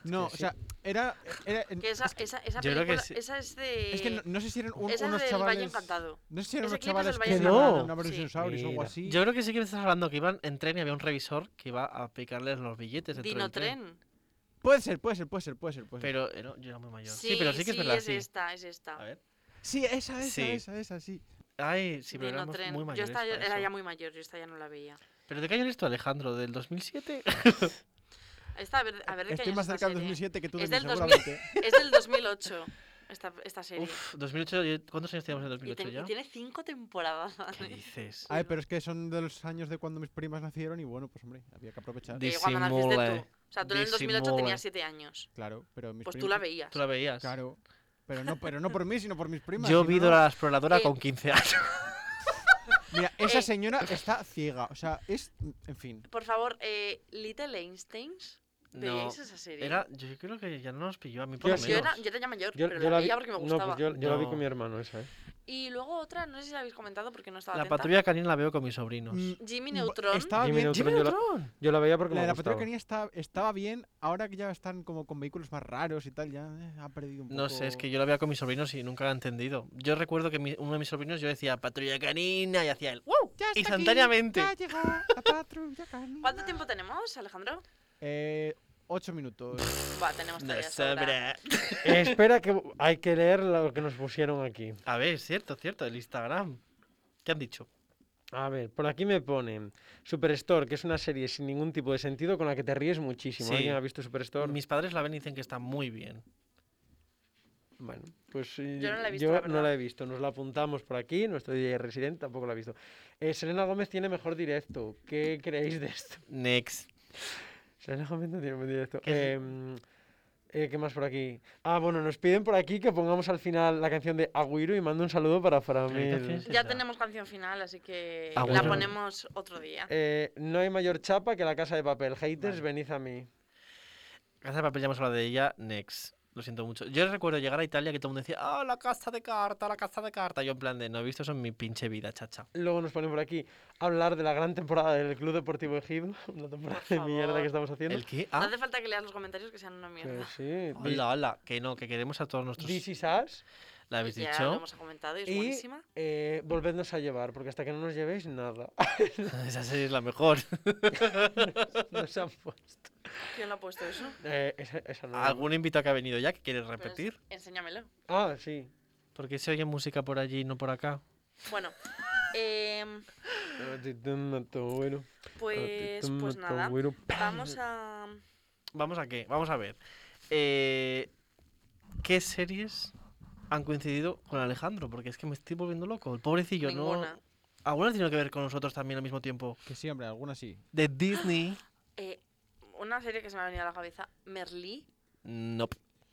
Speaker 6: No, o
Speaker 3: sí.
Speaker 6: sea, era. era-
Speaker 4: que esa, esa, esa
Speaker 5: Yo creo que
Speaker 4: película,
Speaker 5: sí.
Speaker 4: esa es de...
Speaker 6: es que no, no sé si eran un-
Speaker 4: esa
Speaker 6: unos
Speaker 4: es del Valle
Speaker 6: chavales.
Speaker 4: Encantado.
Speaker 6: No sé si eran
Speaker 4: Ese
Speaker 6: unos
Speaker 4: clip es del
Speaker 6: chavales que
Speaker 3: Valle
Speaker 6: iban
Speaker 3: Encantado.
Speaker 6: a una varios
Speaker 4: Sí.
Speaker 6: dinosaurios o algo
Speaker 3: Mira.
Speaker 6: así.
Speaker 5: Yo creo que sí que me estás hablando que iban en tren y había un revisor que iba a picarles los billetes. dentro del tren.
Speaker 4: Dinotren.
Speaker 6: Puede ser, puede ser, puede ser, puede ser. Puede ser.
Speaker 5: Pero era- yo era muy mayor. Sí, pero sí que es verdad,
Speaker 4: es
Speaker 5: sí.
Speaker 4: esta, es esta.
Speaker 5: A ver.
Speaker 6: Sí, esa, esa,
Speaker 5: Sí.
Speaker 6: esa, esa, sí.
Speaker 5: Ay, sí, pero éramos
Speaker 4: Dinotren.
Speaker 5: muy
Speaker 4: yo
Speaker 5: mayores.
Speaker 4: esta ya-
Speaker 5: para
Speaker 4: era
Speaker 5: eso.
Speaker 4: ya muy mayor, yo esta ya no la veía.
Speaker 5: Pero de qué año eres tú, Alejandro, del 2007.
Speaker 4: Esta, a ver, a ver de qué
Speaker 6: Estoy
Speaker 4: año
Speaker 6: más
Speaker 4: es esta
Speaker 6: cerca del
Speaker 4: serie.
Speaker 6: 2007 que tú de
Speaker 4: Es
Speaker 6: mí,
Speaker 4: del 2000.
Speaker 6: seguramente.
Speaker 4: Es del 2008, esta, esta serie.
Speaker 5: Uf, 2008, yo- ¿cuántos años teníamos en el
Speaker 4: y,
Speaker 5: 2008
Speaker 4: ten- y
Speaker 5: ya?
Speaker 4: tiene cinco temporadas.
Speaker 5: ¿Qué dices?
Speaker 6: Ay, pero es que son de los años de cuando mis primas nacieron y bueno, pues hombre, había que aprovechar.
Speaker 5: Di-
Speaker 4: Eh, cuando naciste
Speaker 5: Disimula,
Speaker 4: tú. O sea, tú en el 2008
Speaker 5: disimula.
Speaker 4: tenías 7 años.
Speaker 6: Claro, pero mis
Speaker 4: Pues
Speaker 6: primas.
Speaker 4: tú la veías.
Speaker 5: ¿Tú la veías?
Speaker 6: Claro. Pero no, pero no por mí, sino por mis primas.
Speaker 5: Yo
Speaker 6: si no,
Speaker 5: vi
Speaker 6: no.
Speaker 5: Dora la exploradora
Speaker 4: Eh,
Speaker 5: con 15 años.
Speaker 6: Mira, esa
Speaker 4: Eh.
Speaker 6: señora está ciega. O sea, es. En fin.
Speaker 4: Por favor, eh, Little Einsteins,
Speaker 5: No.
Speaker 4: ¿veíais esa serie?
Speaker 5: Era, yo creo que ya no nos pilló a mí por
Speaker 3: Yo
Speaker 5: lo
Speaker 3: sí
Speaker 4: Yo, era,
Speaker 5: menos.
Speaker 4: yo era mayor,
Speaker 3: Yo,
Speaker 4: pero
Speaker 3: yo
Speaker 4: la
Speaker 3: la vi,
Speaker 4: veía porque me
Speaker 3: no,
Speaker 4: gustaba.
Speaker 3: pues yo, yo la vi
Speaker 5: No.
Speaker 3: con mi hermano esa, ¿eh?
Speaker 4: Y luego otra, no sé si la habéis comentado porque no estaba
Speaker 5: La
Speaker 4: atenta.
Speaker 5: patrulla canina la veo con mis sobrinos.
Speaker 6: Mm,
Speaker 4: Jimmy
Speaker 6: bu-
Speaker 4: Neutron.
Speaker 6: Estaba
Speaker 3: Jimmy
Speaker 6: bien.
Speaker 3: Neutron. yo la- Yo la veía porque
Speaker 6: La
Speaker 3: me
Speaker 6: de la
Speaker 3: gustaba.
Speaker 6: patrulla canina estaba, estaba bien. Ahora que ya están como con vehículos más raros y tal, ya eh, ha perdido un poco.
Speaker 5: No sé, es que yo la veía con mis sobrinos y nunca la he entendido. Yo recuerdo que mi- uno de mis sobrinos yo decía patrulla canina y hacía él.
Speaker 6: ¡Wow! Ya está
Speaker 5: Instantáneamente.
Speaker 6: Aquí, ya llegó la patrulla canina.
Speaker 4: ¿Cuánto tiempo tenemos, Alejandro?
Speaker 6: Eh. Ocho minutos.
Speaker 4: Va, tenemos
Speaker 5: "No
Speaker 4: todavía de sobra.
Speaker 5: sabrá".
Speaker 3: Eh, espera, que hay que leer lo que nos pusieron aquí.
Speaker 5: A ver, cierto, cierto, el Instagram. ¿Qué han dicho?
Speaker 3: A ver, por aquí me ponen Superstore, que es una serie sin ningún tipo de sentido con la que te ríes muchísimo.
Speaker 5: Sí.
Speaker 3: ¿Alguien ha visto Superstore?
Speaker 5: Mis padres la ven y dicen que está muy bien.
Speaker 3: Bueno, pues eh,
Speaker 4: Yo no la he visto,
Speaker 3: yo
Speaker 4: la
Speaker 3: no la
Speaker 4: verdad.
Speaker 3: he visto. Nos la apuntamos por aquí, nuestro DJ Resident tampoco la ha visto. Eh, Selena Gómez tiene mejor directo. ¿Qué creéis de esto?
Speaker 5: Next.
Speaker 3: Selena Gómez no tiene mejor directo.
Speaker 5: ¿Qué es?
Speaker 3: Eh, mm, eh, ¿Qué más por aquí? Ah, bueno, nos piden por aquí que pongamos al final la canción de Agüiro y mando un saludo para Framil.
Speaker 5: canción es?
Speaker 4: Ya
Speaker 5: Esa.
Speaker 4: tenemos canción final, así que
Speaker 5: Ah,
Speaker 4: la
Speaker 5: bueno.
Speaker 4: ponemos otro día.
Speaker 3: Eh, no hay mayor chapa que la casa de papel. Haters,
Speaker 5: Vale.
Speaker 3: venid a mí.
Speaker 5: Casa de papel ya hemos hablado de ella. Next. Lo siento mucho. Yo recuerdo llegar a Italia que todo el mundo decía, ah, la casa de carta, la casa de carta. Yo en plan de, no he visto eso en mi pinche vida, chacha.
Speaker 3: Luego nos ponen por aquí hablar de la gran temporada del Club Deportivo Ejido, una temporada de mierda
Speaker 4: favor.
Speaker 3: que estamos haciendo.
Speaker 5: ¿El qué?
Speaker 4: No
Speaker 5: Ah,
Speaker 4: hace falta que leas los comentarios que sean una
Speaker 3: Que
Speaker 4: mierda.
Speaker 3: sí.
Speaker 5: hola, hola. Que no, que queremos a todos nuestros...
Speaker 3: This is us.
Speaker 5: ¿La habéis
Speaker 4: ya
Speaker 5: dicho?
Speaker 4: lo hemos comentado y es
Speaker 3: Y-
Speaker 4: buenísima.
Speaker 3: Eh, volvednos a llevar, porque hasta que no nos llevéis, nada.
Speaker 5: Esa serie es la mejor.
Speaker 3: nos han puesto.
Speaker 4: ¿Quién lo ha puesto eso?
Speaker 3: Eh, esa, esa no. la hemos-
Speaker 5: ¿Algún invitado que ha venido ya que quiere
Speaker 4: Pero es-
Speaker 5: repetir?
Speaker 4: Pues, enséñamelo.
Speaker 3: Ah, sí.
Speaker 5: Porque se oye música por allí y no por acá.
Speaker 4: Bueno, em,
Speaker 3: Eh, te tomo todo bueno, eh, te
Speaker 4: pues,
Speaker 3: tomo
Speaker 4: pues
Speaker 3: todo
Speaker 4: nada.
Speaker 3: bueno.
Speaker 4: Vamos a.
Speaker 5: ¿Vamos a qué? Vamos a ver. Eh, qué series han coincidido con Alejandro, porque es que me estoy volviendo loco. El pobrecillo
Speaker 4: Ninguna.
Speaker 5: no. Alguna tiene que ver con nosotros también al mismo tiempo.
Speaker 6: Que sí, hombre, alguna sí.
Speaker 5: De Disney.
Speaker 4: Eh, una serie que se me ha venido a la cabeza, Merlí.
Speaker 5: No.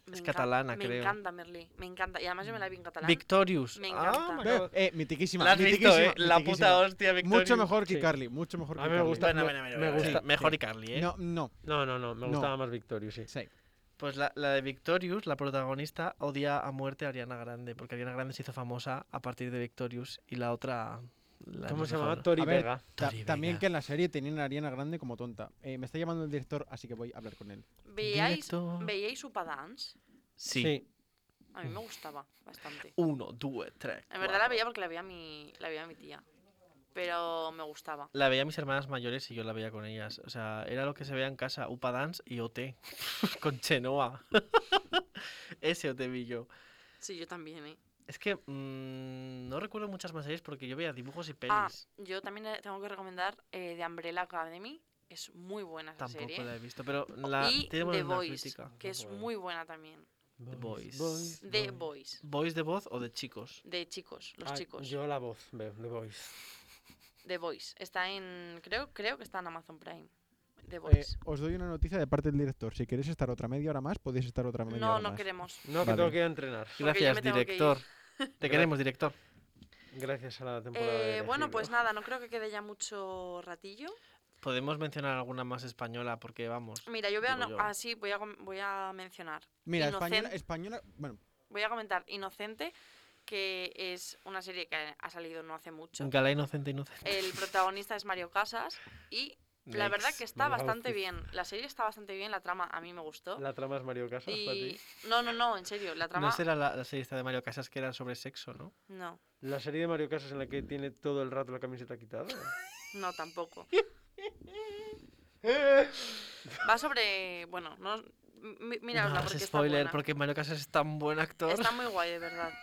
Speaker 4: me
Speaker 5: Es
Speaker 4: encan-
Speaker 5: catalana,
Speaker 4: me
Speaker 5: creo.
Speaker 4: encanta Merlí, me encanta. Y además yo me la vi en catalán.
Speaker 5: Victorious.
Speaker 4: Me
Speaker 5: Ah,
Speaker 4: encanta.
Speaker 5: me
Speaker 6: Ve,
Speaker 5: acabo-
Speaker 6: Eh, mitiquísima.
Speaker 5: La has visto,
Speaker 6: mitiquísima,
Speaker 5: eh. La
Speaker 6: mitiquísima.
Speaker 5: puta hostia, Victorious.
Speaker 6: Mucho mejor que
Speaker 3: Sí.
Speaker 6: Carly, mucho mejor que
Speaker 3: A mí me
Speaker 6: Carly.
Speaker 3: gusta-
Speaker 5: Bueno,
Speaker 3: Me-
Speaker 5: bueno, bueno,
Speaker 3: me
Speaker 5: bueno,
Speaker 3: gusta.
Speaker 5: sí, Mejor
Speaker 3: Sí.
Speaker 5: y Carly, ¿eh?
Speaker 6: No, no,
Speaker 3: No, no, no, me
Speaker 6: No.
Speaker 3: gustaba más Victorious, sí.
Speaker 6: sí.
Speaker 5: Pues la, la de Victorious, la protagonista, odia a muerte a Ariana Grande, porque Ariana Grande se hizo famosa a partir de Victorious y la otra. la
Speaker 3: ¿Cómo
Speaker 5: hemos
Speaker 3: se llamaba?
Speaker 5: dejado.
Speaker 3: Tori
Speaker 6: A ver,
Speaker 3: Vega.
Speaker 6: Ta-
Speaker 5: Tori
Speaker 6: también
Speaker 5: Vega.
Speaker 6: que en la serie tenían a Ariana Grande como tonta. Eh, me está llamando el director, así que voy a hablar con él.
Speaker 4: ¿Veíais,
Speaker 5: Directo.
Speaker 4: ¿Veíais Upadance?
Speaker 5: Sí.
Speaker 4: A mí me gustaba bastante.
Speaker 5: Uno, dos, tres.
Speaker 4: En verdad la
Speaker 5: cuatro.
Speaker 4: veía porque la veía mi, la veía mi tía. Pero me gustaba.
Speaker 5: La veía a mis hermanas mayores y yo la veía con ellas. O sea, era lo que se veía en casa, Upa Dance y OT. con Chenoa. Ese OT vi yo.
Speaker 4: Sí, yo también, ¿eh?
Speaker 5: Es que mm, no recuerdo muchas más series porque yo veía dibujos y pelis.
Speaker 4: Ah, yo también eh, tengo que recomendar eh, The Umbrella Academy. Es muy buena esa
Speaker 5: Tampoco
Speaker 4: serie.
Speaker 5: la he visto, pero la
Speaker 4: y
Speaker 5: tiene
Speaker 4: The
Speaker 5: buena
Speaker 4: Voice,
Speaker 5: crítica.
Speaker 4: que es muy buena también.
Speaker 5: The Boys.
Speaker 4: The Voice,
Speaker 5: ¿Boys de voz o de chicos?
Speaker 4: de chicos, los
Speaker 3: Ah,
Speaker 4: chicos.
Speaker 3: Yo la voz veo, The Boys.
Speaker 4: The Voice. Está en. Creo, creo que está en Amazon Prime. The
Speaker 6: Eh,
Speaker 4: Voice.
Speaker 6: os doy una noticia de parte del director. Si queréis estar otra media hora más, podéis estar otra media
Speaker 4: no,
Speaker 6: hora
Speaker 4: no
Speaker 6: más.
Speaker 4: queremos.
Speaker 3: No, que
Speaker 6: Vale.
Speaker 3: tengo que ir a entrenar.
Speaker 4: Porque yo me
Speaker 5: Gracias,
Speaker 4: tengo que ir.
Speaker 5: director. Te queremos, director.
Speaker 3: Gracias a la temporada. de
Speaker 4: Eh, bueno,
Speaker 3: Elegido.
Speaker 4: pues nada, no creo que quede ya mucho ratillo.
Speaker 5: Podemos mencionar alguna más española porque vamos.
Speaker 4: Mira, yo voy a.
Speaker 5: Digo
Speaker 4: no-
Speaker 5: yo.
Speaker 4: ah, sí, voy a, com- voy a mencionar.
Speaker 6: Mira, española,
Speaker 4: Inocente.
Speaker 6: española, bueno,
Speaker 4: Voy a comentar Inocente, que es una serie que ha salido no hace mucho.
Speaker 5: Gala inocente, inocente.
Speaker 4: El protagonista es Mario Casas y la verdad
Speaker 5: Next.
Speaker 4: que está
Speaker 3: Mario
Speaker 4: bastante
Speaker 3: Casas.
Speaker 4: bien. La serie está bastante bien, la trama a mí me gustó.
Speaker 3: La trama es Mario Casas para
Speaker 4: Y...
Speaker 3: ti.
Speaker 4: No, no, no, en serio, la trama...
Speaker 5: No será la, la serie esta de Mario Casas que era sobre sexo, ¿no?
Speaker 4: No,
Speaker 3: La serie de Mario Casas en la que tiene todo el rato la camiseta quitada.
Speaker 4: no, tampoco. Eh. Va sobre... Bueno, no... mi- Mira,
Speaker 5: no,
Speaker 4: porque
Speaker 5: es
Speaker 4: está
Speaker 5: spoiler,
Speaker 4: buena.
Speaker 5: porque Mario Casas es tan buen actor.
Speaker 4: Está muy guay, de verdad.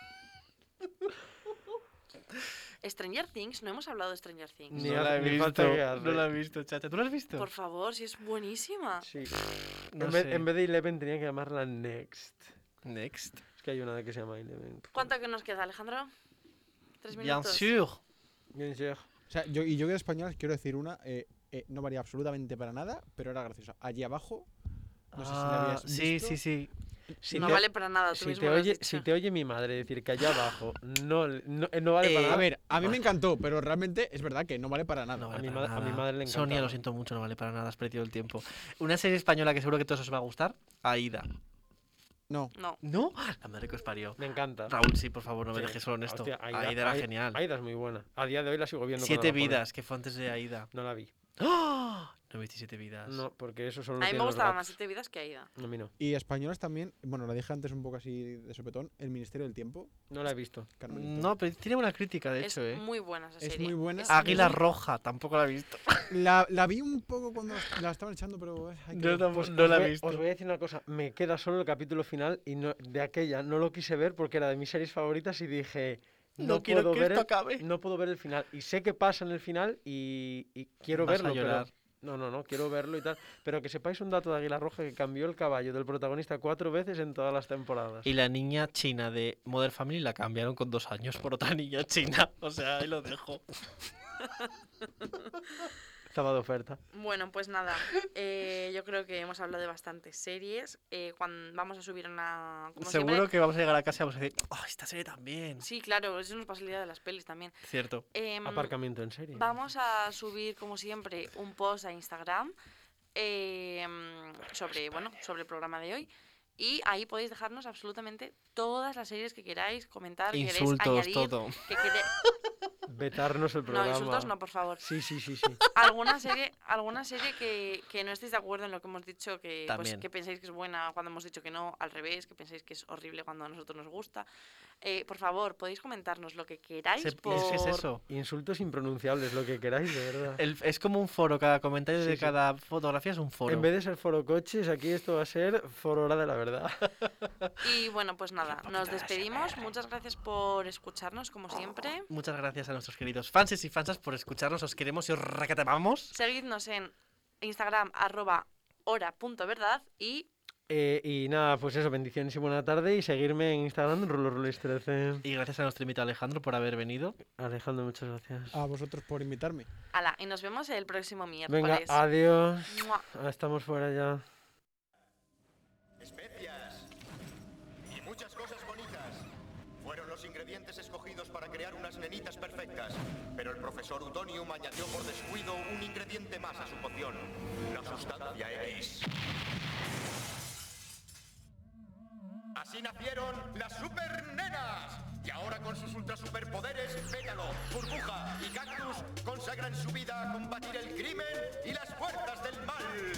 Speaker 4: Stranger Things, no hemos hablado de Stranger Things.
Speaker 3: Ni hace- ni falta que
Speaker 5: no
Speaker 3: hace.
Speaker 5: la he visto, chacha. ¿Tú la has visto?
Speaker 4: Por favor, si es buenísima.
Speaker 3: Sí.
Speaker 5: No
Speaker 3: en, vez,
Speaker 5: sé.
Speaker 3: en vez de Eleven tenía que llamarla Next.
Speaker 5: Next.
Speaker 3: Es que hay una que se llama Eleven.
Speaker 4: ¿Cuánto que nos queda, Alejandro? ¿Tres
Speaker 5: Bien
Speaker 4: minutos?
Speaker 5: sûr.
Speaker 3: Bien, sí.
Speaker 4: Ah,
Speaker 6: o sea, yo, y yo que de españolas quiero decir una, eh, eh, no varía absolutamente para nada, pero era graciosa. Allí abajo, no sé si la
Speaker 5: Ah,
Speaker 6: habías
Speaker 5: sí,
Speaker 6: visto.
Speaker 5: sí, sí.
Speaker 3: Si
Speaker 4: no
Speaker 3: te-
Speaker 4: vale para nada, tú
Speaker 3: si
Speaker 4: mismo
Speaker 3: te,
Speaker 4: lo has
Speaker 3: oye,
Speaker 4: dicho.
Speaker 3: si te oye mi madre decir que allá abajo no, le- no, eh, no vale para
Speaker 5: Eh,
Speaker 3: nada,
Speaker 6: A ver, a mí me encantó, pero realmente es verdad que no vale para nada.
Speaker 5: No vale
Speaker 3: mi
Speaker 5: para
Speaker 3: ma- a mi
Speaker 5: nada.
Speaker 3: madre le
Speaker 5: Sonia,
Speaker 3: encantaba.
Speaker 5: lo siento mucho, no vale para nada, has perdido el tiempo. Una serie española que seguro que a todos os va a gustar, Aida.
Speaker 6: No,
Speaker 4: No,
Speaker 5: ¿No? La madre que os parió.
Speaker 3: me encanta.
Speaker 5: Raúl, sí, por favor, no me
Speaker 3: Sí.
Speaker 5: dejes solo en esto.
Speaker 3: Hostia,
Speaker 5: Aida,
Speaker 3: Aida-
Speaker 5: era
Speaker 3: Ai-
Speaker 5: genial.
Speaker 3: Aida es muy buena. A día de hoy la sigo viendo. cuando
Speaker 5: siete
Speaker 3: la ponen.
Speaker 5: vidas, que fue antes de Aida.
Speaker 3: No la vi.
Speaker 5: ¡Ah! No viste siete vidas.
Speaker 3: No, porque eso solo.
Speaker 4: a
Speaker 3: lo
Speaker 4: mí
Speaker 3: tienen
Speaker 4: me
Speaker 3: los
Speaker 4: gustaba más
Speaker 3: gatos.
Speaker 4: Siete Vidas que Aida.
Speaker 3: No, a mí no.
Speaker 6: y españolas también, bueno, la dije antes un poco así de sopetón, El Ministerio del Tiempo,
Speaker 3: No la he visto.
Speaker 6: Carmelito.
Speaker 5: No, pero tiene buena crítica, de
Speaker 4: es
Speaker 5: hecho, ¿eh? Ah,
Speaker 4: muy buena esa
Speaker 6: Es
Speaker 4: serie.
Speaker 6: muy buena.
Speaker 4: Es
Speaker 5: Águila
Speaker 4: muy-
Speaker 5: Roja, tampoco la he visto.
Speaker 6: La, la vi un poco cuando la estaban echando, pero... eh, hay que ver.
Speaker 5: tampoco,
Speaker 3: Os voy- Os voy a decir una cosa. Me queda solo el capítulo final y no- de aquella no lo quise ver porque era de mis series favoritas y dije. No, puedo ver el,
Speaker 5: acabe.
Speaker 3: No puedo ver el final. Y sé que pasa en el final y, y quiero
Speaker 5: Vas a
Speaker 3: verlo. pero-
Speaker 5: llorar.
Speaker 3: no, no, no, quiero verlo y tal. Pero que sepáis un dato de Águila Roja que cambió el caballo del protagonista cuatro veces en todas las temporadas.
Speaker 5: Y la niña china de Modern Family la cambiaron con dos años por otra niña china. O sea, ahí lo dejo.
Speaker 3: Estaba de oferta.
Speaker 4: Bueno, pues nada, eh, yo creo que hemos hablado de bastantes series. Eh, cuan- vamos a subir una... como siempre-
Speaker 5: Seguro que vamos a llegar a casa y vamos a decir, ¡oh, esta serie también!
Speaker 4: Sí, claro, eso nos pasa el día de las pelis también.
Speaker 5: Cierto.
Speaker 4: Em,
Speaker 3: Aparcamiento en serie.
Speaker 4: Vamos a subir, como siempre, un post a Instagram em, sobre, bueno, sobre el programa de hoy. Y ahí podéis dejarnos absolutamente todas las series que queráis comentar, que
Speaker 5: Insultos,
Speaker 4: queréis añadir,
Speaker 5: todo.
Speaker 4: que quere-
Speaker 3: Vetarnos el
Speaker 4: No,
Speaker 3: programa.
Speaker 4: insultos no, por favor.
Speaker 3: Sí, sí, sí, sí.
Speaker 4: alguna serie, alguna serie que, que no estéis de acuerdo en lo que hemos dicho, que, pues,
Speaker 5: También.
Speaker 4: que pensáis que es buena cuando hemos dicho que no, al revés, que pensáis que es horrible cuando a nosotros nos gusta. Eh, por favor, podéis comentarnos lo que queráis.
Speaker 5: Se-
Speaker 4: por...
Speaker 5: Es que es eso.
Speaker 3: Insultos impronunciables, lo que queráis, de verdad.
Speaker 5: El- es como un foro, cada comentario
Speaker 3: Sí,
Speaker 5: de
Speaker 3: sí.
Speaker 5: cada fotografía es un foro.
Speaker 3: En vez de ser foro coches, aquí esto va a ser foro hora de la verdad.
Speaker 4: Y bueno, pues nada, nos despedimos. Muchas gracias por escucharnos, como siempre.
Speaker 5: Muchas gracias a nuestros queridos fanses y fansas por escucharnos. Os queremos y os recatamamos.
Speaker 4: Seguidnos en Instagram, arroba hora.verdad y
Speaker 3: Eh, y nada, pues eso, bendiciones y buena tarde. Y seguirme en Instagram, RulorRulis13.
Speaker 5: Y gracias a nuestro invitado Alejandro por haber venido.
Speaker 3: Alejandro, muchas gracias.
Speaker 6: A vosotros por invitarme.
Speaker 4: Ala, y nos vemos el próximo
Speaker 3: Venga,
Speaker 4: miércoles.
Speaker 3: adiós.
Speaker 4: Mua.
Speaker 3: Ah, Estamos fuera ya.
Speaker 7: especias y muchas cosas bonitas. Fueron los ingredientes escogidos para crear unas nenitas perfectas, pero el profesor Utonium añadió por descuido un ingrediente más a su poción, la sustancia X. Así nacieron las super nenas. Y ahora con sus ultra superpoderes, Pétalo, Burbuja y Cactus consagran su vida a combatir el crimen y las fuerzas del mal.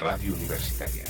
Speaker 1: Radio Universitaria.